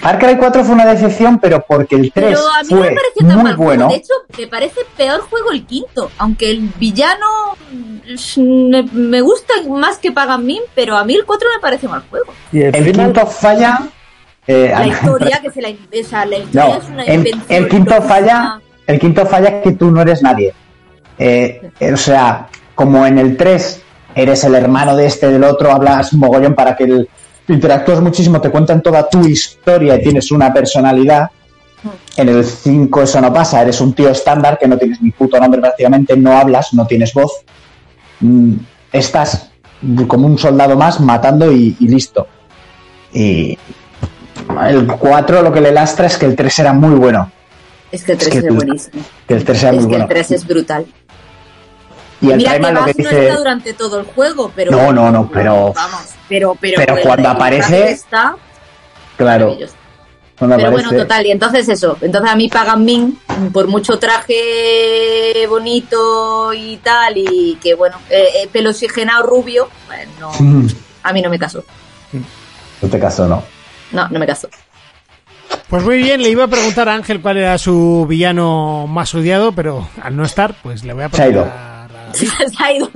Speaker 5: Far Cry 4 fue una decepción, pero porque el 3
Speaker 10: Pero a mí no me
Speaker 5: fue
Speaker 10: pareció tan
Speaker 5: muy
Speaker 10: mal
Speaker 5: bueno.
Speaker 10: juego. De hecho, me parece peor juego el quinto. Aunque el villano mm, me me gusta más que Pagan Min, pero a mí el 4 me parece mal juego.
Speaker 6: Y el,
Speaker 5: El
Speaker 6: final,
Speaker 5: quinto falla. eh,
Speaker 10: la historia que se la, in- o sea, la historia
Speaker 5: No,
Speaker 10: es una
Speaker 5: el,
Speaker 10: invención
Speaker 5: el quinto
Speaker 10: loquísima.
Speaker 5: falla, el quinto falla que tú no eres nadie. Eh, eh, o sea, como en el 3 eres el hermano de este, del otro, hablas mogollón para que el, interactúas muchísimo, te cuentan toda tu historia y tienes una personalidad. En el 5 eso no pasa, eres un tío estándar que no tienes ni puto nombre prácticamente, no hablas, no tienes voz. Mm, Estás como un soldado más matando y- y listo. Y, el 4 lo que le lastra es que el 3 era muy bueno.
Speaker 10: Es que el 3
Speaker 5: que
Speaker 10: es,
Speaker 5: el-
Speaker 10: buenísimo.
Speaker 5: Que el 3 era
Speaker 10: Es
Speaker 5: muy
Speaker 10: que el
Speaker 5: bueno.
Speaker 10: 3 es brutal.
Speaker 5: Y el
Speaker 10: Mira que
Speaker 5: Rayman lo
Speaker 10: Bass
Speaker 5: que
Speaker 10: no
Speaker 5: dice.
Speaker 10: está durante todo el juego, pero.
Speaker 5: No, no, no, pero-
Speaker 10: Vamos, pero, pero,
Speaker 5: pero
Speaker 10: pues,
Speaker 5: cuando
Speaker 10: el
Speaker 5: aparece-
Speaker 10: Bass Está
Speaker 5: Claro.
Speaker 10: maravilloso.
Speaker 5: no me
Speaker 10: Pero bueno,
Speaker 5: parece-
Speaker 10: total, y entonces eso. Entonces a mí pagan Min por mucho traje bonito y tal, y que bueno, eh, eh, pelo oxigenado rubio, pues no,
Speaker 5: Mm,
Speaker 10: a mí no me casó.
Speaker 5: No te caso, no.
Speaker 10: No, no me casó.
Speaker 3: Pues muy bien, le iba a preguntar a Ángel cuál era su villano más odiado, pero al no estar, pues le voy a
Speaker 5: Se ha ido.
Speaker 3: preguntar. a-
Speaker 10: Se ha ido.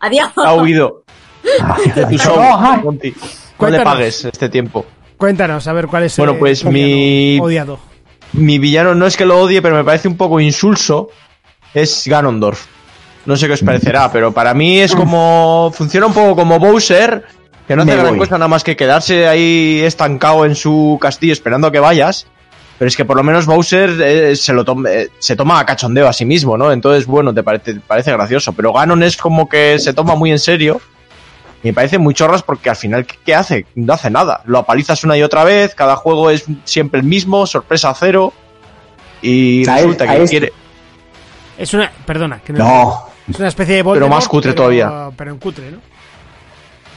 Speaker 10: Adiós.
Speaker 5: Ah,
Speaker 9: Ha huido. De tu show,
Speaker 5: Ajá.
Speaker 9: Monty. No le
Speaker 3: Cuéntanos.
Speaker 9: pagues este tiempo.
Speaker 3: Cuéntanos, a ver cuál es
Speaker 9: Bueno,
Speaker 3: el
Speaker 9: pues,
Speaker 3: villano
Speaker 9: mi-
Speaker 3: odiado.
Speaker 9: Mi villano no es que lo odie, pero me parece un poco insulso. Es Ganondorf. No sé qué os parecerá, pero para mí es como. Funciona un poco como Bowser, que no hace
Speaker 5: Me
Speaker 9: gran
Speaker 5: voy.
Speaker 9: cosa nada más que quedarse ahí estancado en su castillo esperando a que vayas. Pero es que por lo menos Bowser eh, se lo tome- eh, se toma a cachondeo a sí mismo, ¿no? Entonces, bueno, te parece, te parece gracioso. Pero Ganon es como que se toma muy en serio. Y me parece muy chorras porque al final, ¿qué, qué hace? No hace nada. Lo apalizas una y otra vez, cada juego es siempre el mismo, sorpresa cero. Y
Speaker 5: Ahí-
Speaker 9: resulta que
Speaker 5: ahí es-
Speaker 9: quiere.
Speaker 3: Es una, perdona, que no,
Speaker 5: No.
Speaker 3: es una especie de Voldemort,
Speaker 9: más cutre
Speaker 3: pero-
Speaker 9: todavía.
Speaker 3: Pero en cutre, ¿no?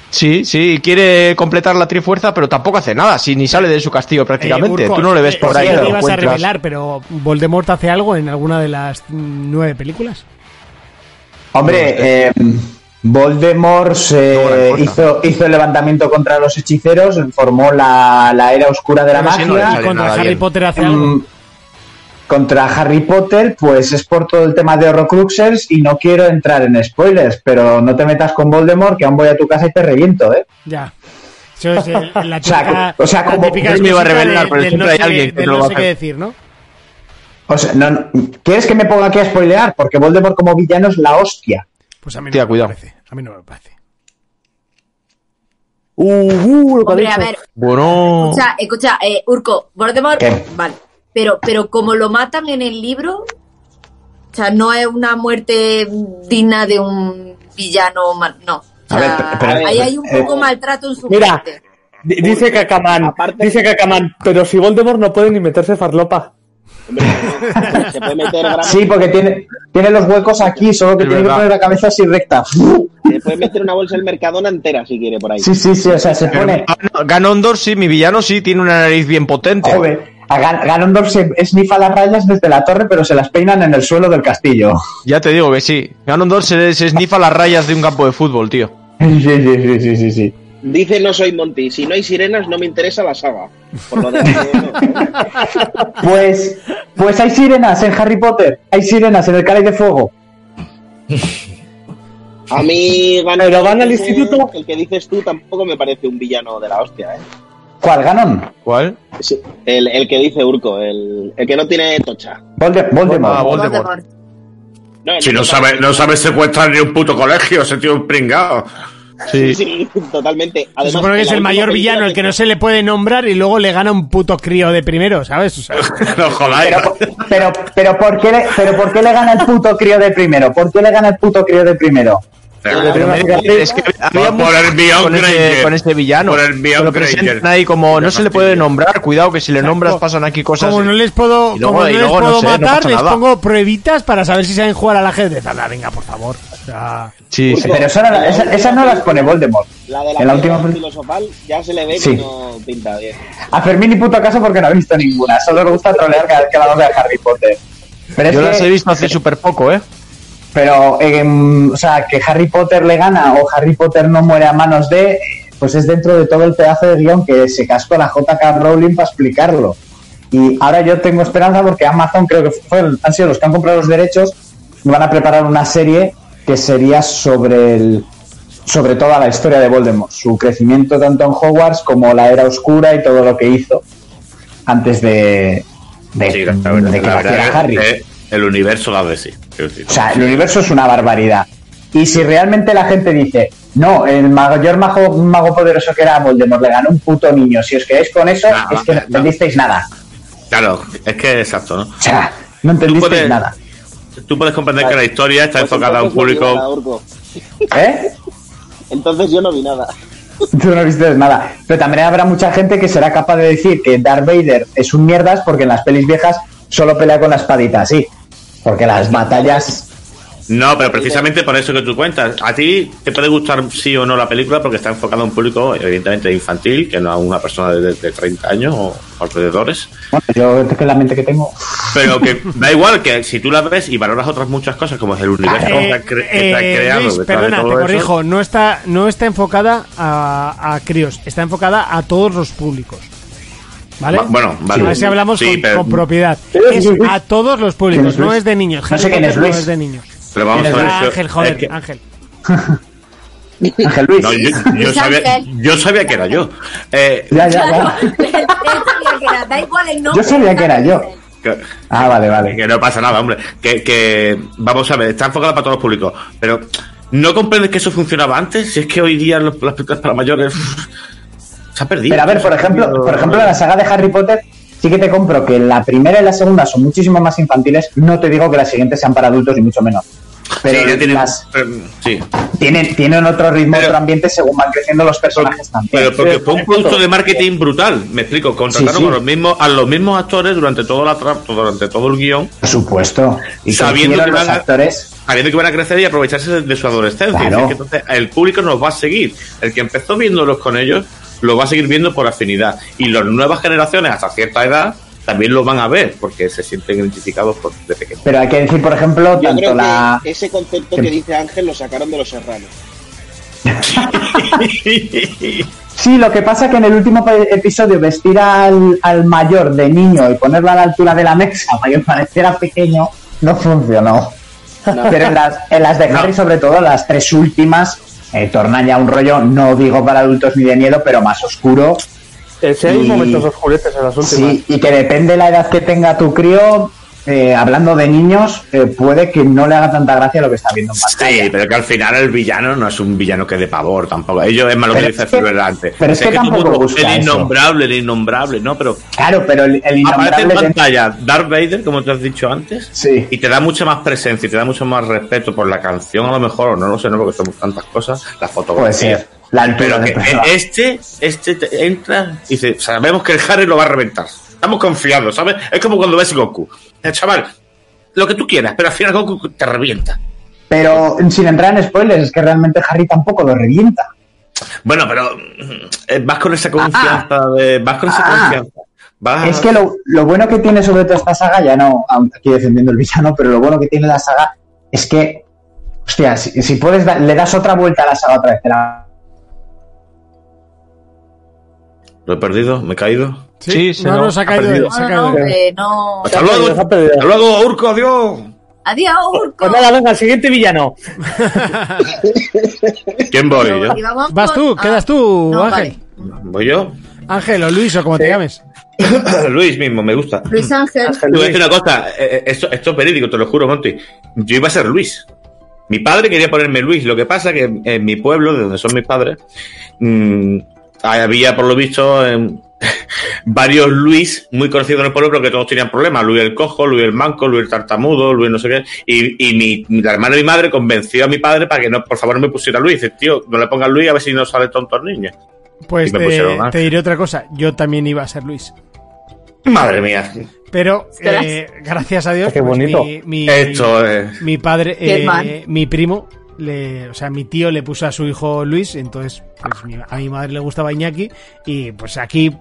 Speaker 9: Sí, sí, quiere completar la trifuerza, pero tampoco hace nada, si ni sale de su castillo prácticamente.
Speaker 3: Eh, Urco,
Speaker 9: Tú no le ves
Speaker 3: eh,
Speaker 9: por
Speaker 3: sí
Speaker 9: ahí.
Speaker 3: que
Speaker 9: no
Speaker 3: te
Speaker 9: lo
Speaker 3: ibas a
Speaker 9: encuentras.
Speaker 3: revelar, pero Voldemort hace algo en alguna de las mm, nueve películas.
Speaker 5: Hombre, eh, Voldemort se-
Speaker 9: No, este gran cosa.
Speaker 5: hizo, hizo el levantamiento contra los hechiceros, formó la, la era oscura de la
Speaker 9: Pero si no le
Speaker 5: magia.
Speaker 9: sale
Speaker 3: Contra
Speaker 9: nada
Speaker 3: Harry
Speaker 9: bien.
Speaker 3: Potter hace algo.
Speaker 5: Mm, contra Harry Potter, pues es por todo el tema de Horrocruxers y no quiero entrar en spoilers, pero no te metas con Voldemort, que aún voy a tu casa y te reviento, ¿eh.
Speaker 3: Ya. Eso es el- la
Speaker 5: O sea,
Speaker 3: típica-
Speaker 5: o sea,
Speaker 3: la
Speaker 5: como-
Speaker 3: típica
Speaker 9: yo me iba a
Speaker 3: excusita
Speaker 9: revelar,
Speaker 3: del-
Speaker 9: pero
Speaker 3: del
Speaker 9: siempre
Speaker 3: no
Speaker 9: hay
Speaker 3: sé-
Speaker 9: alguien que
Speaker 3: del
Speaker 9: no lo
Speaker 3: no
Speaker 9: va a
Speaker 3: sé qué
Speaker 9: hacer.
Speaker 3: decir, ¿no?
Speaker 5: O sea, no, no- ¿quieres que me ponga aquí a spoilear? Porque Voldemort como villano es la hostia.
Speaker 3: Pues a mí no
Speaker 9: Tía,
Speaker 3: me
Speaker 9: cuidado.
Speaker 3: parece. A mí no me parece.
Speaker 6: uh, uh, lo que ha
Speaker 10: Hombre, a
Speaker 6: dicho.
Speaker 10: ver,
Speaker 9: Bueno,
Speaker 10: escucha, escucha, eh, Urco, Voldemort,
Speaker 5: ¿Qué?
Speaker 10: vale. Pero, pero como lo matan en el libro, o sea, no es una muerte digna de un villano mal, no. O
Speaker 5: A
Speaker 10: sea,
Speaker 5: ver, pero- pero-
Speaker 10: ahí hay un
Speaker 5: eh,
Speaker 10: poco maltrato en su
Speaker 6: mira.
Speaker 10: muerte.
Speaker 6: Di- Dice Cacamán,
Speaker 8: Aparte-
Speaker 6: dice Cacamán, pero si Voldemort no puede ni meterse farlopa.
Speaker 8: Hombre, no, se puede meter grama,
Speaker 5: Sí, porque tiene, tiene los huecos aquí, solo que
Speaker 9: Es
Speaker 5: tiene
Speaker 9: verdad.
Speaker 5: que poner la cabeza así recta.
Speaker 8: se puede meter una bolsa del Mercadona entera si quiere por ahí.
Speaker 5: Sí, sí, sí, o sea, se
Speaker 9: pero
Speaker 5: pone...
Speaker 9: Gan- Ganondorf sí, mi villano sí, tiene una nariz bien potente.
Speaker 5: Joder, a Gan- Ganondorf se esnifa las rayas desde la torre, pero se las peinan en el suelo del castillo.
Speaker 9: Ya te digo que sí. Ganondorf se, se esnifa las rayas de un campo de fútbol, tío.
Speaker 5: Sí, sí, sí, sí, sí, sí.
Speaker 8: Dice no soy Monty. Si no hay sirenas, no me interesa la saga. Por lo demás, no, no. ¿eh?
Speaker 5: Pues, pues hay sirenas en Harry Potter, hay sirenas en el Cáliz de Fuego.
Speaker 8: A mí Ganon,
Speaker 6: Pero van al instituto.
Speaker 8: El que dices tú tampoco me parece un villano de la hostia, ¿eh?
Speaker 5: ¿Cuál Ganon?
Speaker 9: ¿Cuál?
Speaker 8: Sí, El, el que dice Urco, el, el que no tiene tocha.
Speaker 5: Volde- Voldemort.
Speaker 9: Ah, Voldemort.
Speaker 10: Voldemort.
Speaker 8: No, el
Speaker 7: Si
Speaker 8: que
Speaker 7: no sabe, no sabe secuestrar ni un puto colegio, ese tío es un pringado.
Speaker 9: Sí.
Speaker 8: Sí, totalmente.
Speaker 3: Se
Speaker 8: Además,
Speaker 3: supone que
Speaker 8: en
Speaker 3: es
Speaker 8: la
Speaker 3: el
Speaker 8: última
Speaker 3: mayor
Speaker 8: película
Speaker 3: villano, el que no se le puede nombrar y luego le gana un puto crío de primero, ¿sabes? O sea,
Speaker 7: no jodáis.
Speaker 5: Pero, pero, pero, ¿por qué le, pero ¿por qué le gana el puto crío de primero? ¿Por qué le gana el puto crío de primero?
Speaker 9: Es que había
Speaker 7: Por- por
Speaker 9: mucho
Speaker 7: el Beyond
Speaker 9: con, ese,
Speaker 7: Granger.
Speaker 9: con ese villano.
Speaker 7: Por el Beyond
Speaker 9: Lo presentan
Speaker 7: Granger.
Speaker 9: ahí como no se le puede
Speaker 7: fastidio.
Speaker 9: nombrar. Cuidado que si le nombras pasan aquí cosas.
Speaker 3: como no les puedo,
Speaker 9: Y luego-
Speaker 3: como no
Speaker 9: y
Speaker 3: les
Speaker 9: luego, no
Speaker 3: puedo
Speaker 9: sé, no
Speaker 3: matar,
Speaker 9: pasa
Speaker 3: les
Speaker 9: nada.
Speaker 3: pongo pruebitas para saber si saben jugar al ajedrez. Anda, venga, por favor. O sea,
Speaker 9: Sí, sí.
Speaker 5: Pero esas esa, esa no las pone Voldemort.
Speaker 8: La de la,
Speaker 5: en la
Speaker 8: piedra
Speaker 5: última peli-
Speaker 8: filosofal ya se le ve
Speaker 5: Sí.
Speaker 8: que no pinta bien.
Speaker 5: A Fermín ni puto caso porque no ha visto ninguna. Solo le gusta trolear cada vez que hablamos de Harry Potter. Pero es
Speaker 9: Yo las
Speaker 5: que-
Speaker 9: he visto hace súper poco, ¿eh?
Speaker 5: Pero, eh, mm, o sea, que Harry Potter le gana o Harry Potter no muere a manos de, pues es dentro de todo el pedazo de guión que se cascó la JK Rowling para explicarlo. Y ahora yo tengo esperanza porque Amazon creo que fue, han sido los que han comprado los derechos y van a preparar una serie que sería sobre el sobre toda la historia de Voldemort, su crecimiento tanto en Hogwarts como la era oscura y todo lo que hizo antes de, de,
Speaker 7: Sí,
Speaker 5: de
Speaker 7: la verdad-
Speaker 5: que
Speaker 7: la verdad
Speaker 5: naciera Harry.
Speaker 7: es que el universo la de sí. Quiero decir,
Speaker 5: O sea, el universo es una barbaridad. Y si realmente la gente dice, no, el mayor mago, mago poderoso que era Voldemort le ganó un puto niño, si os quedáis con eso,
Speaker 7: No,
Speaker 5: es que no
Speaker 7: no.
Speaker 5: entendisteis nada.
Speaker 7: Claro, es que exacto, ¿no?
Speaker 5: O sea, no entendisteis
Speaker 7: puedes-
Speaker 5: nada.
Speaker 7: Tú puedes comprender que la historia está
Speaker 8: Pues
Speaker 7: enfocada a un
Speaker 8: entonces no vi nada,
Speaker 7: público.
Speaker 8: Urco.
Speaker 5: ¿Eh?
Speaker 8: Entonces yo no vi nada.
Speaker 5: Tú no viste nada. Pero también habrá mucha gente que será capaz de decir que Darth Vader es un mierdas porque en las pelis viejas solo pelea con la espadita, sí. Porque las batallas... pues,
Speaker 7: No, pero precisamente por eso que tú cuentas. A ti te puede gustar sí o no la película porque está enfocada a un público, evidentemente infantil, que no a una persona de, de 30 años o alrededores.
Speaker 5: Bueno, yo que la mente que tengo...
Speaker 7: Pero que da igual que si tú la ves y valoras otras muchas cosas, como es el universo que
Speaker 3: eh,
Speaker 7: está cre- que está
Speaker 3: eh,
Speaker 7: creado.
Speaker 3: Luis,
Speaker 7: detrás de
Speaker 3: perdona, te
Speaker 7: todo eso.
Speaker 3: corrijo, no está, no está enfocada a, a críos, está enfocada a todos los públicos. ¿Vale?
Speaker 7: Va- bueno, vale.
Speaker 3: A ver si hablamos
Speaker 7: Sí,
Speaker 3: con,
Speaker 7: pero-
Speaker 3: con propiedad. Es a todos los
Speaker 5: ¿Quién
Speaker 3: públicos,
Speaker 5: es
Speaker 3: no
Speaker 5: Luis?
Speaker 3: es de niños.
Speaker 5: No sé
Speaker 3: Harry
Speaker 5: quién es
Speaker 3: Potter
Speaker 5: Luis.
Speaker 3: No es de niños.
Speaker 7: Pero vamos a ver. eh, eso-
Speaker 3: Ángel, joder,
Speaker 7: es que-
Speaker 3: Ángel.
Speaker 5: Ángel Luis.
Speaker 7: No, yo, yo
Speaker 10: Es
Speaker 7: sabía,
Speaker 10: Ángel.
Speaker 7: yo sabía que era yo. Eh,
Speaker 5: Ya, ya,
Speaker 10: Claro,
Speaker 5: ya.
Speaker 10: él sabía que era, da igual el nombre.
Speaker 5: Yo sabía que era yo.
Speaker 7: que-
Speaker 5: Ah, vale, vale.
Speaker 7: Que no pasa nada, hombre. Que, que- vamos a ver, está enfocada para todos los públicos. Pero, ¿no comprendes que eso funcionaba antes? Si es que hoy día los- las películas para mayores se ha perdido.
Speaker 5: Pero a ver, por ejemplo, por ejemplo, la saga de Harry Potter sí que te compro que la primera y la segunda son muchísimo más infantiles. No te digo que las siguientes sean para adultos y mucho menos. Pero
Speaker 7: Sí, ya tienen-
Speaker 5: las-
Speaker 7: pero- sí.
Speaker 5: tienen, tienen otro ritmo,
Speaker 7: Pero-
Speaker 5: otro ambiente según van creciendo los personajes también.
Speaker 7: Pero porque fue un producto de marketing brutal, me explico, contrataron
Speaker 5: Sí, sí.
Speaker 7: A, los mismos, a los mismos actores durante todo la tra- durante todo el guión,
Speaker 5: Por supuesto. Y
Speaker 7: Sabiendo
Speaker 5: sabiendo
Speaker 7: que
Speaker 5: los
Speaker 7: van a-
Speaker 5: actores.
Speaker 7: sabiendo que van a crecer y aprovecharse de, de su adolescencia.
Speaker 5: Claro.
Speaker 7: Es que entonces el público nos va a seguir. El que empezó viéndolos con ellos, lo va a seguir viendo por afinidad. Y las nuevas generaciones hasta cierta edad también lo van a ver, porque se sienten identificados por, de pequeños.
Speaker 5: Pero hay que decir, por ejemplo,
Speaker 8: Yo
Speaker 5: tanto
Speaker 8: creo
Speaker 5: la.
Speaker 8: que ese concepto que dice Ángel lo sacaron de los serranos.
Speaker 5: Sí, lo que pasa que en el último pe- episodio vestir al, al mayor de niño y ponerlo a la altura de la mesa para que pareciera pequeño no funcionó. Pero en las, en las de Harry, sobre todo, las tres últimas, eh, tornan ya un rollo, no digo para adultos ni de miedo, pero más oscuro.
Speaker 6: Eh, si hay
Speaker 5: Y-
Speaker 6: momentos oscureces en las últimas.
Speaker 5: Sí, y que depende de la edad que tenga tu crío, eh, hablando de niños, eh, puede que no le haga tanta gracia lo que está viendo en pantalla.
Speaker 7: Sí, pero que al final el villano no es un villano que de pavor tampoco. Ellos es más lo que
Speaker 5: Pero
Speaker 7: dice
Speaker 5: es que-
Speaker 7: Ferber antes.
Speaker 5: pero es que
Speaker 7: tú
Speaker 5: tampoco
Speaker 7: pones
Speaker 5: busca
Speaker 7: El
Speaker 5: eso.
Speaker 7: innombrable, el innombrable, ¿no? Pero
Speaker 5: Claro, pero el, el
Speaker 7: aparece en
Speaker 5: innombrable de-
Speaker 7: pantalla Darth Vader, como te has dicho antes,
Speaker 5: Sí.
Speaker 7: y te da mucha más presencia y te da mucho más respeto por la canción, a lo mejor, o no lo sé, no, porque son tantas cosas, la
Speaker 5: Puede
Speaker 7: fotografía.
Speaker 5: ser. pues La altura
Speaker 7: Pero que
Speaker 5: del personaje.
Speaker 7: este, este te entra y dice, sabemos que el Harry lo va a reventar. Estamos confiados, ¿sabes? Es como cuando ves Goku. Eh, chaval, lo que tú quieras, pero al final Goku te revienta.
Speaker 5: Pero sin entrar en spoilers, es que realmente Harry tampoco lo revienta.
Speaker 7: Bueno, pero mm, eh, vas con esa confianza de. Vas con esa
Speaker 5: Ah.
Speaker 7: confianza. Vas-
Speaker 5: Es que lo, lo bueno que tiene sobre todo esta saga, ya no aún aquí defendiendo el villano, pero lo bueno que tiene la saga es que, hostia, si, si puedes, da- le das otra vuelta a la saga otra vez, te la
Speaker 7: ¿Lo he perdido? ¿Me he caído?
Speaker 9: Sí, se
Speaker 3: no
Speaker 9: lo-
Speaker 3: nos ha
Speaker 9: ha
Speaker 3: caído.
Speaker 9: perdido.
Speaker 3: se ha
Speaker 10: No, no, no,
Speaker 3: caído.
Speaker 10: que no.
Speaker 7: ¡Hasta luego!
Speaker 6: Se ha perdido.
Speaker 7: ¡Hasta luego, Urco! ¡Adiós!
Speaker 10: Adiós, Urco.
Speaker 6: Pues nada, venga, el siguiente villano.
Speaker 7: ¿Quién voy yo?
Speaker 10: Y vamos
Speaker 3: Vas
Speaker 10: con-
Speaker 3: tú,
Speaker 10: ah,
Speaker 3: quedas tú,
Speaker 10: no,
Speaker 3: Ángel.
Speaker 7: ¿Voy yo?
Speaker 3: Ángel o Luis o como te llames.
Speaker 7: Luis mismo, me gusta.
Speaker 10: vale. Luis Ángel.
Speaker 7: Te voy a decir una cosa, eh, eh, esto, esto es verídico, te lo juro, Monty. Yo iba a ser Luis. Mi padre quería ponerme Luis. Lo que pasa que en, en mi pueblo, de donde son mis padres, mm, había, por lo visto, em, varios Luis muy conocidos en el pueblo, pero que todos tenían problemas. Luis el cojo, Luis el manco, Luis el tartamudo, Luis no sé qué. Y, y mi, la hermana de mi madre convenció a mi padre para que no, por favor, no me pusiera Luis. Dice, tío, no le pongas Luis a ver si no sale tonto al niño.
Speaker 3: Pues
Speaker 7: Y me
Speaker 3: te,
Speaker 7: pusieron Ángel.
Speaker 3: te diré otra cosa. Yo también iba a ser Luis.
Speaker 7: Madre mía.
Speaker 3: Pero
Speaker 10: Ostras.
Speaker 3: eh, gracias a Dios,
Speaker 6: Qué
Speaker 3: pues,
Speaker 6: bonito.
Speaker 3: mi, mi-
Speaker 7: Esto es.
Speaker 3: mi padre,
Speaker 10: Qué
Speaker 3: eh,
Speaker 10: mal.
Speaker 3: mi primo, le, o sea, mi tío le puso a su hijo Luis, entonces pues, mi- a mi madre le gustaba Iñaki y pues aquí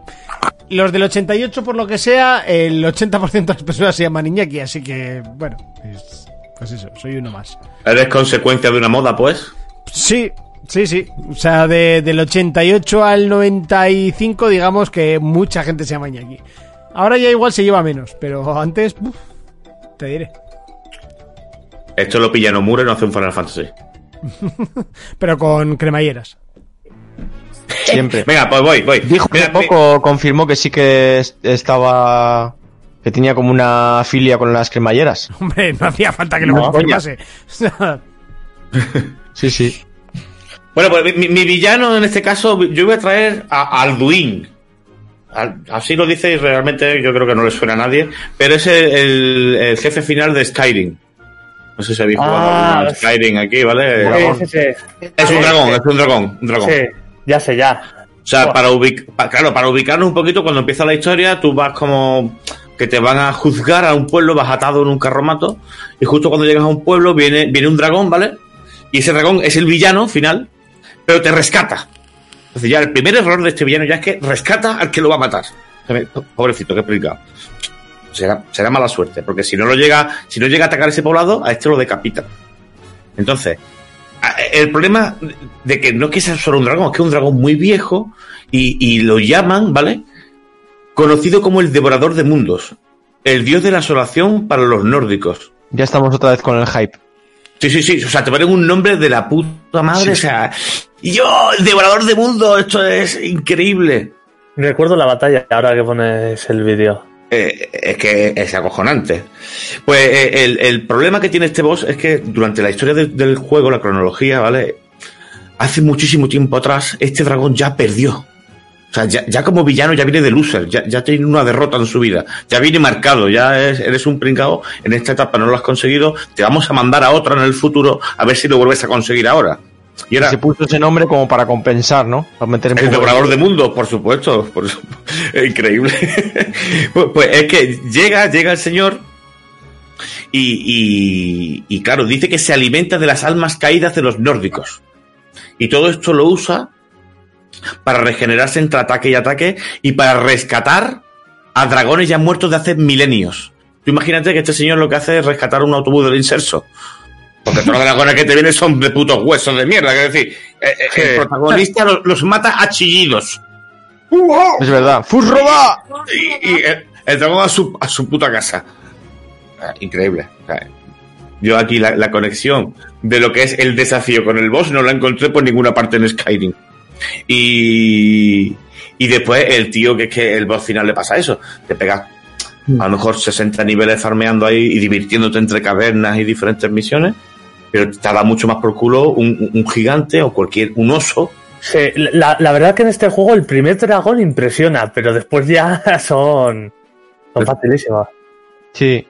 Speaker 3: los del 88 por lo que sea, el 80% de las personas se llaman Iñaki, así que bueno, es- pues eso, soy uno más.
Speaker 7: ¿Eres consecuencia de una moda, pues?
Speaker 3: Sí, sí, sí. O sea, de- del 88 al 95, digamos que mucha gente se llama Iñaki. Ahora ya igual se lleva menos, pero antes, uf, te diré.
Speaker 7: Esto lo pilla Nomura y no hace un Final Fantasy.
Speaker 3: Pero con cremalleras.
Speaker 9: Siempre.
Speaker 7: Venga, pues voy, voy.
Speaker 9: Dijo
Speaker 7: Mira,
Speaker 9: un poco, confirmó que sí que es- estaba. que tenía como una filia con las cremalleras.
Speaker 3: Hombre, no hacía falta que lo
Speaker 6: No,
Speaker 3: confirmase. O sea,
Speaker 9: Sí, sí.
Speaker 7: mi- Bueno, pues mi, mi villano en este caso, yo voy a traer a Alduin. Al- así lo dice y realmente yo creo que no le suena a nadie, pero es el, el- el jefe final de Skyrim. No sé si habéis jugado
Speaker 6: Ah,
Speaker 7: alguno a
Speaker 6: es-
Speaker 7: Skyrim aquí, ¿vale? Dragón.
Speaker 6: Eh, Sí, sí, sí.
Speaker 7: Es un dragón, es un dragón, un dragón.
Speaker 6: Sí, ya sé, ya.
Speaker 7: O sea, para ubic- pa- claro, para ubicarnos un poquito, cuando empieza la historia, tú vas como que te van a juzgar a un pueblo, vas atado en un carromato, y justo cuando llegas a un pueblo viene, viene un dragón, ¿vale? Y ese dragón es el villano final, pero te rescata. Entonces ya el primer error de este villano ya es que rescata al que lo va a matar. Pobrecito, qué pringao. Será, será mala suerte, porque si no lo llega, si no llega a atacar ese poblado, a este lo decapita. Entonces, a- el problema de que no es que sea solo un dragón, es que es un dragón muy viejo y, y lo llaman, ¿vale? Conocido como el devorador de mundos, el dios de la asolación para los nórdicos.
Speaker 9: Ya estamos otra vez con el hype.
Speaker 7: Sí, sí, sí, o sea, te ponen un nombre de la puta madre, o sea, yo, el devorador de mundos, esto es increíble.
Speaker 6: Recuerdo la batalla ahora que pones el vídeo.
Speaker 7: Eh, es que es acojonante. Pues eh, el, el problema que tiene este boss es que durante la historia del- del juego, la cronología, ¿vale? Hace muchísimo tiempo atrás, este dragón ya perdió. O sea, ya, ya como villano ya viene de loser, ya, ya tiene una derrota en su vida, ya viene marcado, ya es- eres un pringao, en esta etapa no lo has conseguido, te vamos a mandar a otra en el futuro a ver si lo vuelves a conseguir ahora. Y
Speaker 9: Y
Speaker 7: era
Speaker 9: se puso ese nombre como para compensar, ¿no? Para meter un
Speaker 7: el
Speaker 9: poco de-
Speaker 7: devorador de mundos, por supuesto. por su- Increíble. pues, pues es que llega, llega el señor y, y- y claro, dice que se alimenta de las almas caídas de los nórdicos. Y todo esto lo usa para regenerarse entre ataque y ataque y para rescatar a dragones ya muertos de hace milenios. Tú imagínate que este señor lo que hace es rescatar un autobús del inserso. Porque todos los dragones que te vienen son de putos huesos de mierda. Es decir, eh, eh, el protagonista los, los mata a chillidos.
Speaker 9: Es verdad. ¡Fus roba!
Speaker 7: Y, y el, el dragón a su, a su puta casa. Ah, Increíble. O sea, Yo aquí la, la conexión de lo que es el desafío con el boss no la encontré por ninguna parte en Skyrim. Y, y después el tío que es que el boss final le pasa eso. Te pega a lo mejor 60 niveles farmeando ahí y divirtiéndote entre cavernas y diferentes misiones. Pero te da mucho más por culo un, un gigante o cualquier, un oso.
Speaker 6: Sí, la, la verdad que en este juego el primer dragón impresiona, pero después ya son, son facilísimas.
Speaker 9: Sí.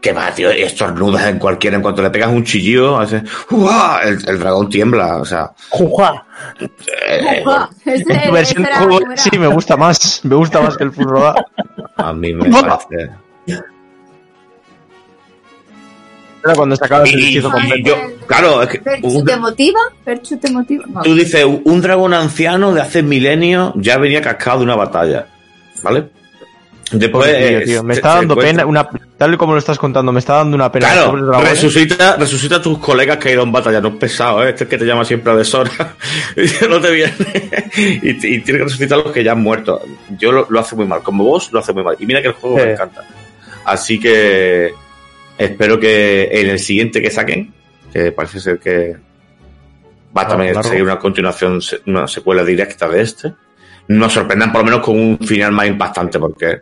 Speaker 7: Que va, tío, estornudas en cualquiera. En cuanto le pegas un chillido, hace, ¡Uah! el, el dragón tiembla. O sea,
Speaker 6: ¡Jujua!
Speaker 7: eh,
Speaker 10: Ujú, ese-
Speaker 9: Tu versión
Speaker 10: ese era
Speaker 9: juego-
Speaker 10: como era.
Speaker 9: sí, me gusta más. Me gusta más que el Fus roba.
Speaker 7: a mí me parece.
Speaker 9: Era cuando sacabas el
Speaker 7: Y-
Speaker 9: hechizo con
Speaker 7: y yo, claro, es que
Speaker 10: Perchu
Speaker 7: un-
Speaker 10: te motiva, Perchu te motiva. No.
Speaker 7: tú dices, un dragón anciano de hace milenios ya venía cascado de una batalla. ¿Vale? Después.
Speaker 9: Pobre tío,
Speaker 7: eh,
Speaker 9: tío, Me
Speaker 7: se-
Speaker 9: está
Speaker 7: se
Speaker 9: dando
Speaker 7: encuentra-
Speaker 9: pena. Una, Tal y como lo estás contando, me está dando una pena.
Speaker 7: Claro,
Speaker 9: Sobre los dragones.
Speaker 7: resucita, resucita a tus colegas que han ido en batalla. No es pesado, ¿eh? Este es que te llama siempre a deshora. y no te viene. y, y tiene que resucitar a los que ya han muerto. Yo lo, lo hace muy mal. Como vos, lo hace muy mal. Y mira que el juego
Speaker 6: Sí.
Speaker 7: me encanta. Así que espero que en el siguiente que saquen, que parece ser que va a
Speaker 9: Ah,
Speaker 7: también
Speaker 9: largo.
Speaker 7: seguir una continuación, se- una secuela directa de este, nos sorprendan por lo menos con un final más impactante, porque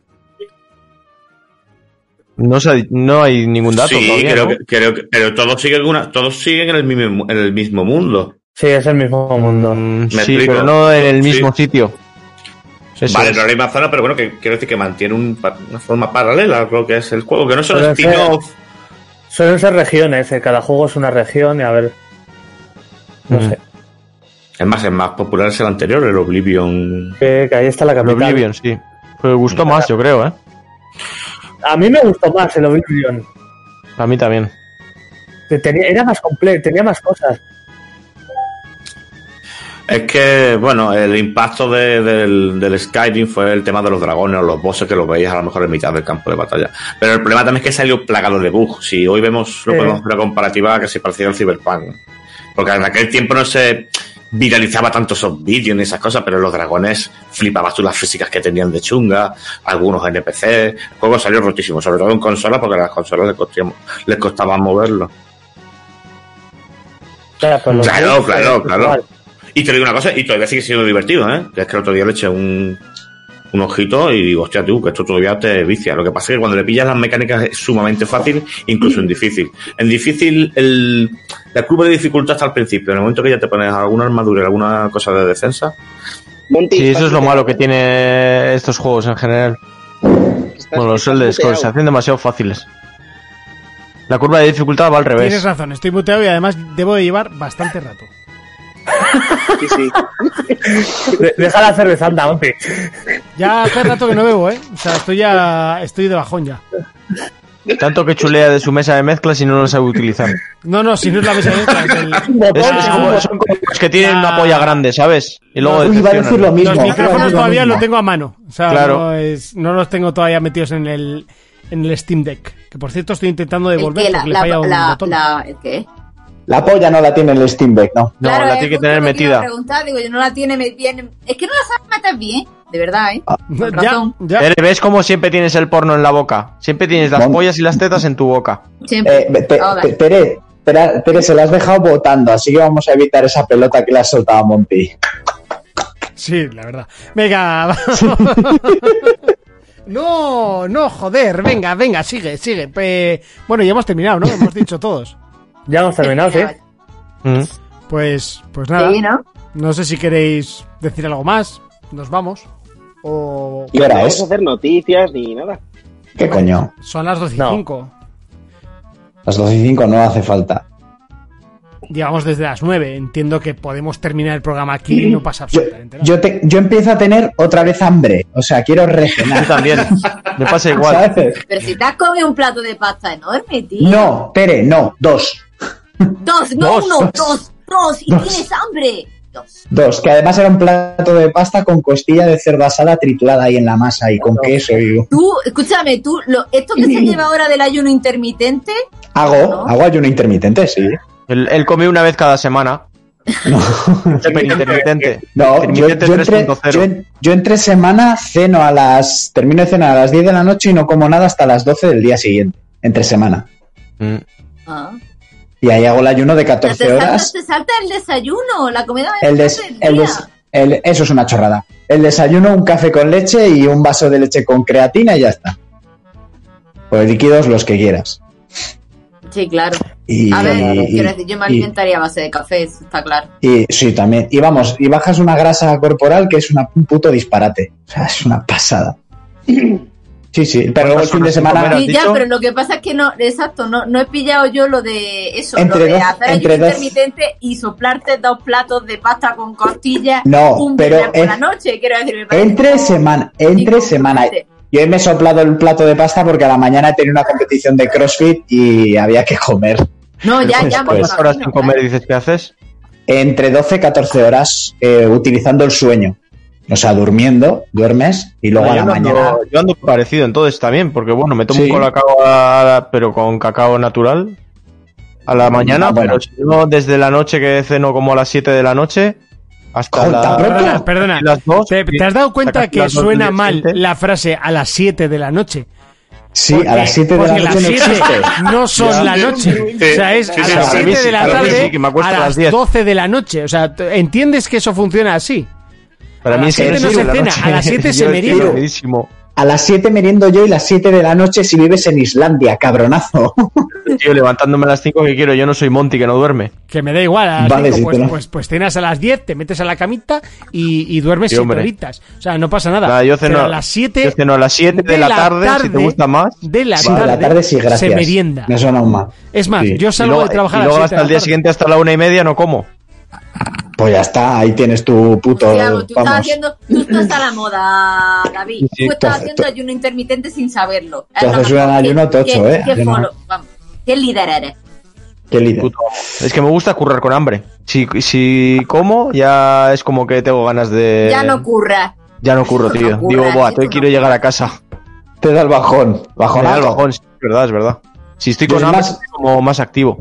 Speaker 9: No, se ha- no hay ningún dato.
Speaker 7: sí,
Speaker 9: todavía,
Speaker 7: creo
Speaker 9: ¿no?
Speaker 7: que, creo que- pero todos siguen una, todos siguen en el mismo en el mismo mundo.
Speaker 6: Sí, es el mismo mundo.
Speaker 9: Mm, sí,
Speaker 7: explico.
Speaker 9: pero no en el
Speaker 7: Sí.
Speaker 9: mismo sitio. Eso
Speaker 7: vale,
Speaker 9: es.
Speaker 7: no en la misma zona, pero bueno, que quiero decir que mantiene un pa- una forma paralela, creo que es el juego, que no son
Speaker 6: Pero es
Speaker 7: spin-off.
Speaker 6: Suelen ser regiones, eh, cada juego es una región y a ver. No
Speaker 9: Mm.
Speaker 6: sé.
Speaker 7: Es más, el más popular es el anterior, el Oblivion.
Speaker 6: eh, Que, que ahí está la
Speaker 9: El
Speaker 6: capital.
Speaker 9: Oblivion, sí. Pero me gustó más, yo creo, ¿eh?
Speaker 6: A mí me gustó más el Oblivion.
Speaker 9: A mí también.
Speaker 6: que Tenía, era más completo, tenía más cosas.
Speaker 7: Es que, bueno, el impacto de- del, del Skyrim fue el tema de los dragones o los bosses que los veías a lo mejor en mitad del campo de batalla. Pero el problema también es que salió plagado de bugs. Si hoy vemos lo
Speaker 6: Sí.
Speaker 7: podemos hacer una comparativa que se parecía al Cyberpunk. Porque en aquel tiempo no se viralizaba tanto esos vídeos ni esas cosas, pero los dragones flipabas tú las físicas que tenían de chunga, algunos NPC. El juego salió rotísimo, sobre todo en consolas, porque a las consolas les costía- les costaba moverlo.
Speaker 6: Ya, pero pues los
Speaker 7: Claro,
Speaker 6: bugs,
Speaker 7: claro,
Speaker 6: eh,
Speaker 7: claro.
Speaker 6: igual.
Speaker 7: Y te digo una cosa, y todavía sigue siendo divertido, ¿eh? Que es que el otro día le eché un, un ojito y digo, hostia, tú, que esto todavía te vicia. Lo que pasa es que cuando le pillas las mecánicas es sumamente fácil, incluso en difícil. En difícil, el, la curva de dificultad está al principio. En el momento que ya te pones alguna armadura, alguna cosa de defensa,
Speaker 8: Monty,
Speaker 9: Sí,
Speaker 8: estás
Speaker 9: eso es lo
Speaker 8: muteado.
Speaker 9: malo que tiene estos juegos en general.
Speaker 8: Estás-
Speaker 9: Bueno, los
Speaker 8: estás
Speaker 9: Elder Scrolls se
Speaker 8: muteado.
Speaker 9: hacen demasiado fáciles. La curva de dificultad va al
Speaker 3: Tienes
Speaker 9: revés.
Speaker 3: razón, estoy muteado y además debo de llevar bastante rato.
Speaker 8: Sí, sí.
Speaker 6: De- Deja la cerveza, anda, hombre.
Speaker 3: Ya hace rato que no bebo, ¿eh? O sea, estoy ya... Estoy de bajón ya.
Speaker 9: Tanto que chulea de su mesa de mezclas y no lo sabe utilizar.
Speaker 3: No, no, si no es la mesa de mezclas, el-
Speaker 9: Es,
Speaker 3: Ah.
Speaker 9: es como, son como los que tienen una polla grande, ¿sabes? Y luego
Speaker 5: Uy, iba a decir lo
Speaker 9: decepcionan.
Speaker 5: mismo.
Speaker 3: Los
Speaker 5: iba a decir
Speaker 3: micrófonos
Speaker 5: lo
Speaker 3: todavía
Speaker 5: mismo.
Speaker 3: los tengo a mano. O sea,
Speaker 9: Claro.
Speaker 3: no, es- no los tengo todavía metidos en el, en el Steam Deck. Que por cierto estoy intentando
Speaker 10: El
Speaker 3: devolver
Speaker 10: que la,
Speaker 3: porque le
Speaker 10: la,
Speaker 3: falla un
Speaker 10: la,
Speaker 3: botón.
Speaker 10: la- ¿el qué?
Speaker 5: La polla no la tiene el Steam Deck, ¿no?
Speaker 9: No,
Speaker 10: Claro,
Speaker 9: la
Speaker 10: es
Speaker 9: tiene que
Speaker 10: justo
Speaker 9: tener
Speaker 10: lo iba a
Speaker 9: metida.
Speaker 10: preguntar, digo, yo no la tiene met- bien. Es que no la sabes meter bien, de verdad, ¿eh? Con razón.
Speaker 3: ya, ya.
Speaker 9: Ere, ¿Ves cómo siempre tienes el porno en la boca? Siempre tienes las
Speaker 5: Vamos.
Speaker 9: pollas y las tetas en tu boca.
Speaker 10: Siempre.
Speaker 5: Eh, te- te-
Speaker 10: Ahora.
Speaker 5: te- Tere, Tere- Tere, se la has dejado votando, así que vamos a evitar esa pelota que le has soltado a Monty.
Speaker 3: Sí, la verdad. Venga, vamos. No, no, joder. Venga, venga, sigue, sigue. Pe- Bueno, ya hemos terminado, ¿no? Hemos dicho todos.
Speaker 6: Ya hemos terminado, sí.
Speaker 9: Mm.
Speaker 3: Pues, pues nada.
Speaker 10: Sí, ¿no?
Speaker 3: No sé si queréis decir algo más. Nos vamos. O
Speaker 5: ¿Y ahora
Speaker 8: No vamos a
Speaker 5: es?
Speaker 8: hacer noticias ni nada.
Speaker 5: ¿Qué coño?
Speaker 3: son las 12 y
Speaker 6: No.
Speaker 3: 5.
Speaker 5: Las 12 y 5 no hace falta.
Speaker 3: Digamos desde las 9. Entiendo que podemos terminar el programa aquí y no pasa
Speaker 5: Yo,
Speaker 3: absolutamente nada.
Speaker 5: yo, te- yo empiezo a tener otra vez hambre, o sea, quiero
Speaker 9: Yo
Speaker 5: regenerar.
Speaker 9: también. Me pasa igual.
Speaker 5: ¿sabes?
Speaker 10: Pero si te has comido un plato de pasta enorme, tío.
Speaker 5: No, Tere, no, dos.
Speaker 10: Dos, no
Speaker 9: Dos.
Speaker 10: uno, dos, dos, y
Speaker 5: Dos.
Speaker 10: tienes hambre. Dos.
Speaker 5: Dos, que además era un plato de pasta con costilla de cerdo asada triturada ahí en la masa y con queso y...
Speaker 10: Tú, escúchame, tú, lo, esto que se lleva ahora del ayuno intermitente,
Speaker 5: Hago, hago ayuno intermitente, sí.
Speaker 9: Él, él come una vez cada semana. Súper intermitente.
Speaker 5: No, yo,
Speaker 9: Intermitente
Speaker 5: yo entre,
Speaker 9: 3.0.
Speaker 5: yo en- yo entre semana ceno a las... Termino de cenar a las 10 de la noche y no como nada hasta las 12 del día siguiente, entre semana.
Speaker 9: Mm.
Speaker 10: ah,
Speaker 5: Y ahí hago el ayuno de
Speaker 10: te,
Speaker 5: 14
Speaker 10: salta,
Speaker 5: horas.
Speaker 10: te salta el desayuno, la comida
Speaker 5: El
Speaker 10: del
Speaker 5: des- el des- el- eso es una chorrada. El desayuno, un café con leche y un vaso de leche con creatina y ya está. O de líquidos, los que quieras.
Speaker 10: Sí, claro.
Speaker 5: Y,
Speaker 10: A ver,
Speaker 5: y-
Speaker 10: quiero decir, yo me
Speaker 5: y-
Speaker 10: alimentaría a base de café, eso está claro.
Speaker 5: y- sí, también. Y vamos, y bajas una grasa corporal que es una- un puto disparate. O sea, es una pasada. Sí, sí, pero luego el fin de
Speaker 9: horas sin comer
Speaker 5: semana...
Speaker 9: has
Speaker 10: Y ya,
Speaker 9: dicho?
Speaker 10: pero lo que pasa es que no, exacto, no, no he pillado yo lo de eso,
Speaker 5: Entre
Speaker 10: lo de
Speaker 5: dos-
Speaker 10: hacer ayuno
Speaker 5: entre dos-
Speaker 10: intermitente y soplarte dos platos de pasta con costillas
Speaker 5: No,
Speaker 10: un
Speaker 5: pero
Speaker 10: viernes por
Speaker 5: en-
Speaker 10: la noche, quiero decir, me parece
Speaker 5: Entre
Speaker 10: como
Speaker 5: semana, entre
Speaker 10: inconveniente.
Speaker 5: semana. Yo hoy me he soplado el plato de pasta porque a la mañana tenía una competición de CrossFit y había que comer.
Speaker 10: No, ya, ya, me
Speaker 5: Pues,
Speaker 9: ¿Cuántas horas sin
Speaker 10: imagino, ¿eh?
Speaker 9: comer dices que haces?
Speaker 5: Entre 12 y 14 horas eh, utilizando el sueño. O sea, durmiendo, duermes y luego
Speaker 9: No,
Speaker 5: a la
Speaker 9: yo, ando,
Speaker 5: mañana.
Speaker 9: yo ando parecido entonces también, porque bueno, me tomo
Speaker 5: Sí.
Speaker 9: un colacao, a la- pero con cacao natural a la mañana,
Speaker 5: Ah, bueno.
Speaker 9: pero si no, desde la noche que ceno como a las 7 de la noche hasta
Speaker 5: Joder,
Speaker 9: la-
Speaker 5: tampoco.
Speaker 3: Perdona, perdona.
Speaker 9: las dos,
Speaker 3: ¿Te, te has dado cuenta
Speaker 9: sacas
Speaker 3: que
Speaker 9: las dos
Speaker 3: suena
Speaker 9: del
Speaker 3: mal
Speaker 9: siguiente?
Speaker 3: la frase a las 7 de la noche?
Speaker 5: Sí, a las 7 de la
Speaker 3: porque
Speaker 5: noche
Speaker 3: las
Speaker 5: no
Speaker 3: 7
Speaker 5: existe.
Speaker 3: no son la noche.
Speaker 7: Sí,
Speaker 3: o sea, es
Speaker 7: sí,
Speaker 3: a
Speaker 7: sí,
Speaker 3: las
Speaker 7: para mí
Speaker 3: 7
Speaker 7: sí,
Speaker 3: de la
Speaker 7: para mí
Speaker 3: tarde
Speaker 9: sí, que me acuesto
Speaker 3: a
Speaker 9: a las
Speaker 3: las
Speaker 9: 10.
Speaker 3: 12 de la noche. O sea, t- ¿entiendes que eso funciona así?
Speaker 9: Para
Speaker 3: a
Speaker 9: mí
Speaker 3: las
Speaker 9: es que
Speaker 3: siete no
Speaker 9: sí,
Speaker 3: se
Speaker 9: la
Speaker 3: cena,
Speaker 9: noche.
Speaker 3: a las siete
Speaker 9: Yo
Speaker 3: se
Speaker 9: estoy
Speaker 3: merienda.
Speaker 9: dormidísimo.
Speaker 5: A las 7 meriendo yo y las 7 de la noche si vives en Islandia, cabronazo.
Speaker 9: Tío, levantándome a las 5 que quiero, yo no soy Monty que no duerme.
Speaker 3: Que me da igual. a las
Speaker 5: Vale,
Speaker 3: cinco,
Speaker 5: sí,
Speaker 3: pues,
Speaker 5: pero-
Speaker 3: pues, pues cenas a las 10, te metes a la camita y, y duermes
Speaker 9: Sí,
Speaker 3: 7
Speaker 9: hombre.
Speaker 3: horitas. O sea, no pasa nada.
Speaker 9: Nada, yo ceno,
Speaker 3: Pero a las 7
Speaker 9: yo ceno a las 7 de, la tarde, si te gusta más.
Speaker 3: De la,
Speaker 5: Sí,
Speaker 3: tarde,
Speaker 5: de la tarde sí, gracias.
Speaker 3: se merienda.
Speaker 5: Me suena aún más.
Speaker 3: Es más,
Speaker 5: Sí.
Speaker 3: yo
Speaker 9: y
Speaker 3: salgo
Speaker 9: luego,
Speaker 3: de trabajar
Speaker 9: y
Speaker 3: a las
Speaker 9: luego
Speaker 3: 7
Speaker 9: hasta
Speaker 3: de la
Speaker 9: el día
Speaker 3: tarde.
Speaker 9: siguiente, hasta la una y media, no como.
Speaker 5: Pues ya está, ahí tienes tu puto.
Speaker 10: Hostia, pues tú, estás
Speaker 5: vamos.
Speaker 10: haciendo, tú estás a la moda, David.
Speaker 5: Sí, sí,
Speaker 10: tú estás
Speaker 5: entonces,
Speaker 10: haciendo
Speaker 5: tú-
Speaker 10: ayuno intermitente sin saberlo.
Speaker 5: Tú haces un ayuno tocho,
Speaker 10: qué-
Speaker 5: ¿eh?
Speaker 10: Qué,
Speaker 5: Yo no.
Speaker 10: follow- vamos, qué líder eres.
Speaker 5: Qué líder.
Speaker 9: Puto amo. Es que me gusta currar con hambre. Si, si como, ya es como que tengo ganas
Speaker 5: Eh,
Speaker 9: de.
Speaker 10: Ya no ocurra.
Speaker 9: Ya no curro,
Speaker 10: No
Speaker 9: tío.
Speaker 10: curras,
Speaker 9: Digo, buah,
Speaker 10: eso
Speaker 9: te
Speaker 10: no
Speaker 9: quiero
Speaker 10: curras".
Speaker 9: llegar a casa.
Speaker 5: Te da el bajón.
Speaker 9: Me da
Speaker 5: Bajonazo.
Speaker 9: el bajón, sí, es verdad, es verdad. Si estoy
Speaker 5: Yo
Speaker 9: con
Speaker 5: es
Speaker 9: hambre,
Speaker 5: más-
Speaker 9: estoy como más activo.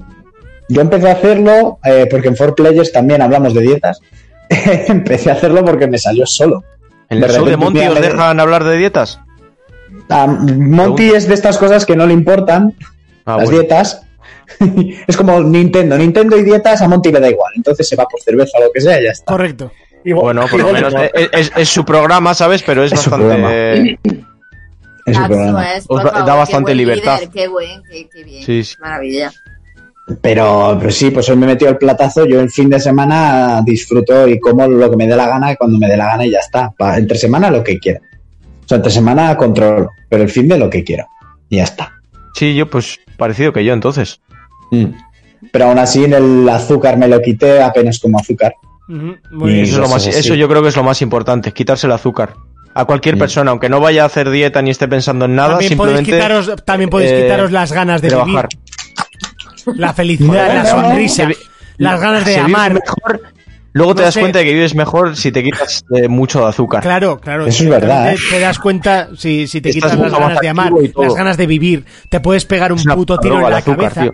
Speaker 5: Yo empecé a hacerlo eh, porque en 4Players también hablamos de dietas. empecé a hacerlo porque me salió solo.
Speaker 9: ¿En
Speaker 5: De
Speaker 9: el show de
Speaker 5: repente
Speaker 9: Monty
Speaker 5: me
Speaker 9: os
Speaker 5: abre-
Speaker 9: dejan hablar de dietas?
Speaker 5: Ah, Monty es de estas cosas que no le importan,
Speaker 9: Ah,
Speaker 5: las
Speaker 9: bueno.
Speaker 5: dietas. es como Nintendo. Nintendo y dietas a Monty le da igual. Entonces se va por cerveza o lo que sea y ya está.
Speaker 3: Correcto.
Speaker 6: Igual-
Speaker 9: Bueno, por lo
Speaker 6: igual-
Speaker 9: menos es, es- es su programa, ¿sabes? Pero es,
Speaker 5: Es su programa.
Speaker 9: bastante.
Speaker 5: Es su
Speaker 10: Eso
Speaker 5: programa.
Speaker 10: es, por
Speaker 9: Os da-
Speaker 10: favor,
Speaker 9: da
Speaker 10: qué
Speaker 9: bastante
Speaker 10: buen
Speaker 9: libertad.
Speaker 10: líder, qué buen, qué, qué bien.
Speaker 9: Sí, sí.
Speaker 10: Maravilla.
Speaker 5: Pero, pero sí, pues hoy me he metido el platazo. Yo el fin de semana disfruto y como lo que me dé la gana cuando me dé la gana y ya está. Pa- entre semana lo que quiera. O sea, entre semana controlo, pero el fin de lo que quiero. Y ya está.
Speaker 9: Sí, yo, pues parecido que yo entonces.
Speaker 5: Mm. Pero aún así en el azúcar me lo quité apenas como azúcar.
Speaker 3: Ujú, Muy
Speaker 5: Y
Speaker 3: bien.
Speaker 9: Eso, es lo
Speaker 5: eso
Speaker 9: más-
Speaker 5: es así.
Speaker 9: eso yo creo que es lo más importante, quitarse el azúcar. A cualquier
Speaker 5: Mm.
Speaker 9: persona, aunque no vaya a hacer dieta ni esté pensando en nada,
Speaker 3: También podéis,
Speaker 9: simplemente
Speaker 3: quitaros, también podéis
Speaker 9: eh,
Speaker 3: quitaros las ganas de
Speaker 9: trabajar.
Speaker 3: vivir, la felicidad, la sonrisa,
Speaker 9: Se vi-
Speaker 3: las ganas
Speaker 9: se
Speaker 3: de
Speaker 9: vive
Speaker 3: amar.
Speaker 9: mejor. Luego te
Speaker 3: No
Speaker 9: das
Speaker 3: sé.
Speaker 9: cuenta de que vives mejor si te quitas eh, mucho de azúcar.
Speaker 3: Claro, claro.
Speaker 5: Eso es verdad,
Speaker 3: directamente Te das cuenta si, si te
Speaker 9: ¿eh? Estás
Speaker 3: quitas las
Speaker 9: mucho más
Speaker 3: ganas de amar,
Speaker 9: activo y todo.
Speaker 3: las ganas de vivir. Te puedes pegar un
Speaker 9: Es una
Speaker 3: puto
Speaker 9: puta
Speaker 3: tiro
Speaker 9: droga
Speaker 3: en
Speaker 9: el
Speaker 3: la
Speaker 9: azúcar,
Speaker 3: cabeza.
Speaker 9: tío.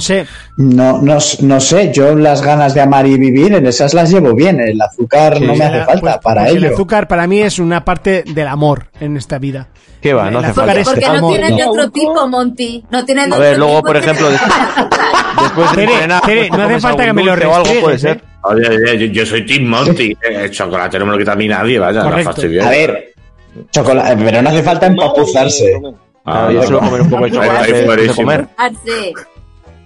Speaker 3: sé.
Speaker 5: No, no, s- no sé, yo las ganas de amar y vivir, en esas las llevo bien. El azúcar no me hace
Speaker 3: La-
Speaker 5: falta
Speaker 3: pues-
Speaker 5: para
Speaker 3: pues
Speaker 5: ello.
Speaker 3: El azúcar para mí es una parte del amor en esta vida.
Speaker 9: ¿Qué va? No hace
Speaker 3: El azúcar
Speaker 9: falta.
Speaker 3: es-
Speaker 10: Porque no
Speaker 3: Amor,
Speaker 10: tienes de
Speaker 3: no.
Speaker 10: otro tipo, Monty. No tienes de
Speaker 9: este A
Speaker 10: otro
Speaker 9: ver, luego,
Speaker 10: tipo,
Speaker 9: por
Speaker 10: tienes
Speaker 9: ejemplo,
Speaker 10: de-
Speaker 9: Después de
Speaker 3: Tere,
Speaker 9: entrenar,
Speaker 3: Tere,
Speaker 9: pues, te
Speaker 3: no hace
Speaker 9: comes
Speaker 3: falta que
Speaker 9: algún
Speaker 3: me lo
Speaker 9: dulce o algo,
Speaker 3: restregues,
Speaker 9: puede
Speaker 3: ¿eh?
Speaker 9: ser.
Speaker 7: Oye, oye, yo, yo soy Team Monty. eh, El chocolate no me lo quita a mí nadie, vaya. la
Speaker 3: Correcto.
Speaker 7: fastidio. ¿eh?
Speaker 5: A ver, chocolate, pero no hace falta empapuzarse.
Speaker 9: Claro,
Speaker 7: Ah,
Speaker 9: yo
Speaker 7: yo
Speaker 9: suelo comer un poco de
Speaker 7: Ahí- ahí
Speaker 9: chocolate antes de
Speaker 7: fuerísimo.
Speaker 9: comer.
Speaker 10: Ah, sí.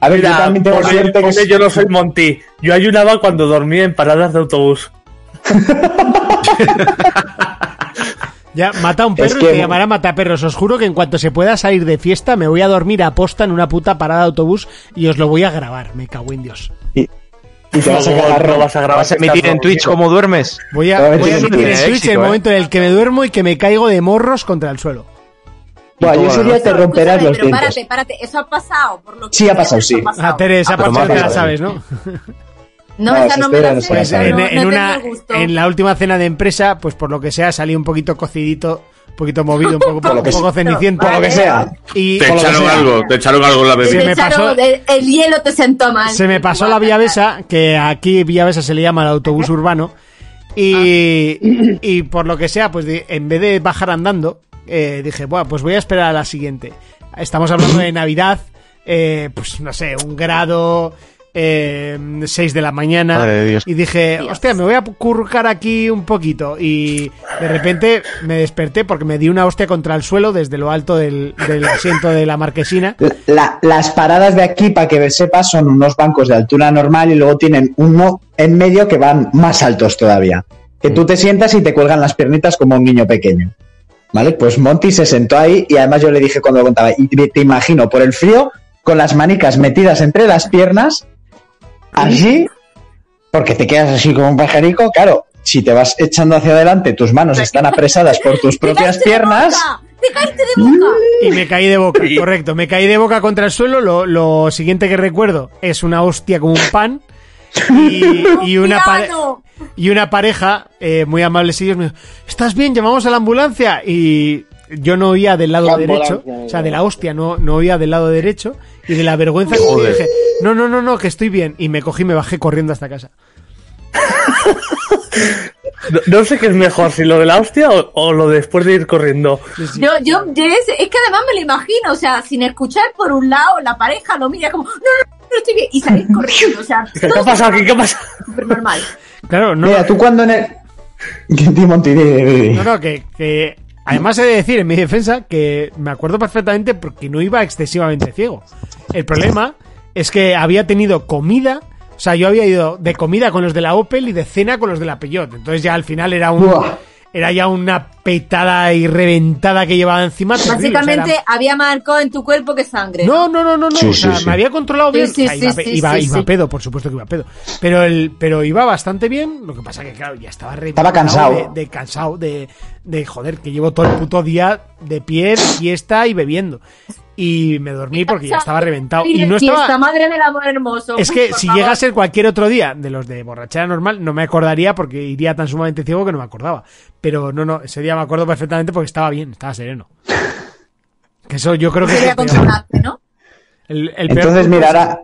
Speaker 5: A ver,
Speaker 6: Mira,
Speaker 5: yo también tengo
Speaker 6: porque-
Speaker 5: suerte que
Speaker 6: porque yo no soy Monty. Yo ayunaba cuando dormía en paradas de autobús.
Speaker 3: Ya, mata a un
Speaker 5: Es
Speaker 3: perro y
Speaker 5: que-
Speaker 3: te llamará mataperros. Os juro que en cuanto se pueda salir de fiesta, me voy a dormir a posta en una puta parada de autobús y os lo voy a grabar. Me cago en Dios.
Speaker 5: y te vas a
Speaker 6: No,
Speaker 5: cagar
Speaker 6: no vas a grabar.
Speaker 9: ¿Vas a emitir en Twitch cómo duermes?
Speaker 3: Voy a,
Speaker 5: Pero
Speaker 3: voy a
Speaker 5: tiene-
Speaker 3: emitir
Speaker 5: tiene
Speaker 3: en Twitch
Speaker 9: éxito,
Speaker 3: el
Speaker 9: ¿eh?
Speaker 3: momento en el que me duermo y que me caigo de morros contra el suelo.
Speaker 5: Bueno, yo
Speaker 9: Toda
Speaker 5: ese
Speaker 9: la
Speaker 5: día
Speaker 9: noche.
Speaker 5: te romperás
Speaker 10: Escúchame,
Speaker 5: los
Speaker 10: pero
Speaker 5: dientes.
Speaker 10: párate, párate. Eso ha pasado. Por lo que
Speaker 5: Sí, ha pasado,
Speaker 10: eso
Speaker 5: sí.
Speaker 3: Ah, Tere, esa
Speaker 9: pero
Speaker 3: parte
Speaker 9: más
Speaker 3: no te la
Speaker 9: vale.
Speaker 3: sabes, ¿no?
Speaker 10: No,
Speaker 5: No,
Speaker 10: esa
Speaker 5: si
Speaker 10: no me
Speaker 5: espera,
Speaker 10: la
Speaker 5: no
Speaker 10: sé.
Speaker 5: se la
Speaker 3: Pues
Speaker 5: Pues, sabe.
Speaker 3: en,
Speaker 10: no- no
Speaker 3: en
Speaker 10: tengo
Speaker 3: una,
Speaker 10: el gusto.
Speaker 3: en la última cena de empresa, pues por lo que sea, salí un poquito cocidito, un poquito movido, un poco, un
Speaker 5: que
Speaker 3: poco
Speaker 5: sea.
Speaker 3: ceniciento.
Speaker 5: Por lo que sea.
Speaker 3: Y
Speaker 7: Te
Speaker 5: Con lo que
Speaker 7: echaron
Speaker 5: sea.
Speaker 7: algo, te echaron algo en la
Speaker 3: Se
Speaker 10: Te
Speaker 7: bebida.
Speaker 3: me
Speaker 10: echaron-
Speaker 3: pasó-
Speaker 10: el, el hielo te sentó mal.
Speaker 3: se me pasó la vía Besa, que aquí vía Besa se le llama el autobús urbano, y,
Speaker 10: Ah.
Speaker 3: y por lo que sea, pues di- en vez de bajar andando, eh, dije, bueno, pues voy a esperar a la siguiente. Estamos hablando de Navidad, eh, pues no sé, un grado, 6 de la mañana,
Speaker 9: Madre de Dios.
Speaker 3: y dije,
Speaker 10: Dios.
Speaker 3: hostia, me voy a curcar aquí un poquito, y de repente me desperté porque me di una hostia contra el suelo desde lo alto del, del asiento de la marquesina.
Speaker 5: La- las paradas de aquí, para que sepas, son unos bancos de altura normal y luego tienen uno en medio que van más altos todavía. Que tú te sientas y te cuelgan las piernitas como un niño pequeño. ¿Vale? Pues Monty se sentó ahí y además yo le dije cuando lo contaba, y te, te imagino por el frío, con las manicas metidas entre las piernas, así, porque te quedas así como un pajarico, claro. Si te vas echando hacia adelante, tus manos están apresadas por tus propias piernas.
Speaker 10: ¡Dejaste de boca!
Speaker 3: Y me caí de boca, correcto. Me caí de boca contra el suelo. Lo, lo siguiente que recuerdo es una hostia como un pan. Y, y una, pa-
Speaker 10: Piano.
Speaker 3: Y una pareja, eh, muy amables ellos, me dijo, ¿estás bien? ¿Llamamos a la ambulancia? Y yo no oía del lado
Speaker 8: La
Speaker 3: derecho,
Speaker 8: ambulancia,
Speaker 3: o sea, de la hostia, no, no oía del lado derecho. Y de la vergüenza que me dije, no, no, no, no, que estoy bien. Y me cogí y me bajé corriendo hasta casa.
Speaker 6: No, no sé qué es mejor, si lo de la hostia o, o lo de después de ir corriendo.
Speaker 10: Yo, yo, yo es, es que además me lo imagino, o sea, sin escuchar por un lado, la pareja lo mira como, no, no, no, no estoy bien, y salir corriendo, o sea,
Speaker 6: ¿Qué
Speaker 10: todo
Speaker 6: ha pasado aquí? ¿Qué ha pasado?
Speaker 10: súper normal.
Speaker 3: Claro, no, eh,
Speaker 5: Mira, tú cuando en el. Di, Monty, di, di, di.
Speaker 3: No, no, que, que- además he de decir en mi defensa que me acuerdo perfectamente porque no iba excesivamente ciego. El problema es que había tenido comida, o sea, yo había ido de comida con los de la Opel y de cena con los de la Peugeot. Entonces ya al final era un
Speaker 5: Buah.
Speaker 3: era ya una petada y reventada que llevaba encima. terrible, o sea, era-
Speaker 10: Básicamente había más alcohol en tu cuerpo que sangre.
Speaker 3: no, no, no, no, no.
Speaker 5: Sí,
Speaker 3: o sea,
Speaker 5: sí, sí.
Speaker 3: me había controlado
Speaker 10: Sí,
Speaker 3: bien.
Speaker 10: sí,
Speaker 3: Ah, iba,
Speaker 10: sí, sí,
Speaker 3: iba-
Speaker 10: sí,
Speaker 3: iba
Speaker 10: sí.
Speaker 3: pedo, por supuesto que iba pedo. Pero el, pero iba bastante bien. Lo que pasa que, claro, ya estaba reventado
Speaker 5: Estaba cansado.
Speaker 3: De, de cansado, de, de joder, que llevo todo el puto día de pie, de fiesta y bebiendo. Y me dormí porque ya estaba reventado. Y no
Speaker 10: esta
Speaker 3: estaba.
Speaker 10: madre del amor hermoso. pues,
Speaker 3: Es que
Speaker 10: por
Speaker 3: si
Speaker 10: favor.
Speaker 3: llega a ser cualquier otro día de los de borrachera normal, no me acordaría porque iría tan sumamente ciego que no me acordaba. Pero no, no, ese día me acuerdo perfectamente porque estaba bien, estaba sereno. Que eso yo creo que es
Speaker 10: Quería
Speaker 3: el peor.
Speaker 10: consolarte, ¿no?
Speaker 3: El- el peor
Speaker 5: Entonces,
Speaker 3: punto
Speaker 5: mira,
Speaker 3: es-
Speaker 5: ahora,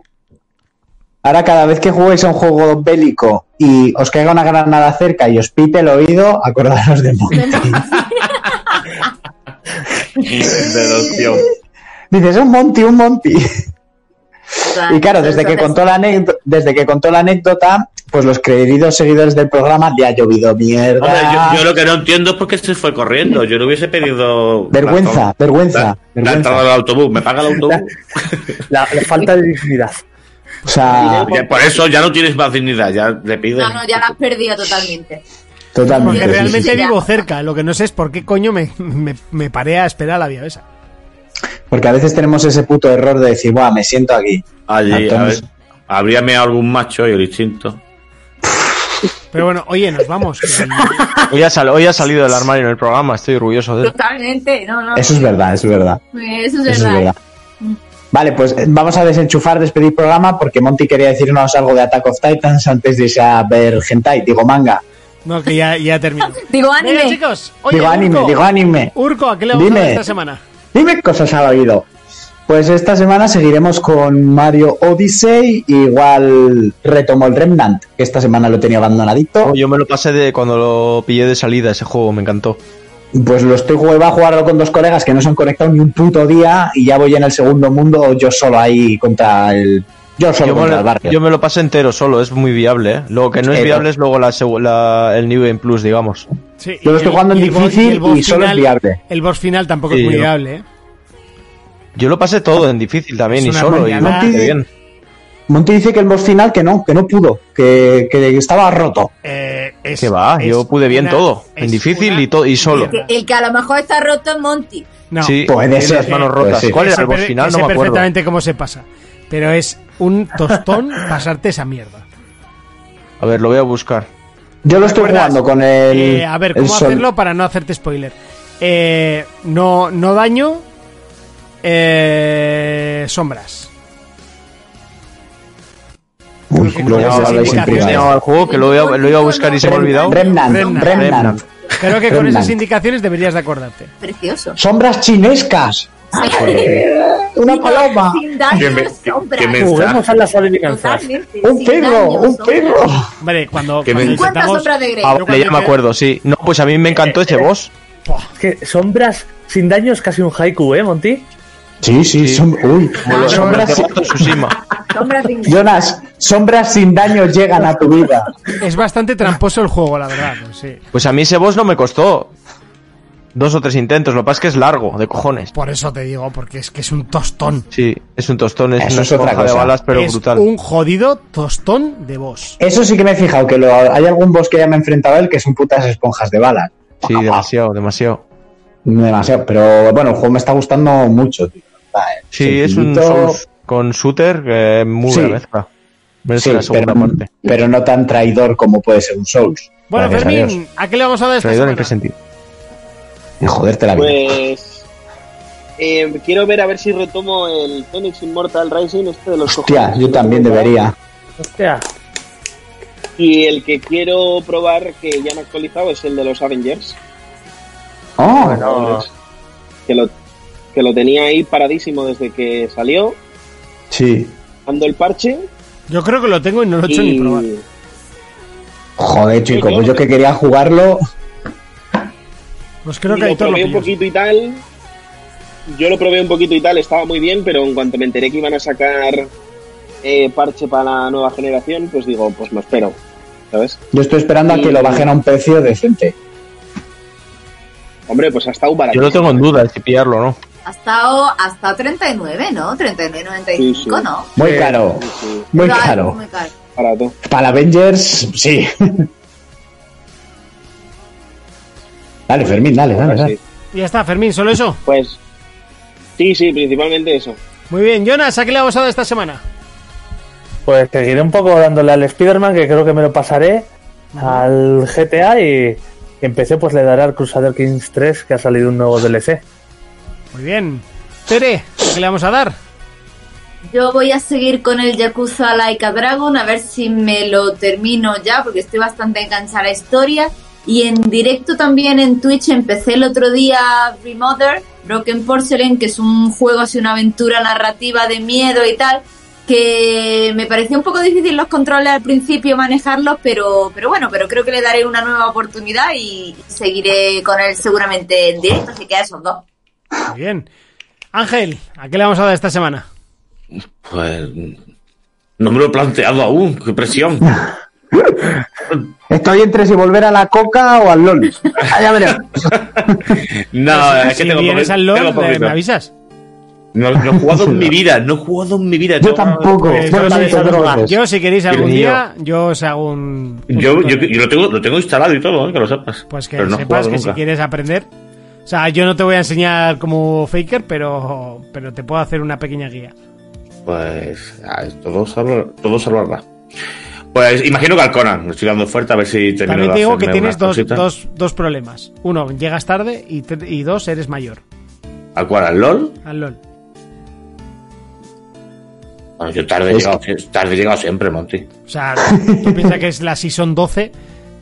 Speaker 5: ahora cada vez que juguéis a un juego bélico y os caiga una granada cerca y os pite el oído, acordaros de Monty.
Speaker 7: De los tíos.
Speaker 5: Dices, un Monty, un Monty. Y claro, desde que
Speaker 10: Ah, Entonces,
Speaker 5: contó la anécdota, desde que contó la anécdota, pues los queridos seguidores del programa le ha llovido mierda.
Speaker 7: Hombre,
Speaker 9: Ah.
Speaker 7: yo, yo lo que no entiendo es por qué se fue corriendo. Yo le hubiese pedido.
Speaker 5: Vergüenza,
Speaker 7: la-
Speaker 5: vergüenza,
Speaker 7: la- La
Speaker 5: vergüenza.
Speaker 7: entrada del autobús. ¿Me paga el autobús?
Speaker 6: La, la falta de dignidad.
Speaker 5: O
Speaker 9: Ah.
Speaker 5: sea,
Speaker 7: Ya, por eso ya no tienes más dignidad. Ya le pides.
Speaker 10: No, no, ya la has perdido totalmente.
Speaker 5: totalmente.
Speaker 3: Porque
Speaker 5: sí, sí,
Speaker 3: realmente
Speaker 5: sí.
Speaker 10: sí.
Speaker 3: vivo cerca. Lo que no sé es por qué coño me, me, me paré a esperar a la vía esa.
Speaker 5: Porque a veces tenemos ese puto error de decir, buah, me siento aquí.
Speaker 7: Allí, a ver,
Speaker 5: Entonces-
Speaker 7: habría meado algún macho y el instinto.
Speaker 3: Pero bueno, oye, nos vamos. que el-
Speaker 9: Hoy ha, sal- hoy ha salido del armario en el programa, estoy orgulloso de él.
Speaker 10: Totalmente, no, no.
Speaker 5: Eso es verdad, eso es verdad.
Speaker 10: Eso es
Speaker 5: Eso es
Speaker 10: verdad.
Speaker 5: verdad. Vale, pues eh, vamos a desenchufar, despedir programa, porque Monty quería decirnos algo de Attack of Titans antes de irse a ver Hentai, digo manga.
Speaker 3: No, que ya, ya termino.
Speaker 10: Digo,
Speaker 3: Venga,
Speaker 10: anime.
Speaker 3: chicos. Oye,
Speaker 5: digo anime,
Speaker 3: Urco,
Speaker 5: digo anime.
Speaker 3: Urco, ¿a qué le vamos a
Speaker 5: Dime.
Speaker 3: dar esta semana?
Speaker 5: Dime cosas al oído. Pues esta semana seguiremos con Mario Odyssey, igual retomo el Remnant, que esta semana lo tenía abandonadito.
Speaker 9: Oh, yo me lo pasé de cuando lo pillé de salida ese juego, me encantó.
Speaker 5: Pues lo estoy jugando, a jugarlo con dos colegas que no se han conectado ni un puto día y ya voy en el segundo mundo yo solo ahí contra el... Yo solo
Speaker 9: Yo me,
Speaker 5: contra el
Speaker 9: lo,
Speaker 5: barrio.
Speaker 9: yo me lo pasé entero solo, es muy viable. ¿eh? Lo que no es
Speaker 5: Pero-
Speaker 9: viable es luego la, segu- la- el New Game Plus, digamos.
Speaker 3: Sí,
Speaker 5: Yo
Speaker 3: y
Speaker 5: lo estoy
Speaker 3: el-
Speaker 5: jugando en
Speaker 3: el bo-
Speaker 5: difícil
Speaker 3: el boss
Speaker 5: y solo es
Speaker 3: final-
Speaker 5: viable.
Speaker 3: El boss final tampoco
Speaker 9: Sí,
Speaker 3: es muy
Speaker 9: yo-
Speaker 3: viable, ¿eh? Ah,
Speaker 9: Yo lo pasé todo en difícil también
Speaker 3: Es
Speaker 9: y
Speaker 3: una eh,
Speaker 9: solo, y
Speaker 3: mañana.
Speaker 9: bastante bien.
Speaker 5: Monty dice que el boss final que no, que no pudo, que, que estaba roto.
Speaker 3: Eh, es-
Speaker 9: Que va,
Speaker 3: es
Speaker 9: yo pude bien
Speaker 3: una-
Speaker 9: todo,
Speaker 3: es
Speaker 9: en difícil
Speaker 3: una
Speaker 9: y to- y solo.
Speaker 10: Que-
Speaker 5: Eh,
Speaker 3: mierda.
Speaker 10: El que a lo mejor está roto es Monty.
Speaker 3: No.
Speaker 9: Sí,
Speaker 5: Puede
Speaker 9: tiene
Speaker 5: Pues ser,
Speaker 9: las manos
Speaker 5: puede
Speaker 9: rotas.
Speaker 5: ser.
Speaker 9: ¿Cuál era el
Speaker 3: Sé
Speaker 9: boss
Speaker 3: per-
Speaker 9: final? No
Speaker 3: sé
Speaker 9: me acuerdo.
Speaker 3: perfectamente cómo se pasa. Pero es un tostón pasarte esa mierda.
Speaker 9: A ver, lo voy a buscar.
Speaker 5: Yo lo estoy
Speaker 3: ¿Recuerdas?
Speaker 5: jugando con el...
Speaker 3: Eh, a ver,
Speaker 5: el
Speaker 3: ¿cómo
Speaker 5: sol.
Speaker 3: hacerlo para no hacerte spoiler? Eh, no, no daño. eh, sombras.
Speaker 5: Uy,
Speaker 3: Porque
Speaker 5: luego
Speaker 3: con esas
Speaker 5: habláis en
Speaker 3: indicaciones-
Speaker 5: privado.
Speaker 9: al juego Oh, que lo voy, a, lo iba a buscar y se me ha olvidado.
Speaker 5: Remnant,
Speaker 3: Remnant.
Speaker 5: Remnant.
Speaker 9: Remnant.
Speaker 3: Creo que con
Speaker 5: Remnant.
Speaker 3: esas indicaciones deberías de acordarte.
Speaker 10: Precioso.
Speaker 5: Sombras chinescas. Una
Speaker 10: Sin-
Speaker 5: paloma.
Speaker 10: Sin daño,
Speaker 7: ¿Quién me-
Speaker 10: las sombras.
Speaker 7: quién me-
Speaker 6: Juguemos a las adivinanzas.
Speaker 10: Totalmente.
Speaker 5: Un
Speaker 10: sin
Speaker 5: perro,
Speaker 10: daño,
Speaker 5: un
Speaker 10: sombras.
Speaker 5: perro.
Speaker 3: Hombre, cuando,
Speaker 7: Que
Speaker 3: cuando
Speaker 7: me-
Speaker 10: ¿Cuántas
Speaker 3: intentamos-
Speaker 10: sombras de Grey?
Speaker 9: Ah,
Speaker 3: Yo
Speaker 9: vale, ya
Speaker 3: cuando
Speaker 9: me
Speaker 3: te-
Speaker 9: acuerdo, sí. No, pues a mí me encantó ese boss.
Speaker 6: Es que sombras sin daño es casi un haiku, ¿eh, Monty?
Speaker 5: Sí, sí, son- uy.
Speaker 9: Como los hombres
Speaker 5: sombras
Speaker 9: de
Speaker 5: sin-
Speaker 9: Ghost of Tsushima.
Speaker 10: Sombras sin
Speaker 5: Jonas, sombras sin daño llegan a tu vida.
Speaker 3: Es bastante tramposo el juego, la verdad. pues sí.
Speaker 9: Pues a mí ese boss no me costó dos o tres intentos. Lo que pasa es que es largo, de cojones.
Speaker 3: Por eso te digo, porque es que es un tostón.
Speaker 9: Sí, es un tostón, es una
Speaker 5: Eso es otra
Speaker 9: esponja de
Speaker 5: cosa.
Speaker 9: balas, pero
Speaker 3: es
Speaker 9: brutal.
Speaker 3: un jodido tostón de voz.
Speaker 5: Eso sí que me he fijado, que lo- hay algún boss que ya me he enfrentado a él que son putas esponjas de balas. Ah,
Speaker 9: Sí, demasiado, demasiado.
Speaker 5: Demasiado, pero bueno, el juego me está gustando mucho. tío. Va, eh,
Speaker 9: Sí, es un
Speaker 5: sencillito,
Speaker 9: Souls con shooter que es muy
Speaker 5: Sí.
Speaker 9: buena mezcla. Merece
Speaker 5: sí,
Speaker 9: la segunda
Speaker 5: pero,
Speaker 9: parte.
Speaker 5: pero no tan traidor como puede ser un Souls.
Speaker 3: Bueno,
Speaker 5: Gracias a
Speaker 3: Fermín, ¿a, qué le vamos a dar esta
Speaker 9: ¿Traidor en qué
Speaker 3: semana?
Speaker 9: sentido?
Speaker 5: Dios. Joderte la vida.
Speaker 8: Pues eh, quiero ver a ver si retomo el
Speaker 9: Pues,
Speaker 8: Phoenix Immortal Rising, este de los
Speaker 5: Hostia,
Speaker 8: cojones.
Speaker 5: yo también debería.
Speaker 6: Hostia.
Speaker 8: Y el que quiero probar que ya han actualizado es el de los Avengers.
Speaker 5: Oh,
Speaker 8: Que lo, que lo tenía ahí paradísimo desde que salió.
Speaker 5: sí.
Speaker 8: Ando el parche.
Speaker 3: Pues Yo creo que lo tengo y no lo he hecho
Speaker 8: y-
Speaker 3: ni probar.
Speaker 5: Joder, chico, pues yo que quería jugarlo.
Speaker 3: Pues creo que
Speaker 8: lo
Speaker 3: Aitor lo
Speaker 8: probé un
Speaker 3: pilló.
Speaker 8: poquito y tal. Yo lo probé un poquito y tal, estaba muy bien, pero en cuanto me enteré que iban a sacar eh, parche para la nueva generación, pues digo, pues me espero. ¿Sabes?
Speaker 5: Yo estoy esperando a que lo bajen a un precio decente.
Speaker 8: Hombre, pues ha estado barato.
Speaker 9: Yo lo tengo en duda si pillarlo o no.
Speaker 10: Ha estado, ha estado 39, ¿no? 39,95,
Speaker 8: Sí, sí.
Speaker 10: ¿no?
Speaker 5: Muy caro,
Speaker 8: Sí, sí,
Speaker 5: muy
Speaker 10: Claro,
Speaker 5: caro.
Speaker 10: Muy caro.
Speaker 8: barato.
Speaker 5: Para Avengers, sí. dale, Fermín, dale, dale,
Speaker 8: Ahora
Speaker 5: dale.
Speaker 8: sí.
Speaker 3: Y ya está, Fermín, solo eso.
Speaker 8: Pues. Sí, sí, principalmente eso.
Speaker 3: Muy bien, Jonas, ¿a qué le hemos dado esta semana?
Speaker 6: Pues seguiré un poco dándole al Spider-Man, que creo que me lo pasaré, al GTA y empecé pues le daré al Crusader Kings 3, que ha salido un nuevo DLC.
Speaker 3: Muy bien. Tere, ¿a qué le vamos a dar?
Speaker 10: Yo voy a seguir con el Yakuza Like a Dragon, a ver si me lo termino ya, porque estoy bastante enganchada a la historia. Y en directo también en Twitch empecé el otro día Remother, Broken Porcelain, que es un juego así, una aventura narrativa de miedo y tal, que me pareció un poco difícil los controles al principio, manejarlos, pero, pero bueno, pero creo que le daré una nueva oportunidad y seguiré con él seguramente en directo, así que a esos dos.
Speaker 3: Muy bien. Ángel, ¿a qué le vamos a dar esta semana?
Speaker 7: Pues. No me lo he planteado aún, qué presión.
Speaker 5: Estoy entre si volver a la coca o al LOL. Ah, ya veremos.
Speaker 7: No,
Speaker 3: Pues
Speaker 7: es que
Speaker 3: si
Speaker 7: Eh, tengo
Speaker 3: vienes
Speaker 7: poquito-
Speaker 3: al
Speaker 7: tengo
Speaker 3: LOL,
Speaker 7: poquito.
Speaker 3: me avisas.
Speaker 7: No, no he jugado en mi vida, no he jugado en mi vida.
Speaker 5: Yo
Speaker 7: Tengo-
Speaker 5: tampoco.
Speaker 3: Pues,
Speaker 5: Bueno,
Speaker 3: yo,
Speaker 5: tanto,
Speaker 3: si,
Speaker 5: drogas.
Speaker 3: yo, si queréis algún
Speaker 9: Dios mío.
Speaker 3: día, yo os hago un... un
Speaker 7: Yo, yo,
Speaker 3: tutorial.
Speaker 7: yo lo, tengo, lo tengo instalado y todo, eh, que lo sepas.
Speaker 3: Pues que
Speaker 7: Pero no he
Speaker 3: sepas
Speaker 7: jugado
Speaker 3: que si
Speaker 7: nunca.
Speaker 3: quieres aprender... O sea, yo no te voy a enseñar como faker, pero, pero te puedo hacer una pequeña guía.
Speaker 7: Pues ah, todo, salva- todo salvarla. Pues imagino que al Conan, le estoy dando fuerte a ver si termino
Speaker 3: También te
Speaker 7: de
Speaker 3: digo que
Speaker 7: hacerme
Speaker 3: tienes
Speaker 7: unas
Speaker 3: dos,
Speaker 7: cositas.
Speaker 3: dos, dos problemas. Uno, llegas tarde y, te- y dos, eres mayor.
Speaker 7: ¿Al cual? ¿Al LOL?
Speaker 3: Al LOL.
Speaker 7: Bueno, yo tarde he,
Speaker 5: Es
Speaker 7: llegado, tarde he llegado siempre, Monty.
Speaker 3: O sea, tú piensas que es la Season 12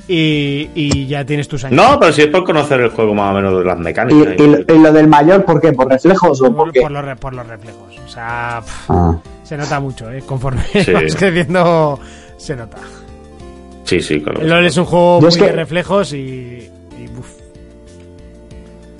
Speaker 3: y, y ya tienes tus años.
Speaker 7: No, pero si es por conocer el juego más o menos de las
Speaker 5: ¿Y,
Speaker 7: mecánicas.
Speaker 5: y- y lo del mayor por qué? ¿Por reflejos o por
Speaker 3: Por,
Speaker 5: qué?
Speaker 3: por los, re- por los reflejos. O sea, pff,
Speaker 5: Ah.
Speaker 3: se nota mucho, ¿eh? Conforme
Speaker 7: Sí.
Speaker 3: vas creciendo, se nota.
Speaker 7: Sí, sí, claro.
Speaker 3: El LOL es un juego
Speaker 5: Yo
Speaker 3: muy
Speaker 5: es
Speaker 3: de
Speaker 5: que-
Speaker 3: reflejos y. y, uf.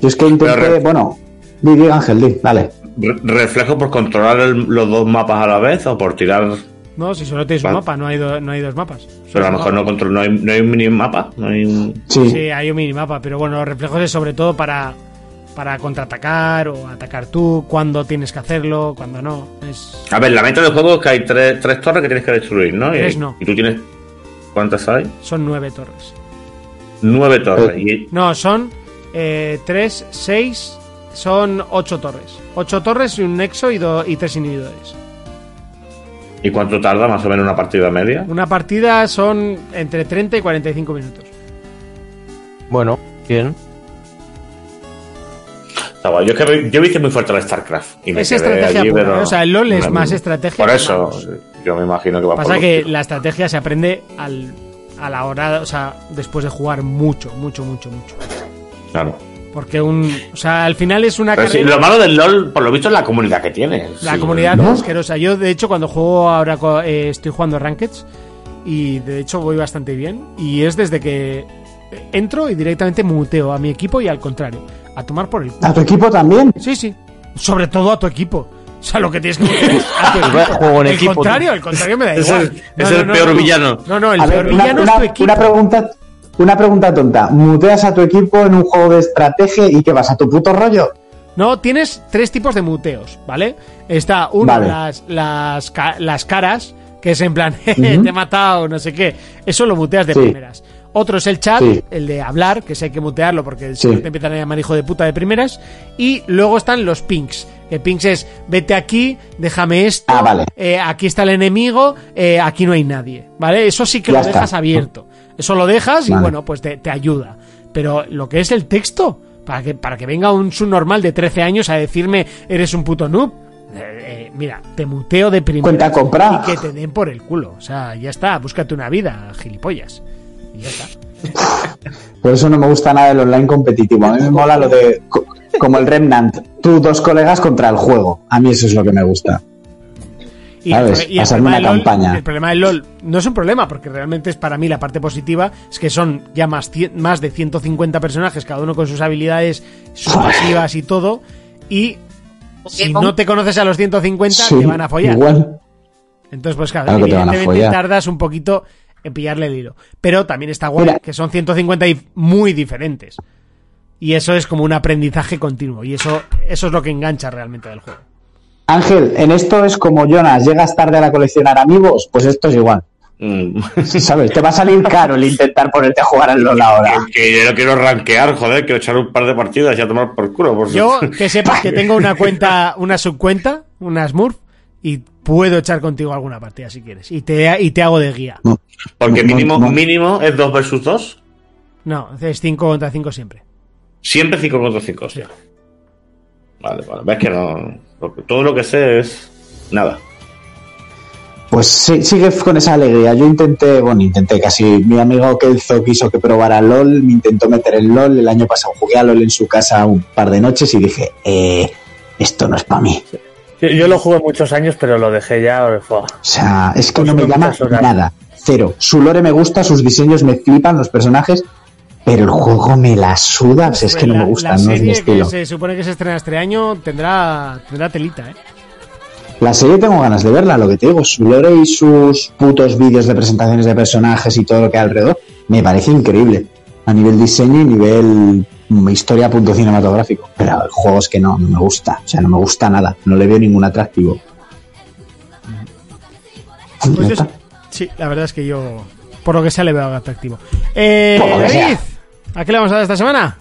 Speaker 5: Yo es que intenté,
Speaker 7: Pero re-
Speaker 5: bueno, di, di, Ángel, di, dale.
Speaker 7: Re- ¿Reflejo por controlar el- los dos mapas a la vez o por tirar?
Speaker 3: No, si solo tienes un
Speaker 7: Vale.
Speaker 3: mapa, no hay, do- no hay dos mapas.
Speaker 7: Pero
Speaker 3: Solo
Speaker 7: a lo mejor
Speaker 3: un
Speaker 7: no,
Speaker 3: mapa.
Speaker 7: control, no, hay, no hay un minimapa. No hay un-
Speaker 5: Sí.
Speaker 3: Sí, hay un minimapa, pero bueno, los reflejos es sobre todo para, para contraatacar o atacar tú, cuándo tienes que hacerlo, cuándo no. Es.
Speaker 7: A ver, la meta del juego es que hay tres, tres torres que tienes que destruir, ¿no? Y-
Speaker 3: Tres no.
Speaker 7: Y tú tienes... ¿Cuántas hay?
Speaker 3: Son nueve torres.
Speaker 7: Nueve
Speaker 5: Oh.
Speaker 7: torres. Y,
Speaker 3: No, son 3, 6, son 8 torres. 8 torres y un nexo y, do- y 3 inhibidores.
Speaker 7: ¿Y cuánto tarda más o menos una partida media?
Speaker 3: Una partida son entre 30 y 45 minutos.
Speaker 7: Ah,
Speaker 9: Bueno, bien.
Speaker 7: Está guay. Yo, es que vi- yo vi que es muy fuerte la StarCraft. Y me
Speaker 3: Es
Speaker 7: quedé
Speaker 3: estrategia
Speaker 7: allí,
Speaker 3: pura,
Speaker 7: pero-
Speaker 3: ¿eh? O sea, el LoL es
Speaker 7: Una-
Speaker 3: más estrategia
Speaker 7: Por
Speaker 3: que
Speaker 7: eso,
Speaker 3: vamos.
Speaker 7: yo me imagino que va por
Speaker 3: Pasa
Speaker 7: los
Speaker 3: que
Speaker 7: tiros.
Speaker 3: la estrategia se aprende al, a la hora, o sea, después de jugar mucho, mucho, mucho, mucho.
Speaker 7: Claro.
Speaker 3: Porque un, o sea, al final es una
Speaker 7: Pero sí,
Speaker 3: carrera.
Speaker 7: lo malo del LOL, por lo visto, es la comunidad que tiene.
Speaker 3: La
Speaker 7: Sí,
Speaker 3: comunidad
Speaker 7: ¿no?
Speaker 3: es asquerosa. Yo, de hecho, cuando juego ahora, co- eh, estoy jugando Rankeds y de hecho voy bastante bien. Y es desde que entro y directamente muteo a mi equipo y al contrario, a tomar por el culo.
Speaker 5: ¿A tu equipo también?
Speaker 3: Sí, sí. Sobre todo a tu equipo. O sea, lo que tienes que hacer es a tu equipo.
Speaker 9: Juego en
Speaker 3: el
Speaker 9: equipo,
Speaker 3: contrario,
Speaker 9: tío.
Speaker 3: el contrario me da
Speaker 7: Es
Speaker 3: igual.
Speaker 7: el- es el peor villano.
Speaker 3: No, no, el
Speaker 5: A
Speaker 3: peor
Speaker 5: ver, una,
Speaker 3: villano
Speaker 5: una-
Speaker 3: es tu equipo.
Speaker 5: una pregunta, una pregunta tonta. ¿Muteas a tu equipo en un juego de estrategia y qué vas a tu puto rollo?
Speaker 3: No, tienes tres tipos de muteos, ¿vale? Está uno,
Speaker 5: Vale.
Speaker 3: las, las, ca- las caras, que es en plan, "Jeje, te he matado, no sé qué. Eso lo muteas de
Speaker 5: Sí.
Speaker 3: primeras. Otro es el chat,
Speaker 5: Sí.
Speaker 3: el de hablar, que sí hay que mutearlo porque si
Speaker 5: Sí.
Speaker 3: no te empiezan a llamar hijo de puta de primeras. Y luego están los pings. Que pings es, vete aquí, déjame esto,
Speaker 5: Ah, vale.
Speaker 3: eh, aquí está el enemigo, eh, aquí no hay nadie, ¿vale? Eso sí que
Speaker 5: Ya
Speaker 3: lo
Speaker 5: está.
Speaker 3: dejas abierto. Eso lo dejas y
Speaker 5: Vale.
Speaker 3: bueno, pues te, te ayuda. Pero lo que es el texto, para que, para que venga un subnormal de 13 años a decirme eres un puto noob, eh, mira, te muteo de primera
Speaker 5: Cuenta compra.
Speaker 3: y que te den por el culo. O sea, ya está, búscate una vida, gilipollas. Y ya está.
Speaker 5: Por eso no me gusta nada el online competitivo. A mí me mola lo de co- como el Remnant, tú dos colegas contra el juego. A mí eso es lo que me gusta.
Speaker 3: Y,
Speaker 5: ¿Sabes?
Speaker 3: el, y el
Speaker 5: Hacerme
Speaker 3: problema
Speaker 5: una
Speaker 3: del LOL,
Speaker 5: campaña.
Speaker 3: el problema del LOL no es un problema, porque realmente es para mí la parte positiva, es que son ya más, cien- más de 150 personajes, cada uno con sus habilidades, sus pasivas y todo, y si
Speaker 10: Pokémon.
Speaker 3: no te conoces a los 150,
Speaker 5: Sí,
Speaker 3: te van a follar.
Speaker 5: Igual.
Speaker 3: Entonces, pues claro,
Speaker 5: Claro que te van a
Speaker 3: evidentemente
Speaker 5: follar.
Speaker 3: tardas un poquito en pillarle el hilo. Pero también está guay,
Speaker 5: Mira.
Speaker 3: que son 150 y muy diferentes. Y eso es como un aprendizaje continuo, y eso, eso es lo que engancha realmente del juego.
Speaker 5: Ángel, en esto es como Jonas, llegas tarde a la coleccionar amigos, pues esto es igual.
Speaker 7: Mm.
Speaker 5: ¿Sabes? Te va a salir caro el intentar ponerte a jugar al LOL ahora.
Speaker 7: que yo no quiero rankear, joder, quiero echar un par de partidas y a tomar por culo. Por
Speaker 3: Yo que sepas que tengo una cuenta, una subcuenta, una Smurf, y puedo echar contigo alguna partida si quieres. Y te, y te hago de guía.
Speaker 7: Porque
Speaker 5: No, no,
Speaker 7: mínimo,
Speaker 5: no.
Speaker 7: mínimo es 2 versus 2.
Speaker 3: No, es 5 contra 5 siempre.
Speaker 7: Siempre 5 contra 5, hostia. Vale, vale. Ves que no. porque Todo lo que sé es. Nada.
Speaker 5: Pues sí, sigue con esa alegría. Yo intenté, bueno, intenté casi. Mi amigo Kelzo quiso que probara LOL, me intentó meter en LOL. El año pasado jugué a LOL en su casa un par de noches y dije, eh, esto no es para mí.
Speaker 6: Yo, yo lo jugué muchos años, pero lo dejé ya. fua.
Speaker 5: O sea, es que
Speaker 6: Pues
Speaker 5: no me
Speaker 6: son
Speaker 5: llama
Speaker 6: muchas horas.
Speaker 5: nada. Cero. Su lore me gusta, sus diseños me flipan, los personajes, pero el juego me la suda. O sea, es que no
Speaker 3: Pues La-
Speaker 5: me gusta,
Speaker 3: La
Speaker 5: no es mi
Speaker 3: serie
Speaker 5: estilo.
Speaker 3: que se supone que se estrena este año tendrá, tendrá telita, ¿eh?
Speaker 5: La serie tengo ganas de verla, lo que te digo, su lore y sus putos vídeos de presentaciones de personajes y todo lo que hay alrededor, me parece increíble. A nivel diseño y nivel mm, historia punto cinematográfico. Pero el juego es que no, no me gusta. O sea, no me gusta nada. No le veo ningún atractivo.
Speaker 3: Pues
Speaker 5: Ya
Speaker 3: yo-
Speaker 5: está.
Speaker 3: sí, la verdad es que yo, por lo que sea, le veo atractivo. Eh,
Speaker 5: Por lo que sea.
Speaker 3: David, ¿a qué le vamos a dar esta semana?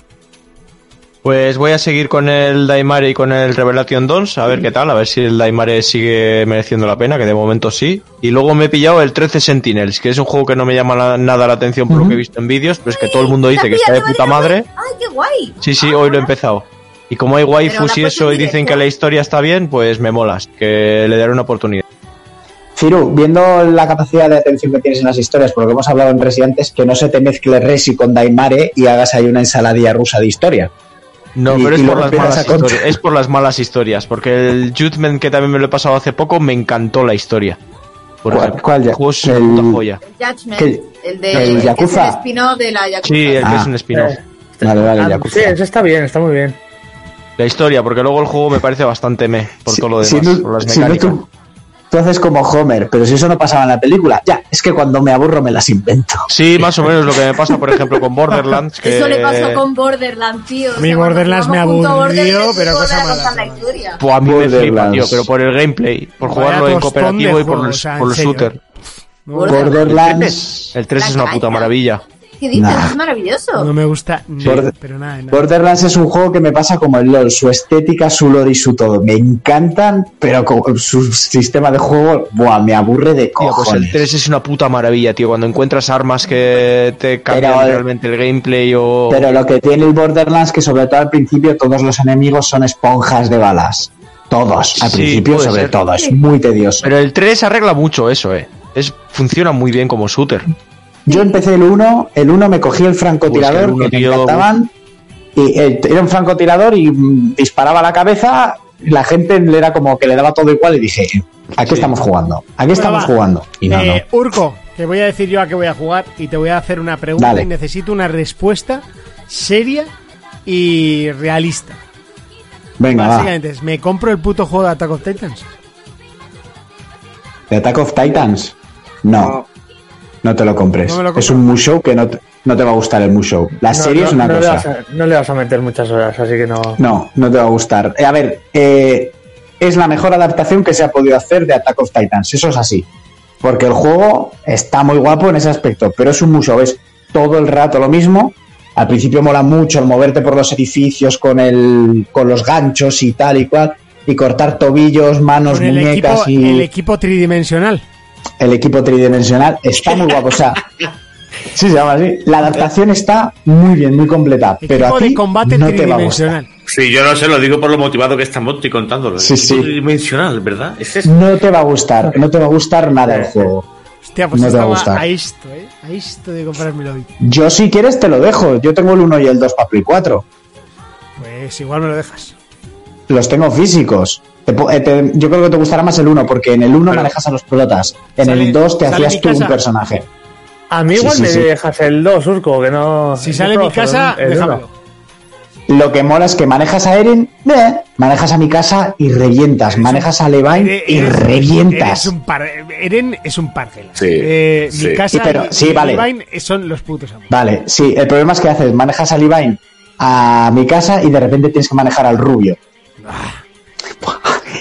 Speaker 9: Pues voy a seguir con el Daimare y con el Revelation Dons, a ver qué tal, a ver si el Daimare sigue mereciendo la pena, que de momento sí. Y luego me he pillado el 13 Sentinels, que es un juego que no me llama la- nada la atención por lo que he visto en vídeos, pero es que todo el mundo dice que está de puta madre.
Speaker 10: ¡Ay, qué guay!
Speaker 9: Sí, sí, hoy lo he empezado. Y como hay waifus
Speaker 10: Ah. Pero
Speaker 9: y
Speaker 10: la
Speaker 9: eso y dicen
Speaker 10: posibilidad-
Speaker 9: que la historia está bien, pues me molas, que le daré una oportunidad.
Speaker 5: Ciro, viendo la capacidad de atención que tienes en las historias, por lo que hemos hablado en Resi antes, que no se te mezcle Resi con Daimare y hagas ahí una ensaladilla rusa de historia.
Speaker 9: No,
Speaker 5: Y-
Speaker 9: pero es
Speaker 5: y
Speaker 9: por,
Speaker 5: luego
Speaker 9: las
Speaker 5: empiezas
Speaker 9: malas
Speaker 5: a contar.
Speaker 9: historias, es por las malas historias, porque el Judgment, que también me lo he pasado hace poco, me encantó la historia. Por
Speaker 5: ¿Cuál-
Speaker 9: ejemplo,
Speaker 5: cuál ya?
Speaker 9: el juego es una
Speaker 5: El-
Speaker 9: puta joya.
Speaker 10: El Judgment,
Speaker 5: ¿Qué?
Speaker 10: el de
Speaker 5: ¿El
Speaker 10: que es
Speaker 5: Yakuza?
Speaker 10: el spin-off de la Yakuza.
Speaker 9: Sí, el que
Speaker 5: Ah.
Speaker 9: es un spin-off.
Speaker 6: Eh,
Speaker 5: Vale, vale,
Speaker 6: ah,
Speaker 5: ya.
Speaker 9: pues,
Speaker 6: sí, eso está bien, está muy bien.
Speaker 9: La historia, porque luego el juego me parece bastante me por
Speaker 5: Si-
Speaker 9: todo lo demás,
Speaker 5: si no-
Speaker 9: por las
Speaker 5: si no
Speaker 9: mecánicas.
Speaker 5: tú, tú haces como Homer, pero si eso no pasaba en la película, ya, es que cuando me aburro me las invento.
Speaker 9: Sí, más o menos lo que me pasa, por ejemplo, con Borderlands. Que...
Speaker 10: Eso le pasó con Borderlands, tío. O
Speaker 3: Mi
Speaker 10: cuando
Speaker 3: Borderlands me
Speaker 10: jugamos junto a
Speaker 3: aburrió,
Speaker 10: Borderlands,
Speaker 3: pero
Speaker 10: yo
Speaker 3: cosa
Speaker 10: era
Speaker 3: mala,
Speaker 10: contar la
Speaker 3: chaval.
Speaker 10: historia.
Speaker 9: Buah, a mí me flipa,
Speaker 5: Borderlands.
Speaker 9: tío, pero por el gameplay, por
Speaker 3: Vaya
Speaker 9: jugarlo en
Speaker 3: tostón de
Speaker 9: cooperativo y por,
Speaker 3: juego,
Speaker 9: los-
Speaker 3: o sea, en
Speaker 9: por los
Speaker 3: serio.
Speaker 9: shooter.
Speaker 5: Borderlands,
Speaker 9: El 3 es una puta maravilla.
Speaker 10: ¿Qué dices?
Speaker 5: Nah.
Speaker 10: Es
Speaker 3: No
Speaker 10: maravilloso.
Speaker 3: me gusta ni-
Speaker 5: Borde-
Speaker 3: pero nada, nada.
Speaker 5: Borderlands es un juego que me pasa como el LOL, su estética, su lore y su todo, me encantan, pero con su sistema de juego, buah, me aburre de
Speaker 9: Tío, pues el
Speaker 5: cojones.
Speaker 9: 3 es una puta maravilla, tío. Cuando encuentras armas que te cambian
Speaker 5: Pero el-
Speaker 9: realmente el gameplay o.
Speaker 5: Pero lo que tiene el Borderlands que sobre todo al principio todos los enemigos son esponjas de balas. Todos, al
Speaker 9: Sí,
Speaker 5: principio
Speaker 9: puede
Speaker 5: sobre
Speaker 9: ser.
Speaker 5: todo, es muy tedioso.
Speaker 9: Pero el 3 arregla mucho eso, eh. Es, funciona muy bien como shooter.
Speaker 5: Yo empecé el 1, el 1 me cogí el francotirador
Speaker 9: Pues que
Speaker 5: que
Speaker 9: el
Speaker 5: me
Speaker 9: uno, tío,
Speaker 5: encantaban y eh, era un francotirador y mm, disparaba a la cabeza, la gente le era como que le daba todo igual y dije, "Eh, ¿a qué
Speaker 9: Sí.
Speaker 5: estamos jugando? ¿A qué estamos
Speaker 3: va.
Speaker 5: jugando? Y no, no.
Speaker 3: Eh, Urco, te voy a decir yo a qué voy a jugar y te voy a hacer una pregunta
Speaker 5: Dale.
Speaker 3: y necesito una respuesta seria y realista.
Speaker 5: Venga, va.
Speaker 3: Básicamente es, ¿me compro el puto juego de Attack on Titans?
Speaker 5: ¿The Attack of Titans? No, no te lo compres.
Speaker 3: No me lo
Speaker 5: es
Speaker 3: compro.
Speaker 5: un Mushow que no te, no te va a gustar el Mushow. La serie es una
Speaker 6: no Le
Speaker 5: cosa.
Speaker 6: vas a, no le vas a meter muchas horas, así que no.
Speaker 5: No, no te va a gustar. Eh, a ver, eh, es la mejor adaptación que se ha podido hacer de Attack of Titans, eso es así. Porque el juego está muy guapo en ese aspecto, pero es un museo, es todo el rato lo mismo. Al principio mola mucho el moverte por los edificios con, el, con los ganchos y tal y cual, y cortar tobillos, manos,
Speaker 3: Con el equipo,
Speaker 5: muñecas y
Speaker 3: el equipo tridimensional.
Speaker 5: el equipo tridimensional. Está muy guapo, o sea, Sí, se llama así. La adaptación está muy bien, muy completa, pero
Speaker 3: Equipo
Speaker 5: a ti
Speaker 3: de combate
Speaker 5: no te va a gustar.
Speaker 3: tridimensional.
Speaker 7: Sí, yo no sé, lo digo por lo motivado que está Monty contándolo.
Speaker 5: Sí,
Speaker 7: Es
Speaker 5: sí.
Speaker 7: Tridimensional, ¿verdad? Es eso.
Speaker 5: No te va a gustar, no te va a gustar nada el juego.
Speaker 3: Hostia, pues
Speaker 5: No te va a
Speaker 3: estaba
Speaker 5: gustar.
Speaker 3: a esto, ¿eh? A esto de comprármelo hoy.
Speaker 5: Yo si quieres te lo dejo, yo tengo el 1 y el 2 para Play 4.
Speaker 3: Pues igual me lo dejas.
Speaker 5: Los tengo físicos. Te po- eh, te- yo creo que te gustará más el 1 porque en el 1 manejas a los protas, en
Speaker 3: Sale-
Speaker 5: el 2 te
Speaker 3: sale mi
Speaker 5: hacías tú
Speaker 3: casa.
Speaker 5: un personaje.
Speaker 6: A mí igual
Speaker 5: Sí, sí,
Speaker 6: me
Speaker 5: sí.
Speaker 6: dejas el 2, Urco, que no.
Speaker 3: Si
Speaker 6: yo
Speaker 3: sale mi
Speaker 6: creo que
Speaker 3: casa,
Speaker 6: el uno.
Speaker 3: déjamelo.
Speaker 5: Lo que mola es que manejas a Eren, eh, manejas a mi casa y revientas, manejas a Levine
Speaker 3: Ere-
Speaker 5: y
Speaker 3: Eren-
Speaker 5: revientas.
Speaker 3: Eren es un par, Eren es un parguela.
Speaker 7: Sí,
Speaker 3: Eh,
Speaker 7: sí.
Speaker 3: Mi casa
Speaker 5: Y pero-
Speaker 3: y-
Speaker 5: sí,
Speaker 3: y
Speaker 5: vale.
Speaker 3: Irvine son los putos amos.
Speaker 5: Vale, sí, el problema es que haces, manejas a Levine a mi casa y de repente tienes que manejar al rubio.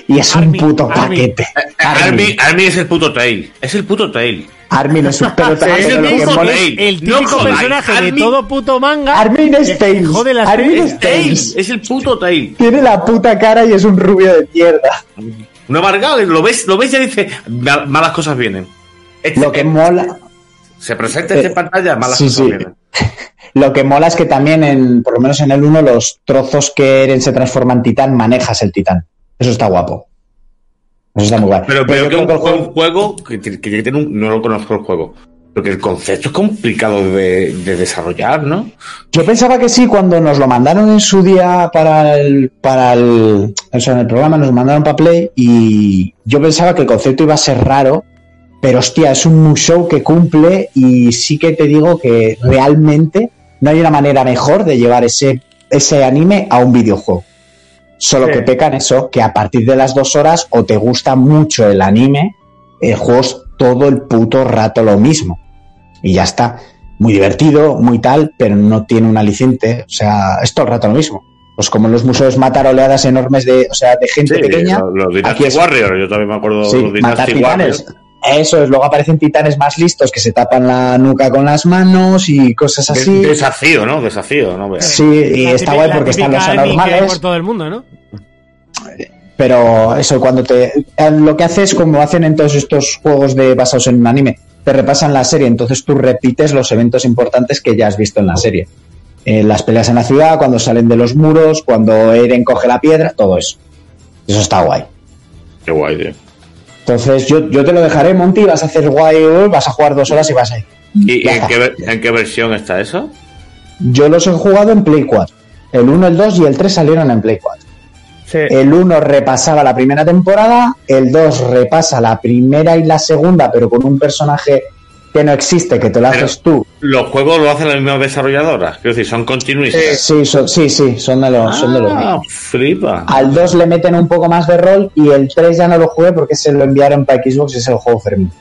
Speaker 5: Y es
Speaker 3: Armin,
Speaker 5: un puto
Speaker 3: Armin.
Speaker 5: paquete.
Speaker 7: Armin, Armin es el puto Tail. Es el puto Tail.
Speaker 5: Armin es un pero,
Speaker 7: Sí,
Speaker 5: pero
Speaker 3: Es
Speaker 7: sí,
Speaker 3: el
Speaker 5: Eh, lo
Speaker 7: sí,
Speaker 5: que
Speaker 3: mismo
Speaker 5: mola-
Speaker 7: sí.
Speaker 3: que el
Speaker 7: No
Speaker 3: típico
Speaker 7: jodáis,
Speaker 3: personaje de
Speaker 7: Armin-
Speaker 3: todo puto manga.
Speaker 5: Armin
Speaker 3: que- que
Speaker 5: Steins.
Speaker 3: Jode las
Speaker 5: Armin
Speaker 3: pelis.
Speaker 5: Steins.
Speaker 7: Tail.
Speaker 5: Tails.
Speaker 7: Es el puto Tail.
Speaker 5: tiene la puta cara y es un rubio de mierda.
Speaker 7: No amargado, lo ves, lo ves y dice, "Ma- malas cosas vienen. Este-
Speaker 5: Lo que mola,
Speaker 7: se presenta esta
Speaker 5: eh,
Speaker 7: pantalla, malas
Speaker 5: sí,
Speaker 7: cosas
Speaker 5: sí.
Speaker 7: vienen.
Speaker 5: lo que mola es que también en, por lo menos en el 1 los trozos que Eren se transforma en titán manejas el titán. Eso está guapo. Eso está muy guay.
Speaker 7: Pero
Speaker 5: Pero yo
Speaker 7: creo que un
Speaker 5: creo
Speaker 7: juego, un juego que, que- que tiene un- no lo conozco el juego. Porque el concepto es complicado de, de desarrollar, ¿no?
Speaker 5: Yo pensaba que sí, cuando nos lo mandaron en su día para el, para el, o sea, en el programa nos lo mandaron para Play y yo pensaba que el concepto iba a ser raro, pero hostia, es un show que cumple y sí que te digo que realmente no hay una manera mejor de llevar ese, ese anime a un videojuego. Solo
Speaker 6: Sí.
Speaker 5: que pecan eso, que a partir de las dos horas o te gusta mucho el anime, el juego es todo el puto rato lo mismo. Y ya está. Muy divertido, muy tal, pero no tiene un aliciente. O sea, es todo el rato lo mismo. Pues como en los museos matar oleadas enormes de, o sea, de gente pequeña.
Speaker 7: lo- los
Speaker 5: aquí
Speaker 7: Dynasty
Speaker 5: es-
Speaker 7: Warriors, yo también me acuerdo
Speaker 5: Sí,
Speaker 7: de los
Speaker 5: matar
Speaker 7: Dynasty
Speaker 5: titanes.
Speaker 7: Warriors.
Speaker 5: Eso es, luego aparecen titanes más listos que se tapan la nuca con las manos y cosas
Speaker 7: De-
Speaker 5: así.
Speaker 7: Desafío, ¿no? Desafío, ¿no? Veas.
Speaker 5: Sí, y
Speaker 3: La
Speaker 5: está
Speaker 3: típica-
Speaker 5: guay
Speaker 3: la
Speaker 5: porque están los
Speaker 3: típica Armin que hay
Speaker 5: anormales.
Speaker 3: por todo el mundo, ¿no?
Speaker 5: Pero eso, cuando te. eh, Lo que haces, como hacen en todos estos juegos de basados en un anime, te repasan la serie, entonces tú repites los eventos importantes que ya has visto en la serie. Eh, las peleas en la ciudad, cuando salen de los muros, cuando Eren coge la piedra, todo eso. Eso está guay.
Speaker 7: Qué guay, tío.
Speaker 5: Entonces yo, yo te lo dejaré, Monty, vas a hacer guay, eh, vas a jugar dos horas y vas a ir.
Speaker 7: ¿Y
Speaker 5: Ya
Speaker 7: en
Speaker 5: está.
Speaker 7: qué, ver- en qué versión está eso?
Speaker 5: Yo los he jugado en Play 4. El 1, el 2 y el 3 salieron en Play 4.
Speaker 6: Sí.
Speaker 5: El 1 repasaba la primera temporada, el 2 repasa la primera y la segunda, pero con un personaje que no existe, que te lo
Speaker 7: Pero-
Speaker 5: haces tú.
Speaker 7: ¿Los juegos lo hacen las mismas desarrolladoras? Quiero decir, son continuistas.
Speaker 5: Sí, son, sí, sí, son de los, son de los
Speaker 7: Ah,
Speaker 5: míos.
Speaker 7: flipa.
Speaker 5: Al 2 le meten un poco más de rol y el 3 ya no lo jugué porque se lo enviaron para Xbox y es el juego Fermín.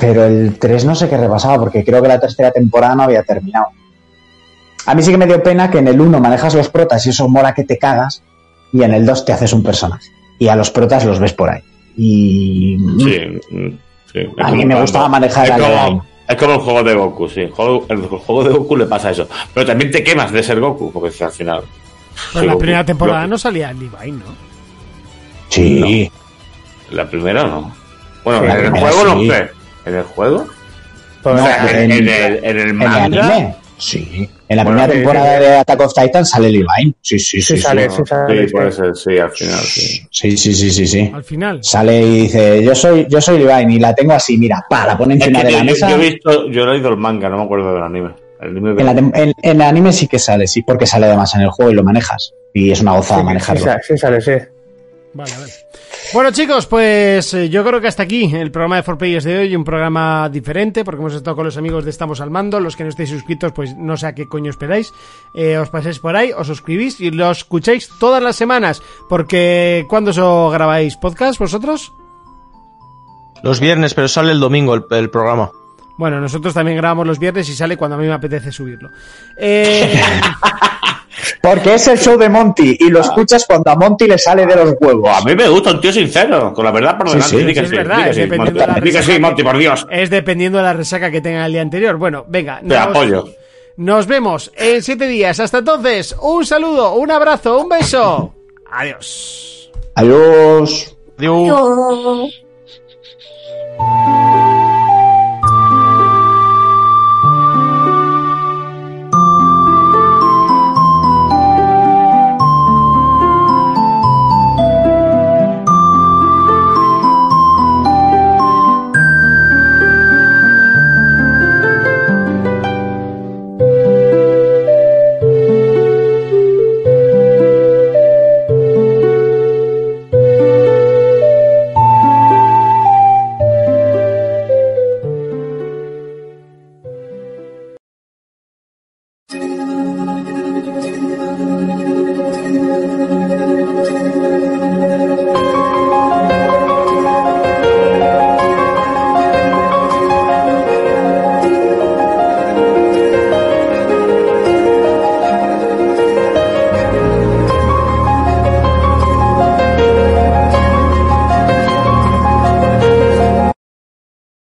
Speaker 5: Pero el 3 no sé qué repasaba porque creo que la tercera temporada no había terminado. A mí sí que me dio pena que en el 1 manejas los protas y eso mola que te cagas y en el 2 te haces un personaje. Y a los protas los ves por ahí. Y
Speaker 7: Sí, mm, sí. Es
Speaker 5: A
Speaker 7: como
Speaker 5: mí me
Speaker 7: cuando-
Speaker 5: gustaba manejar
Speaker 7: es
Speaker 5: al
Speaker 7: como,
Speaker 5: Eren.
Speaker 7: es como el juego de Goku, sí. El juego, el juego de Goku le pasa eso. Pero también te quemas de ser Goku, porque al final.
Speaker 3: Pero
Speaker 7: soy
Speaker 3: la
Speaker 7: Goku.
Speaker 3: primera temporada
Speaker 7: Yo-
Speaker 3: no salía Levi, ¿no?
Speaker 5: Sí.
Speaker 7: La primera no. Bueno,
Speaker 5: Sí, la
Speaker 7: en el
Speaker 5: primera
Speaker 7: juego
Speaker 5: sí.
Speaker 7: no sé. ¿En el juego?
Speaker 5: No,
Speaker 6: pues
Speaker 7: O sea,
Speaker 5: en,
Speaker 7: en, en el, en el
Speaker 5: en el
Speaker 7: manga.
Speaker 5: anime. Sí. En la
Speaker 7: Bueno,
Speaker 5: primera
Speaker 7: sí,
Speaker 5: temporada de Attack of Titan sale Levine. Sí, sí,
Speaker 6: Sí,
Speaker 5: sí.
Speaker 6: sale, sí,
Speaker 7: Sí,
Speaker 6: sale.
Speaker 7: puede ser, sí, al final, sí.
Speaker 5: Sí, sí, sí, sí, sí.
Speaker 3: Al final.
Speaker 5: Sale y dice, yo soy, yo soy Levine y la tengo así, mira, pa, la pone
Speaker 7: Es que
Speaker 5: encima de la
Speaker 7: yo, yo-
Speaker 5: mesa.
Speaker 7: yo he visto, yo he leído el manga, no me acuerdo del anime. El anime de-
Speaker 5: En, la tem- en- en el anime sí que sale, sí, porque sale además en el juego y lo manejas. Y es una gozada
Speaker 6: Sí,
Speaker 5: manejarlo.
Speaker 6: sale, sí, sale, sí.
Speaker 3: Vale, vale. Bueno, chicos, pues eh, yo creo que hasta aquí el programa de 4Players de hoy. Un programa diferente, porque hemos estado con los amigos de Estamos al Mando. Los que no estéis suscritos, pues no sé a qué coño esperáis. Eh, os paséis por ahí, os suscribís y lo escucháis todas las semanas. Porque, ¿cuándo os grabáis podcast vosotros?
Speaker 9: Los viernes, pero sale el domingo el, el programa.
Speaker 3: Bueno, nosotros también grabamos los viernes y sale cuando a mí me apetece subirlo. Eh,
Speaker 5: Porque es el show de Monty y lo escuchas cuando a Monty le sale de los huevos.
Speaker 7: Pues A mí me gusta un tío sincero, con la verdad por delante.
Speaker 5: sí,
Speaker 7: Di
Speaker 3: sí,
Speaker 7: que
Speaker 3: es
Speaker 7: sí,
Speaker 3: verdad,
Speaker 7: di que
Speaker 3: es
Speaker 7: sí,
Speaker 3: dependiendo de
Speaker 7: Monty.
Speaker 3: la
Speaker 7: Di que sí,
Speaker 3: resaca
Speaker 7: Monty, por Dios.
Speaker 3: es dependiendo de la resaca que tenga el día anterior. Bueno, venga.
Speaker 7: Te apoyo.
Speaker 3: Nos vemos en siete días. Hasta entonces, un saludo, un abrazo, un beso. Adiós.
Speaker 5: Adiós.
Speaker 9: Adiós.
Speaker 10: Yo-